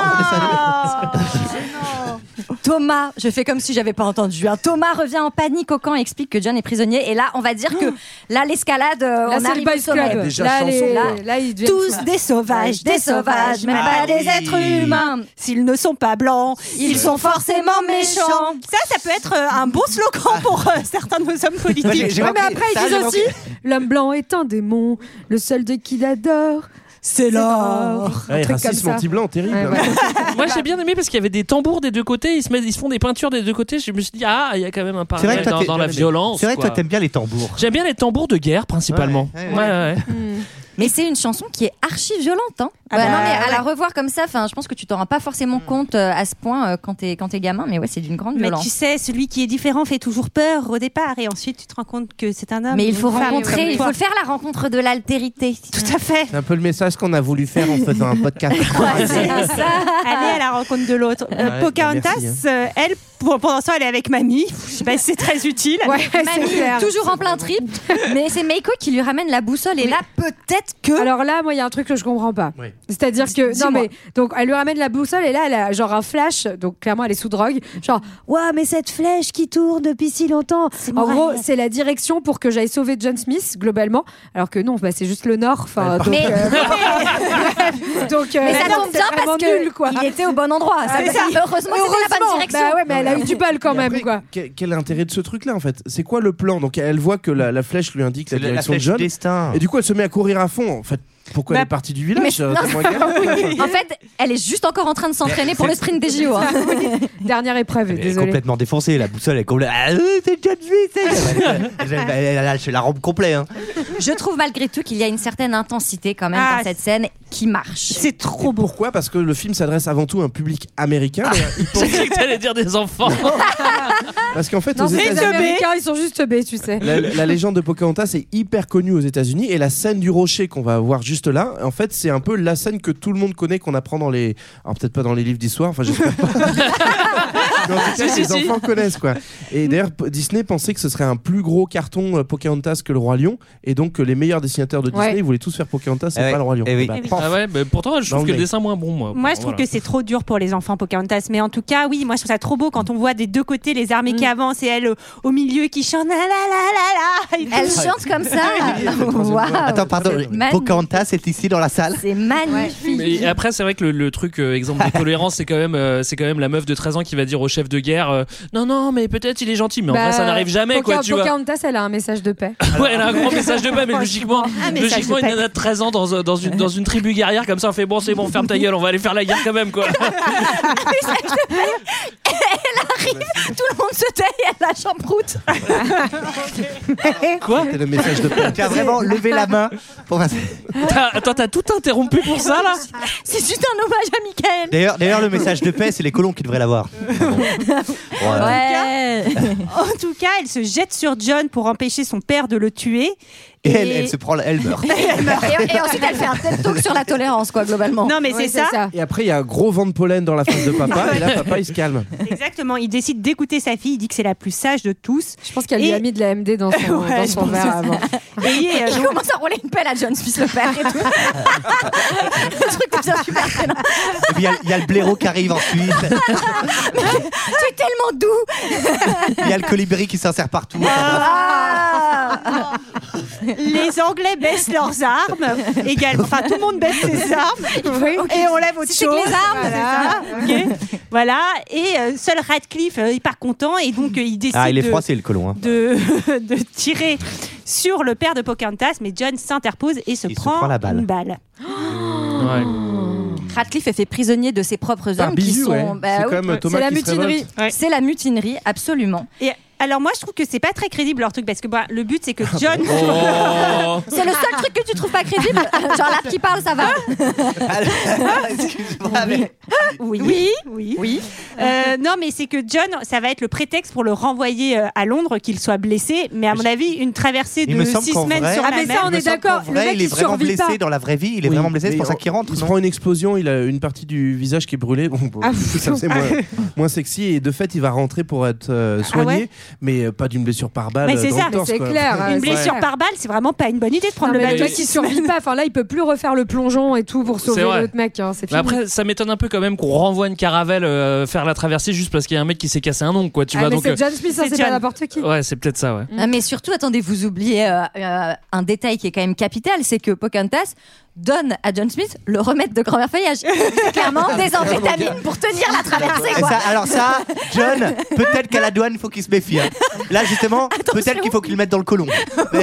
S1: Thomas, je fais comme si j'avais pas entendu. hein. Thomas revient en panique au camp et explique que John est prisonnier. Et là, on va dire que
S13: Oh.
S1: là, l'escalade,
S9: Là,
S1: euh, on
S9: c'est
S1: arrive
S9: le boys
S1: au sommet.
S9: club. Ah, déjà, Là, chanson, les- quoi. là, ils deviennent
S13: Tous
S9: sauvages.
S13: des sauvages, des sauvages, mais
S1: Ah
S13: pas
S1: oui.
S13: des êtres humains. S'ils ne sont pas blancs, ils, sont forcément méchants. Ça, ça peut être euh, un bon slogan pour euh, certains de nos hommes politiques.
S9: Ouais, mais après, ils disent aussi l'homme blanc est un démon, le seul de qui l'adore, c'est l'or. Un
S12: Ouais,
S9: truc
S12: racisme
S9: comme ça.
S12: anti-blanc, terrible.
S9: Ouais,
S12: hein.
S6: Moi j'ai bien aimé parce qu'il y avait des tambours des deux côtés, ils se, mettent- ils se font des peintures des deux côtés. Je me suis dit, ah, il y a quand même un
S14: C'est vrai
S6: parallèle
S14: que toi,
S6: dans,
S14: t'es-
S6: dans la violence.
S14: C'est vrai que toi,
S6: quoi.
S14: t'aimes bien les tambours.
S6: J'aime bien les tambours de guerre principalement.
S14: Ouais,
S6: Ouais, ouais.
S13: Hmm.
S1: Mais c'est une chanson qui est archi violente. Hein.
S13: Ah bah,
S1: Bah non, mais à
S13: ouais.
S1: la revoir comme ça, 'fin, je pense que tu t'en rends pas forcément compte euh, à ce point euh, quand t'es quand t'es gamin. Mais ouais, c'est d'une grande
S13: Mais
S1: violence.
S13: tu sais, celui qui est différent fait toujours peur au départ et ensuite tu te rends compte que c'est un homme.
S1: Mais il
S13: ou
S1: faut
S13: une femme
S1: rencontrer,
S13: comme
S1: il
S13: toi.
S1: faut faire la rencontre de l'altérité.
S13: Tout à fait.
S12: C'est un peu le message qu'on a voulu faire en faisant un podcast.
S13: Aller à la rencontre de l'autre. Euh,
S12: Ouais, bah,
S13: Pocahontas,
S12: merci,
S13: euh, elle, pour- pendant ce temps, elle est avec mamie. Je sais pas si c'est très utile.
S1: Ouais, Mamie, toujours en plein trip, mais c'est Meiko qui lui ramène la boussole et là peut-être que.
S9: Alors là, moi, il y a un truc que je comprends pas. C'est-à-dire que non
S1: dis-moi.
S9: mais donc elle lui ramène la boussole et là elle a genre un flash donc clairement elle est sous drogue genre ouais mais cette flèche qui tourne depuis si longtemps en
S13: moi,
S9: gros
S13: elle.
S9: c'est la direction pour que j'aille sauver John Smith globalement alors que non bah, c'est juste le nord enfin donc,
S1: Mais-
S9: euh, bref. donc euh,
S1: Mais ça
S9: non,
S1: tombe
S9: c'est
S1: bien parce
S9: vraiment
S1: que
S9: nul, quoi.
S1: il était au bon endroit. Ça-
S9: Ah, c'est ça.
S1: Heureusement, c'était la bonne
S9: Heureusement.
S1: direction.
S9: Bah ouais, mais elle a eu du bal quand
S12: Et
S9: même
S12: après,
S9: quoi.
S12: que- Quel, intérêt de ce truc-là en fait C'est quoi le plan Donc elle voit que la, la flèche lui indique la
S14: la- la
S12: direction
S14: flèche
S12: de John.
S14: du destin.
S12: Et du coup elle se met à courir à fond. En fait, pourquoi
S1: Bah,
S12: elle est partie du village euh,
S1: Non,
S12: tellement elle galère
S1: en fait, elle est juste encore en train de s'entraîner pour le sprint des JO. hein.
S9: Dernière épreuve,
S14: Elle est
S9: désolé.
S14: complètement défoncée, la boussole elle est complètement. Ah, euh, c'est John Smith, c'est- Elle- elle- Elle a lâché la rampe complète. hein.
S1: Je trouve malgré tout qu'il y a une certaine intensité quand même
S13: Ah,
S1: dans cette scène qui marche.
S13: C'est trop
S12: beau. Pourquoi Parce que le film s'adresse avant tout à un public
S14: Ah.
S12: américain. mais il pense-
S6: J'ai cru que t'allais dire des enfants.
S12: Parce qu'en fait,
S9: Non,
S12: aux
S9: c'est les
S12: États-Unis-
S9: Américains, ils sont juste teubés, tu sais.
S12: La, la légende de Pocahontas est hyper connue aux États-Unis et la scène du rocher qu'on va voir juste là, en fait, c'est un peu la scène que tout le monde connaît, qu'on apprend dans les, alors peut-être pas dans les livres d'histoire, enfin j'espère pas. Mais en tout cas,
S6: Si, si,
S12: les
S6: si.
S12: enfants connaissent quoi. Et d'ailleurs, P- Disney pensait que ce serait un plus gros carton euh, Pocahontas que le Roi Lion, et donc euh, les meilleurs dessinateurs de Disney
S13: Ouais.
S12: ils voulaient tous faire Pocahontas et
S14: Eh
S12: pas
S14: oui.
S12: le Roi Lion.
S14: Eh oui.
S12: Et bah,
S13: Eh oui.
S12: paf.
S6: Ah ouais, mais pourtant je
S12: Dans
S6: trouve
S12: le
S6: que le
S12: nez.
S6: dessin moins bon moi.
S13: Moi, je trouve que c'est trop dur pour les enfants Pocahontas. Mais en tout cas, oui, moi, je trouve ça trop beau quand on voit des deux côtés les armées qui avancent et elle euh, au milieu qui chante la la la la la. et
S1: Elle
S13: tout.
S1: chante comme ça. Waouh.
S14: Attends, pardon,
S12: Ah
S1: Magnifique.
S14: Pocahontas est ici dans la salle.
S1: C'est magnifique.
S6: Mais euh, après, c'est vrai que le, le truc euh, exemple de tolérance, c'est quand même, euh, c'est quand même la meuf de 13 ans qui va dire au chef de guerre, euh, non non, mais peut-être il est gentil, mais en
S9: Bah,
S6: vrai ça n'arrive jamais quoi,
S9: Poca-
S6: tu vois.
S9: Pocahontas, elle a un message de paix.
S6: Ouais, elle a un grand message de paix, mais logiquement,
S9: Un message
S6: logiquement
S9: de
S6: une
S9: paix.
S6: nana de 13 ans dans, euh, dans, une, dans une tribu guerrière, comme ça, on fait bon, c'est bon, ferme ta gueule, on va aller faire la guerre quand même, quoi.
S1: Tout le monde se tait et elle lâche en prout.
S6: Quoi
S12: C'est le message de Pocahontas.
S14: Tu as vraiment levé la main pour passer-
S6: T'as- Attends, t'as tout interrompu pour ça, là
S1: C'est juste un hommage à Michael.
S14: D'ailleurs, d'ailleurs, le message de paix, c'est les colons qui devraient l'avoir. Voilà.
S1: Ouais.
S13: En tout cas, elle se jette sur John pour empêcher son père de le tuer.
S14: Et elle, elle se prend, la- elle meurt.
S1: Et, et ensuite, elle fait un tel talk sur la tolérance, quoi, globalement.
S13: Non, mais c'est ça.
S12: Et après, il y a un gros vent de pollen dans la face de papa, et là, papa il se calme.
S13: Exactement. Il décide d'écouter sa fille. Il dit que c'est la plus sage de tous.
S9: Je pense qu'elle lui
S13: Et-
S9: a mis de la MD dans son,
S13: Ouais,
S9: dans
S13: je
S9: son
S13: pense
S9: verre
S13: aussi.
S9: avant.
S13: Et euh,
S1: Il
S13: donc,
S1: commence à rouler une pelle à John Smith, le père. Et tout. le truc devient super gênant.
S14: Et puis, il y a- il y, a le blaireau qui arrive ensuite.
S1: Tu es tellement doux.
S14: Il y a le colibri qui s'insère partout.
S13: les Anglais baissent leurs armes également. Enfin, tout le monde baisse ses armes et on lève autre
S1: C'est
S13: chose.
S1: que les armes,
S13: voilà. Ok. Voilà. Et euh, seul Radcliffe, euh, il part content et donc euh, il décide
S14: Ah, il est
S13: de-
S14: froissé, le colon. hein.
S13: de, de tirer sur le père de Pocahontas, mais John s'interpose et se, prend,
S14: prend la balle.
S13: une balle.
S6: Ouais.
S1: Radcliffe est fait prisonnier de ses propres
S12: Par
S1: hommes qui
S12: Bizu,
S1: sont.
S12: ouais.
S1: bah
S12: C'est
S1: oui.
S12: comme, euh, Thomas
S1: C'est la
S12: qui se
S1: mutinerie.
S12: révolte.
S13: Ouais.
S1: C'est la mutinerie, absolument.
S13: Et alors moi, je trouve que c'est pas très crédible leur truc parce que bah, le but c'est que John.
S6: Oh.
S1: C'est le seul truc que tu trouves pas crédible. Genre, là qui parle, ça va.
S14: Excuse-moi, mais-
S13: Oui, oui, oui. Euh, non, mais c'est que John, ça va être le prétexte pour le renvoyer euh, à Londres, qu'il soit blessé. Mais à mon avis, une traversée
S14: Il
S13: de
S14: me semble
S13: six
S14: qu'en
S13: semaines
S14: vrai-
S13: sur
S14: Ah,
S13: la
S14: mais
S13: mer.
S9: ça, on est d'accord.
S14: En
S9: Le
S14: vrai,
S9: mec,
S14: il est
S9: il
S14: vraiment
S9: survit
S14: blessé
S9: pas.
S14: dans la vraie vie. Il est
S12: Oui,
S14: vraiment blessé, c'est
S12: mais
S14: pour ça
S12: on-
S14: qu'il rentre.
S12: Il se
S14: non
S12: prend une explosion, il a une partie du visage qui est brûlée. Bon, bon,
S9: Ah,
S12: ça
S9: pfff.
S12: c'est moins, moins sexy. Et de fait, il va rentrer pour être euh, soigné.
S13: Ah, ouais
S12: mais euh, pas d'une blessure par balle.
S13: Ah. Mais
S12: euh,
S13: c'est
S12: dans
S13: ça,
S12: le torse,
S13: c'est
S12: quoi.
S13: clair. Une blessure
S9: clair.
S13: par balle, c'est vraiment pas une bonne idée de prendre
S9: Non,
S13: le
S9: mais le
S13: bateau.
S9: mec, il survit pas. Enfin, là, il peut plus refaire le plongeon et tout pour sauver
S6: vrai.
S9: l'autre mec. hein, c'est
S6: Mais
S9: fini.
S6: après, ça m'étonne un peu quand même qu'on renvoie une caravelle euh, faire la traversée juste parce qu'il y a un mec qui s'est cassé un ongle, quoi. Tu
S9: Ah,
S6: vois,
S9: mais
S6: donc.
S9: c'est
S6: euh,
S9: John Smith, hein, c'est pas n'importe qui.
S6: Ouais, c'est peut-être ça, ouais.
S1: Ah, mais surtout, attendez, vous oubliez euh, euh, un détail qui est quand même capital, c'est que Pocahontas donne à John Smith le remède de grand-mère Fayage. C'est
S9: Ah,
S1: clairement des amphétamines pour tenir la traversée.
S14: Et
S1: quoi.
S14: ça- alors ça, John, peut-être qu'à la douane, faut qu'il se méfie. hein. Là, justement, peut-être qu'il faut qu'il le mette dans le colon.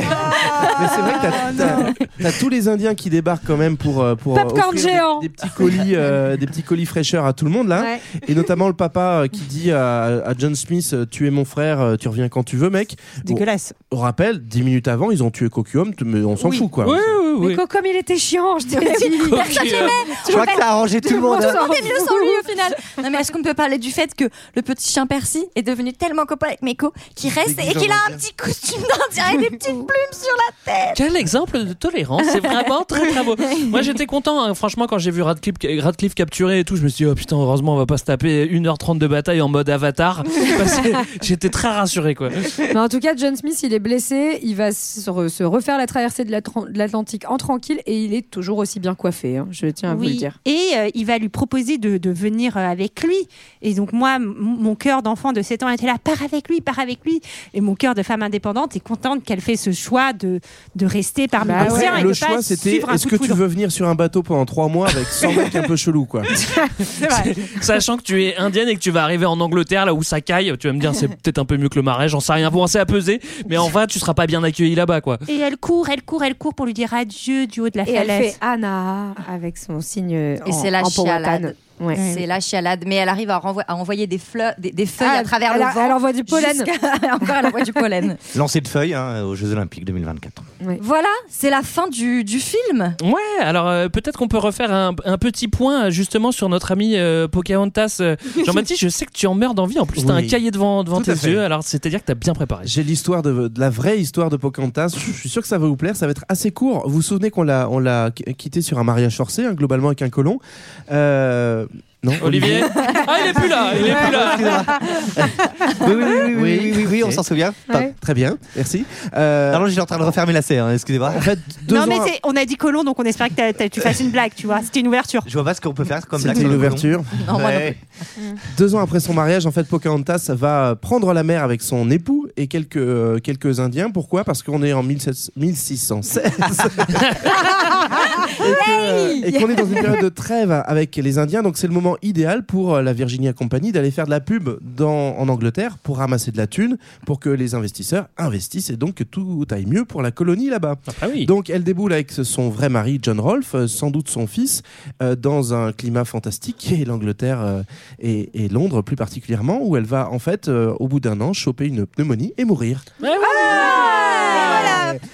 S12: Mais c'est vrai que t'as- t'as- t'as tous les Indiens qui débarquent quand même pour euh, pour euh,
S9: Popcorn
S12: offrir des-
S9: géant.
S12: Des, petits colis, euh, des petits colis fraîcheurs à tout le monde là,
S9: Ouais.
S12: et notamment le papa euh, qui dit à, à John Smith euh, "Tu es mon frère, euh, tu reviens quand tu veux, mec."
S13: Dégueulasse.
S12: On rappelle, dix minutes avant, ils ont tué Coquium, t- mais on s'en fout quoi.
S9: Mais co- comme il était chiant, je t'ai dit.
S1: Personne l'aimait.
S12: Je crois que ça a arrangé tout le monde.
S1: Tout le monde est mieux sans lui au final. Non mais est-ce qu'on peut parler du fait que le petit chien Percy est devenu tellement copain avec Meko qu'il reste et qu'il a un petit costume d'Indien et des petites plumes sur la tête
S6: Quel exemple de tolérance, c'est vraiment très très beau. Moi j'étais content, hein. franchement, quand j'ai vu Radcliffe, Radcliffe capturé et tout, je me suis dit, oh putain, heureusement, on va pas se taper 1h30 de bataille en mode avatar. Parce que j'étais très rassuré quoi.
S9: Mais en tout cas, John Smith, il est blessé. Il va se, re- se refaire la traversée de la tran- de l'Atlantique en tranquille et il est toujours aussi bien coiffé. hein, je tiens à vous le dire.
S13: Et euh, il va lui proposer de, de venir euh, avec lui. Et donc, moi, m- mon cœur d'enfant de 7 ans était là, pars avec lui, pars avec lui. Et mon cœur de femme indépendante est contente qu'elle fait ce choix de, de rester parmi les siens
S12: Bah
S13: et
S12: le
S13: de pas
S12: choix c'était
S13: suivre un
S12: est-ce
S13: coup
S12: que
S13: de
S12: tu
S13: foudre.
S12: veux venir sur un bateau pendant trois mois avec 100 mecs un peu chelous quoi
S13: C'est vrai.
S6: Sachant que tu es indienne et que tu vas arriver en Angleterre, là où ça caille, tu vas me dire c'est peut-être un peu mieux que le marais, j'en sais rien, bon, c'est à peser, mais enfin tu seras pas bien accueilli là-bas quoi.
S13: Et elle court, elle court, elle court pour lui dire adieu du haut de la
S9: Et elle
S13: falaise.
S9: fait Anna avec son signe.
S1: Et c'est la chialade.
S9: Ouais.
S1: C'est la chialade, mais elle arrive à, renvoi- à envoyer des, fleurs, des, des feuilles
S9: Ah,
S1: à travers
S9: elle
S1: le
S9: a-
S1: vent.
S9: elle envoie du pollen.
S1: jusqu'à- Encore, elle envoie du pollen.
S14: Lancer de feuilles hein, aux Jeux Olympiques 2024.
S1: Voilà, c'est la fin du, du film.
S6: Ouais, alors euh, peut-être qu'on peut refaire un, un petit point euh, justement sur notre ami euh, Pocahontas. Euh, Jean-Baptiste, je sais que tu en meurs d'envie, en plus t'as
S12: Oui.
S6: un cahier devant, devant
S12: Tout
S6: tes
S12: à fait.
S6: yeux, alors c'est-à-dire que t'as bien préparé.
S12: J'ai l'histoire de, de la vraie histoire de Pocahontas. Je suis sûr que ça va vous plaire. Ça va être assez court. Vous vous souvenez qu'on l'a on l'a qui- quitté sur un mariage forcé, hein, globalement avec un colon. Euh, non,
S6: Olivier Ah, il est plus là, il est plus là
S14: Oui, oui, oui, oui, oui, oui, oui, oui, on s'en souvient. Pas-
S12: Très bien, merci. Euh,
S14: Alors j'étais en train de refermer la serre, hein, excusez-moi. En
S12: fait,
S13: non, mais c'est- on a dit colon, donc on espère que t'as- t'as- tu fasses une blague, tu vois. C'était une ouverture.
S14: Je vois pas ce qu'on peut faire comme
S12: C'était
S14: blague sur
S12: une
S14: le colon.
S12: ouverture.
S13: Non, moi non
S14: Ouais.
S12: Deux ans après son mariage, en fait, Pocahontas va prendre la mer avec son époux et quelques, euh, quelques Indiens. Pourquoi Parce qu'on est en 1700 1616. Euh, et qu'on est dans une période de trêve avec les Indiens. Donc c'est le moment idéal pour euh, la Virginia Company d'aller faire de la pub dans, en Angleterre pour ramasser de la thune, pour que les investisseurs investissent et donc que tout aille mieux pour la colonie là-bas. Donc elle déboule avec son vrai mari John Rolfe, euh, sans doute son fils, euh, dans un climat fantastique qui est l'Angleterre euh, et, et Londres plus particulièrement, où elle va en fait, euh, au bout d'un an, choper une pneumonie et mourir.
S9: Ah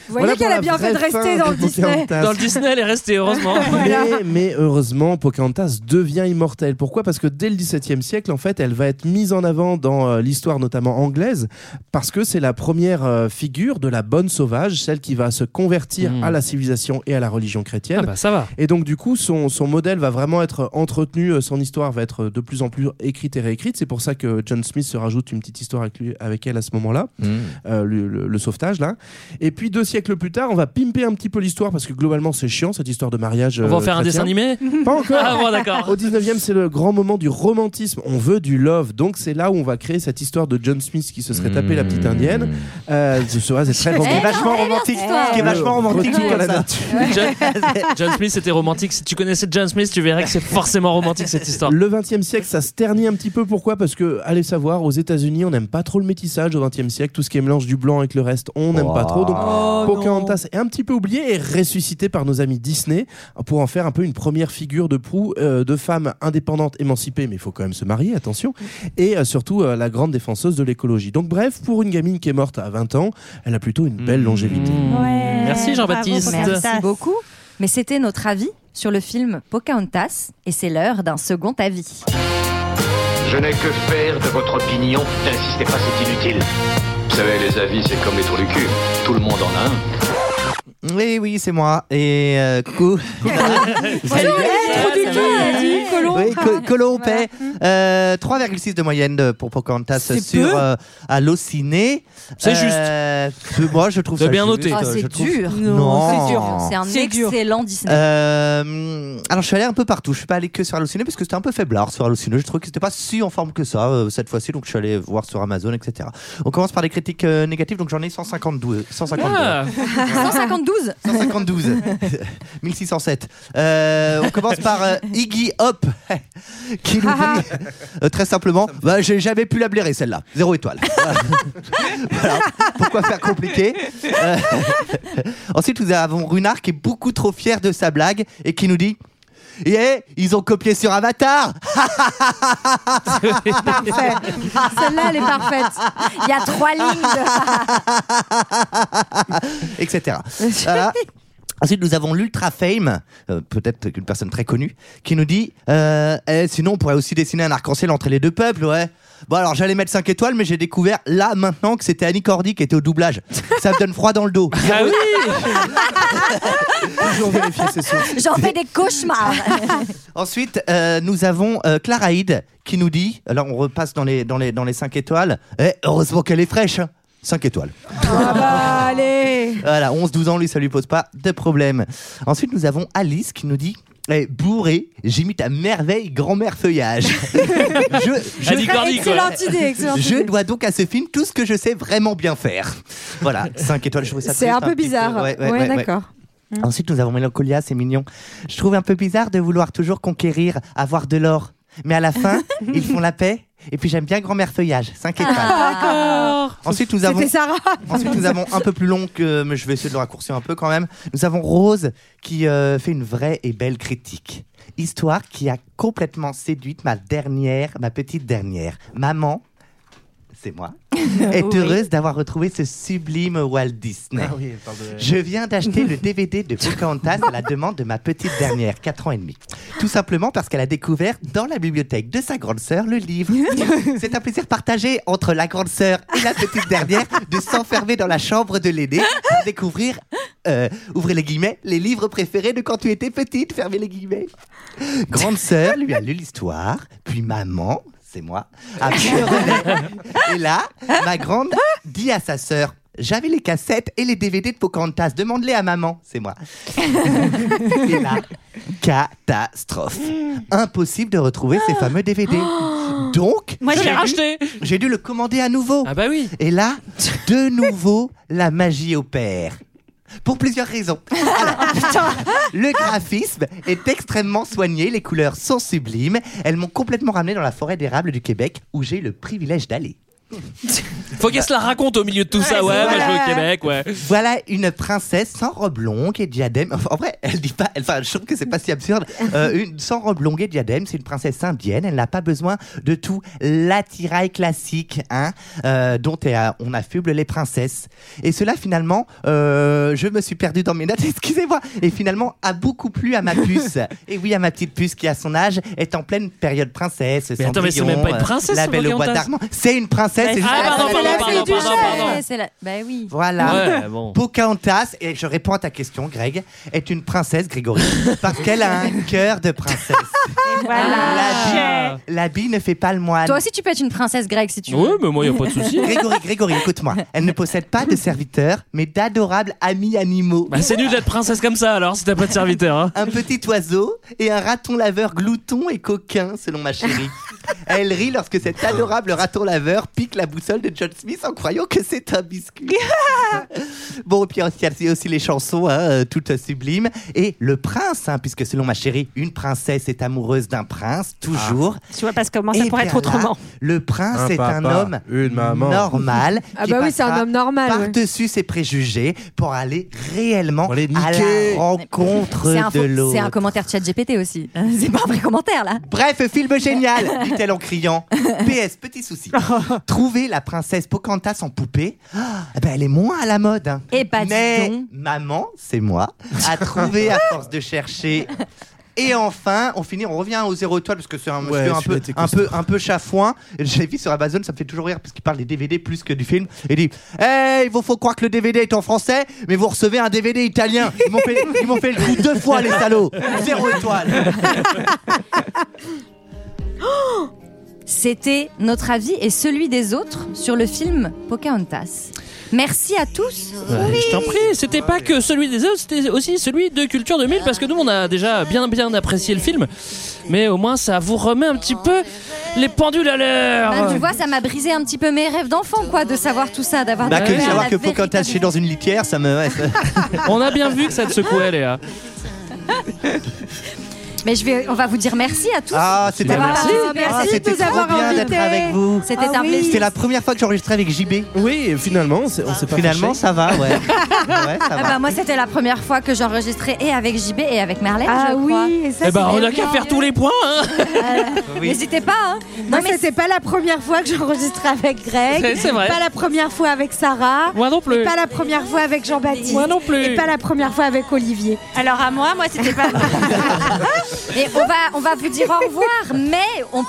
S9: Vous voyez
S12: Voilà pour
S9: qu'elle a
S12: la
S9: bien fait de
S12: vraie fin
S9: rester dans le
S12: de
S9: Disney.
S12: Pocahontas.
S6: Dans le Disney, elle est restée, heureusement.
S12: Mais, mais heureusement, Pocahontas devient immortelle. Pourquoi Parce que dès le XVIIe siècle, en fait, elle va être mise en avant dans euh, l'histoire notamment anglaise, parce que c'est la première euh, figure de la bonne sauvage, celle qui va se convertir à la civilisation et à la religion chrétienne.
S6: Mm. Ah bah, ça va.
S12: Et donc du coup, son, son modèle va vraiment être entretenu, euh, son histoire va être de plus en plus écrite et réécrite. C'est pour ça que John Smith se rajoute une petite histoire avec, lui- avec elle à ce moment-là,
S6: Mm.
S12: euh, le, le- le sauvetage là. Et puis deux siècles plus tard, on va pimper un petit peu l'histoire parce que globalement c'est chiant cette histoire de mariage.
S6: On va en
S12: euh,
S6: faire un dessin
S12: chrétien.
S6: animé
S12: Pas encore.
S6: Ah bon, d'accord.
S12: Au 19e, c'est le grand moment du romantisme. On veut du love. Donc, c'est là où on va créer cette histoire de John Smith qui se serait tapé la
S6: Hmm.
S12: petite indienne. Euh, je sais pas, c'est très
S1: Eh,
S14: Ce qui est
S12: romantique.
S14: vachement romantique. Ce qui est vachement romantique.
S12: Retour à la
S14: comme ça.
S12: nature.
S6: John, John Smith était romantique. Si tu connaissais John Smith, tu verrais que c'est forcément romantique cette histoire.
S12: Le 20e siècle, ça se ternit un petit peu. Pourquoi Parce que, allez savoir, aux États-Unis, on n'aime pas trop le métissage au 20e siècle. Tout ce qui est mélange du blanc avec le reste, on n'aime pas trop. Donc,
S6: Oh,
S12: Pocahontas est un petit peu oubliée et ressuscitée par nos amis Disney pour en faire un peu une première figure de proue euh, de femme indépendante, émancipée, mais il faut quand même se marier, attention. Et euh, surtout, euh, la grande défenseuse de l'écologie. Donc, bref, pour une gamine qui est morte à 20 ans, elle a plutôt une belle longévité.
S6: Hmm. Merci Jean-Baptiste.
S1: Merci beaucoup. Mais c'était notre avis sur le film Pocahontas et c'est l'heure d'un second avis.
S2: Je n'ai que faire de votre opinion. N'insistez pas, c'est inutile.
S5: Vous savez, les avis, c'est comme les trous du cul. Tout le monde en a un.
S14: Oui, Hmm. Eh oui, c'est moi. Et euh, coucou.
S17: Bonjour, les introducteurs, on a dit Colomb.
S14: Oui, co- Colomb on paie. Euh, 3,6 de moyenne de- pour Pocahontas
S17: C'est
S14: sur
S17: peu.
S14: euh, Allociné.
S6: C'est
S14: Euh, peu- moi, je trouve
S6: C'est
S14: ça
S6: bien
S14: juste,
S6: noté.
S1: Ah,
S14: euh, je
S1: c'est
S14: trouve-
S1: dur.
S14: Non.
S1: c'est dur. C'est un excellent Disney.
S14: Euh, alors je suis allé un peu partout. Je suis pas allé que sur Allociné parce que c'était un peu faiblard sur Allociné. Je trouvais que c'était pas si en forme que ça euh, cette fois-ci. Donc je suis allé voir sur Amazon, etc. On commence par les critiques euh, négatives. Donc j'en ai 152. 152.
S1: Ah.
S14: Euh.
S1: 152
S14: 152 1607. Euh, on commence par euh, Iggy Hop qui nous dit euh, très simplement bah, J'ai jamais pu la blairer celle-là. Zéro étoile. Voilà. Voilà. Pourquoi faire compliqué Euh, Ensuite, nous avons Runard qui est beaucoup trop fier de sa blague et qui nous dit Yeah, ils ont copié sur Avatar
S17: Parfait. Celle-là, elle est parfaite. Il y a trois lignes
S14: etc. Voilà. Ensuite, nous avons l'Ultra Fame, euh, peut-être une personne très connue, qui nous dit euh, Eh, Sinon, on pourrait aussi dessiner un arc-en-ciel entre les deux peuples, ouais. Bon, alors j'allais mettre 5 étoiles, mais j'ai découvert là, maintenant, que c'était Annie Cordy qui était au doublage. Ça me donne froid dans le dos.
S6: Ah oui
S14: Toujours vérifier ces sources.
S17: de. J'en fais des cauchemars.
S14: Ensuite, euh, nous avons euh, Claraïde qui nous dit Là, on repasse dans les, dans les, dans les 5 étoiles. Eh, heureusement qu'elle est fraîche 5 étoiles.
S17: Ah bah, allez.
S14: Voilà, 11-12 ans, lui, ça lui pose pas de problème. Ensuite, nous avons Alice qui nous dit Eh, Bourré, j'imite à merveille grand-mère feuillage. je,
S17: Annie Cordy, quoi. Excellente idée, excellente
S14: Je
S17: idée.
S14: dois donc à ce film tout ce que je sais vraiment bien faire. Voilà, 5 étoiles, je trouve ça
S9: C'est
S14: triste
S9: un peu
S14: petit
S9: bizarre.
S14: Ouais, ouais,
S9: Ouais,
S14: ouais, ouais.
S9: d'accord. Mm.
S14: Ensuite, nous avons Mélancolia, c'est mignon. Je trouve un peu bizarre de vouloir toujours conquérir, avoir de l'or. Mais à la fin, ils font la paix. Et puis j'aime bien grand-mère feuillage, 5 étoiles.
S6: Ah.
S9: D'accord.
S14: Ensuite, nous avons.
S9: Ah. C'était Sarah.
S14: Ensuite, nous avons un peu plus long que, mais je vais essayer de le raccourcir un peu quand même. Nous avons Rose qui euh, fait une vraie et belle critique. Histoire qui a complètement séduite ma dernière, ma petite dernière. Maman, c'est moi, est
S17: Oui.
S14: heureuse d'avoir retrouvé ce sublime Walt Disney.
S12: Ah oui, pardon.
S14: Je viens d'acheter le DVD de Pocahontas à la demande de ma petite dernière, 4 ans et demi. Tout simplement parce qu'elle a découvert dans la bibliothèque de sa grande sœur le livre. C'est un plaisir partagé entre la grande sœur et la petite dernière de s'enfermer dans la chambre de l'aînée pour découvrir, euh, ouvrez les guillemets, les livres préférés de quand tu étais petite, fermez les guillemets. Grande sœur lui a lu l'histoire, puis maman, c'est moi, a pris le relais. Et là, ma grande dit à sa sœur J'avais les cassettes et les DVD de Pocahontas, demande-les à maman, c'est moi. et là, catastrophe. Impossible de retrouver ces fameux DVD. Donc,
S13: Moi, je l'ai
S14: j'ai dû-
S13: racheté.
S14: J'ai dû le commander à nouveau. Ah
S6: bah oui.
S14: Et là, de nouveau, la magie opère. Pour plusieurs raisons. Alors, le graphisme est extrêmement soigné, les couleurs sont sublimes. Elles m'ont complètement ramené dans la forêt d'érable du Québec où j'ai eu le privilège d'aller.
S6: Faut qu'elle se la raconte au milieu de tout ça. Ouais, moi je vais au Québec, ouais.
S14: Voilà une princesse sans robe longue et diadème. Enfin, en vrai, elle dit pas. elle- Enfin, je trouve que c'est pas si absurde. Euh, une sans robe longue et diadème, c'est une princesse indienne. Elle n'a pas besoin de tout l'attirail classique, hein, euh, dont est, euh, on affuble les princesses. Et cela, finalement, euh, je me suis perdu dans mes notes. Excusez-moi. Et finalement, a beaucoup plu à ma puce. et oui, à ma petite puce qui, à son âge, est en pleine période princesse.
S6: Mais attends, mais c'est
S14: Cendrillon,
S6: même pas une
S14: euh,
S6: princesse,
S14: La Belle au bois
S6: Pocahontas.
S14: dormant. C'est une princesse. c'est juste
S6: Ah,
S14: la
S6: pardon,
S14: princesse.
S6: pardon, pardon, pardon, pardon.
S1: Ouais, c'est la- Bah oui.
S14: Voilà.
S6: Ah, Ouais, bon.
S14: Pocahontas, et je réponds à ta question, Greg, est une princesse, Grégory, parce qu'elle a un cœur de princesse.
S1: Voilà.
S14: L'habit ne fait pas le moine.
S1: Toi aussi, tu peux être une princesse grecque si tu veux.
S6: Ouais,
S14: bah,
S6: mais moi, y a pas de souci.
S14: Grégory, Grégory, écoute-moi. Elle ne possède pas de serviteur, mais d'adorables amis animaux.
S6: Bah, c'est nul d'être princesse comme ça alors si t'as pas de serviteur. Hein.
S14: Un petit oiseau et un raton laveur glouton et coquin, selon ma chérie. Elle rit lorsque cet adorable raton laveur pique la boussole de John Smith en croyant que c'est un biscuit. bon, et puis il y a aussi- aussi les chansons, hein, euh, toutes euh, sublimes. Et le prince, hein, puisque selon ma chérie, une princesse est amoureuse d'un prince, toujours.
S9: Ah.
S13: Tu vois, parce que comment ça
S14: Et
S13: pourrait
S14: bien
S13: être autrement
S14: là, Le prince
S12: Un
S14: est un
S12: papa,
S14: homme
S12: une maman.
S14: normal.
S9: Ah
S14: qui
S9: bah oui, c'est un
S14: passera
S9: homme normal, ouais.
S14: Par-dessus ses préjugés pour aller réellement à
S12: niquer.
S14: la rencontre
S1: C'est un,
S14: de
S1: faux- c'est un
S14: l'autre.
S1: commentaire chat GPT aussi. C'est pas un vrai commentaire là.
S14: Bref, film génial, dit-elle en criant. PS, petit souci. Trouver la princesse Pocahontas en poupée, ah, ben elle est moins à la mode. hein.
S1: Et bah dis
S14: Mais
S1: donc.
S14: maman, c'est moi, a trouvé à force de chercher Et enfin, on finit, on revient aux zéro étoile parce que c'est un monsieur
S12: Ouais, celui-là
S14: un, peu,
S12: était
S14: un, peu, un peu chafouin. J'ai vu sur Amazon, ça me fait toujours rire parce qu'il parle des DVD plus que du film. Et il dit Eh, il vous faut croire que le DVD est en français, mais vous recevez un DVD italien. Ils m'ont fait, ils m'ont fait le coup deux fois, les salauds. Zéro étoile.
S1: C'était notre avis et celui des autres sur le film Pocahontas. Merci à tous.
S6: Ouais, Je t'en prie, c'était pas que celui des autres, c'était aussi celui de Culture 2000 parce que nous on a déjà bien bien apprécié le film, mais au moins ça vous remet un petit peu les pendules à l'heure.
S1: Bah,
S14: euh,
S1: tu vois, ça m'a brisé un petit peu mes rêves d'enfant, quoi, de savoir tout ça, d'avoir
S14: Bah, que de
S1: découvert
S14: savoir
S1: la
S14: que
S1: vérité.
S14: Pocahontas chie dans une litière, ça me. ouais, ça-
S6: On a bien vu que ça te secouait, Léa.
S1: Mais je vais, on va vous dire merci à tous.
S14: Ah, c'était
S1: D'avoir
S14: merci.
S1: participé à
S14: Ah,
S1: cette-
S14: c'était trop bien d'être avec vous.
S1: C'était
S13: Ah
S1: un plaisir.
S14: C'était la première fois que j'enregistrais avec JB. Oui, et finalement, on s'est pas Finalement, ça va, ouais. ouais ça
S1: Ah
S14: va.
S1: bah, moi, c'était la première fois que j'enregistrais et avec JB et avec Marlène.
S9: Ah
S1: je
S9: oui,
S1: crois.
S9: et ça,
S6: eh ben, on
S9: c'était
S6: a qu'à
S9: bien.
S6: faire tous les points. Hein.
S14: Oui.
S1: N'hésitez pas. Hein.
S9: Non, mais c'était pas la première fois que j'enregistrais avec Greg.
S6: C'est- c'est vrai.
S9: Pas la première fois avec Sarah.
S6: Moi non plus.
S9: Et pas la première fois avec Jean-Baptiste.
S6: Moi non plus.
S9: Et pas la première fois avec Olivier.
S13: Alors à moi, moi c'était pas.
S1: Et on va, on va vous dire au revoir, mais on,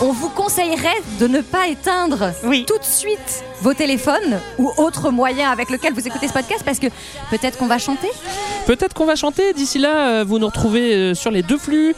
S1: on vous conseillerait de ne pas éteindre tout de suite vos téléphones ou autre moyen avec lequel vous écoutez ce podcast parce que peut-être qu'on va chanter.
S6: Peut-être qu'on va chanter. D'ici là, euh, vous nous retrouvez euh, sur les deux flux.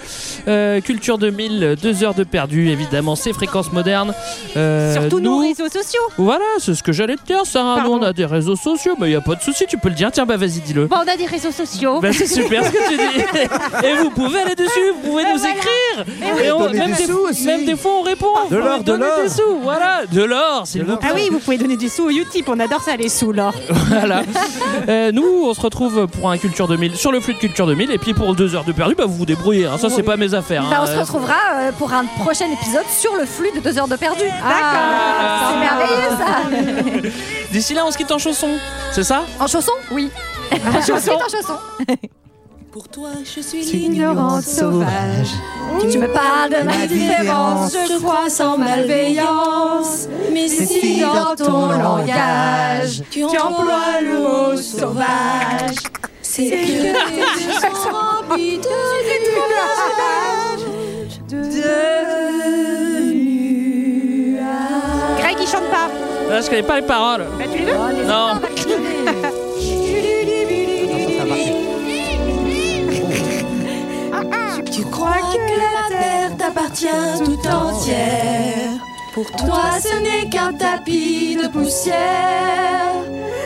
S6: Euh, Culture 2000, euh, deux heures de perdu, évidemment, c'est fréquences modernes. Euh,
S13: Surtout nos réseaux sociaux.
S6: Voilà, c'est ce que j'allais te dire, Sarah. Nous, on a des réseaux sociaux, mais il n'y a pas de souci, tu peux le dire. Tiens, bah vas-y, dis-le.
S13: Bon, on a des réseaux sociaux.
S6: Bah, c'est super ce que tu dis. Et vous pouvez aller dessus, vous pouvez nous écrire.
S13: Et oui.
S6: on-
S13: Donner
S6: même,
S13: des
S6: des
S13: sous aussi.
S6: même des fois, on répond.
S13: De l'or, de
S6: Donnez
S13: l'or.
S6: des sous, voilà. De l'or, s'il vous plaît.
S13: Ah oui, vous pouvez donner du sous au Utip, on adore ça les sous l'or.
S6: Voilà. Euh, nous, on se retrouve pour un Culture 2000 sur le flux de Culture 2000. Et puis pour deux heures de perdu, bah, vous vous débrouillez. hein. Ça, c'est pas mes affaires.
S1: Bah, on
S6: hein.
S1: se retrouvera euh, pour un prochain épisode sur le flux de 2 heures de perdu. Ah, c'est merveilleux ça.
S6: D'ici là, on se quitte en chanson. C'est ça
S1: En chanson Oui.
S6: En chanson.
S1: En chanson.
S11: Pour toi, je suis
S9: l'ignorante sauvage.
S11: Tu me parles de ma différence, je crois sans malveillance. Mais si dans ton langage, tu emploies le mot sauvage, c'est que tes yeux sont remplis de nuages. De nuages.
S13: Greg, il chante pas.
S6: Là, je connais pas les paroles.
S13: tu les veux
S6: Non.
S11: Tu crois que la terre t'appartient tout entière. Pour toi, ce n'est qu'un tapis de poussière.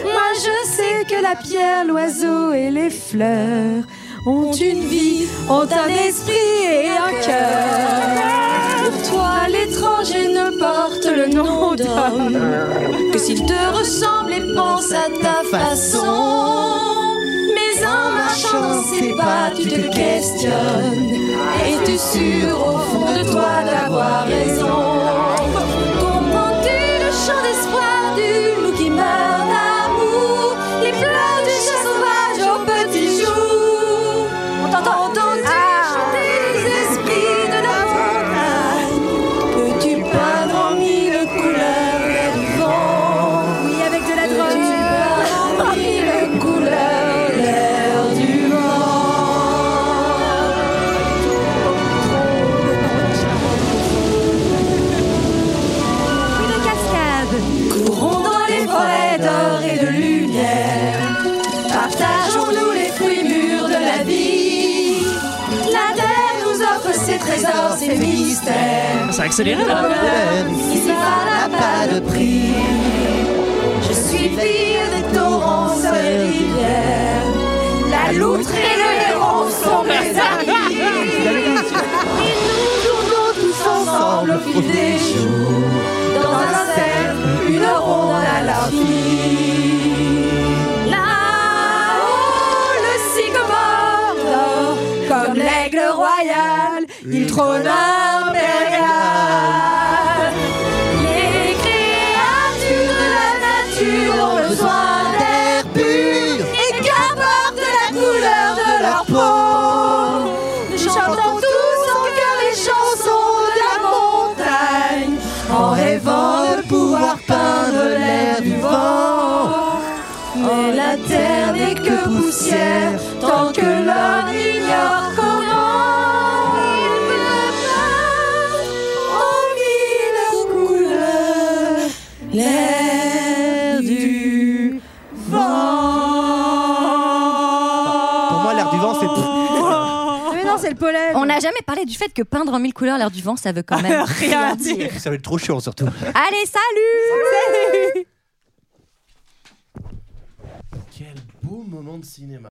S9: Moi je sais que la pierre, l'oiseau et les fleurs ont une vie, ont un esprit et un
S11: cœur. Pour toi, l'étranger ne porte le nom d'homme que s'il te ressemble et pense à ta façon. Mais en marchant dans ses pas, tu te questionnes. Es-tu sûr au fond de toi d'avoir raison Comprends-tu le chant d'espoir du loup qui meurt d'amour Les pleurs du chat sauvage au petit jour On t'entend Ah. chanter les esprits de la montagne Que tu peindre en mille couleurs l'air du vent Oui, avec de la drogue Que tu peindre en mille couleurs l'air du
S1: Une cascade.
S11: Courons dans les forêts d'or et de lumière. Partageons-nous les fruits mûrs de la vie. La terre nous offre ses trésors, ses mystères.
S6: Ça a accéléré là.
S11: Ici, ça n'a pas de prix. Je suis fille des torrents et rivières. La loutre et le héron sont mes amis. Et nous tournons tous ensemble au fil des jours. Dans un cercle, une ronde à la vie. Là-haut, oh, le sycomore dort, comme l'aigle royal, il trône impérial. Les créatures de la nature ont besoin d'air pur et qu'importe la couleur de leur peau. Nous chantons tous en cœur les chansons de la montagne en rêvant de pouvoir peindre l'air du vent. Mais la terre n'est que poussière tant que l'homme ignore comment L'air du vent.
S14: Pour moi, l'air du vent, c'est.
S1: Mais non, c'est le pollen. On n'a jamais parlé du fait que peindre en mille couleurs l'air du vent, ça veut quand même rien dire.
S14: Ça va être trop chiant, surtout.
S1: Allez, salut
S12: Quel beau moment de cinéma.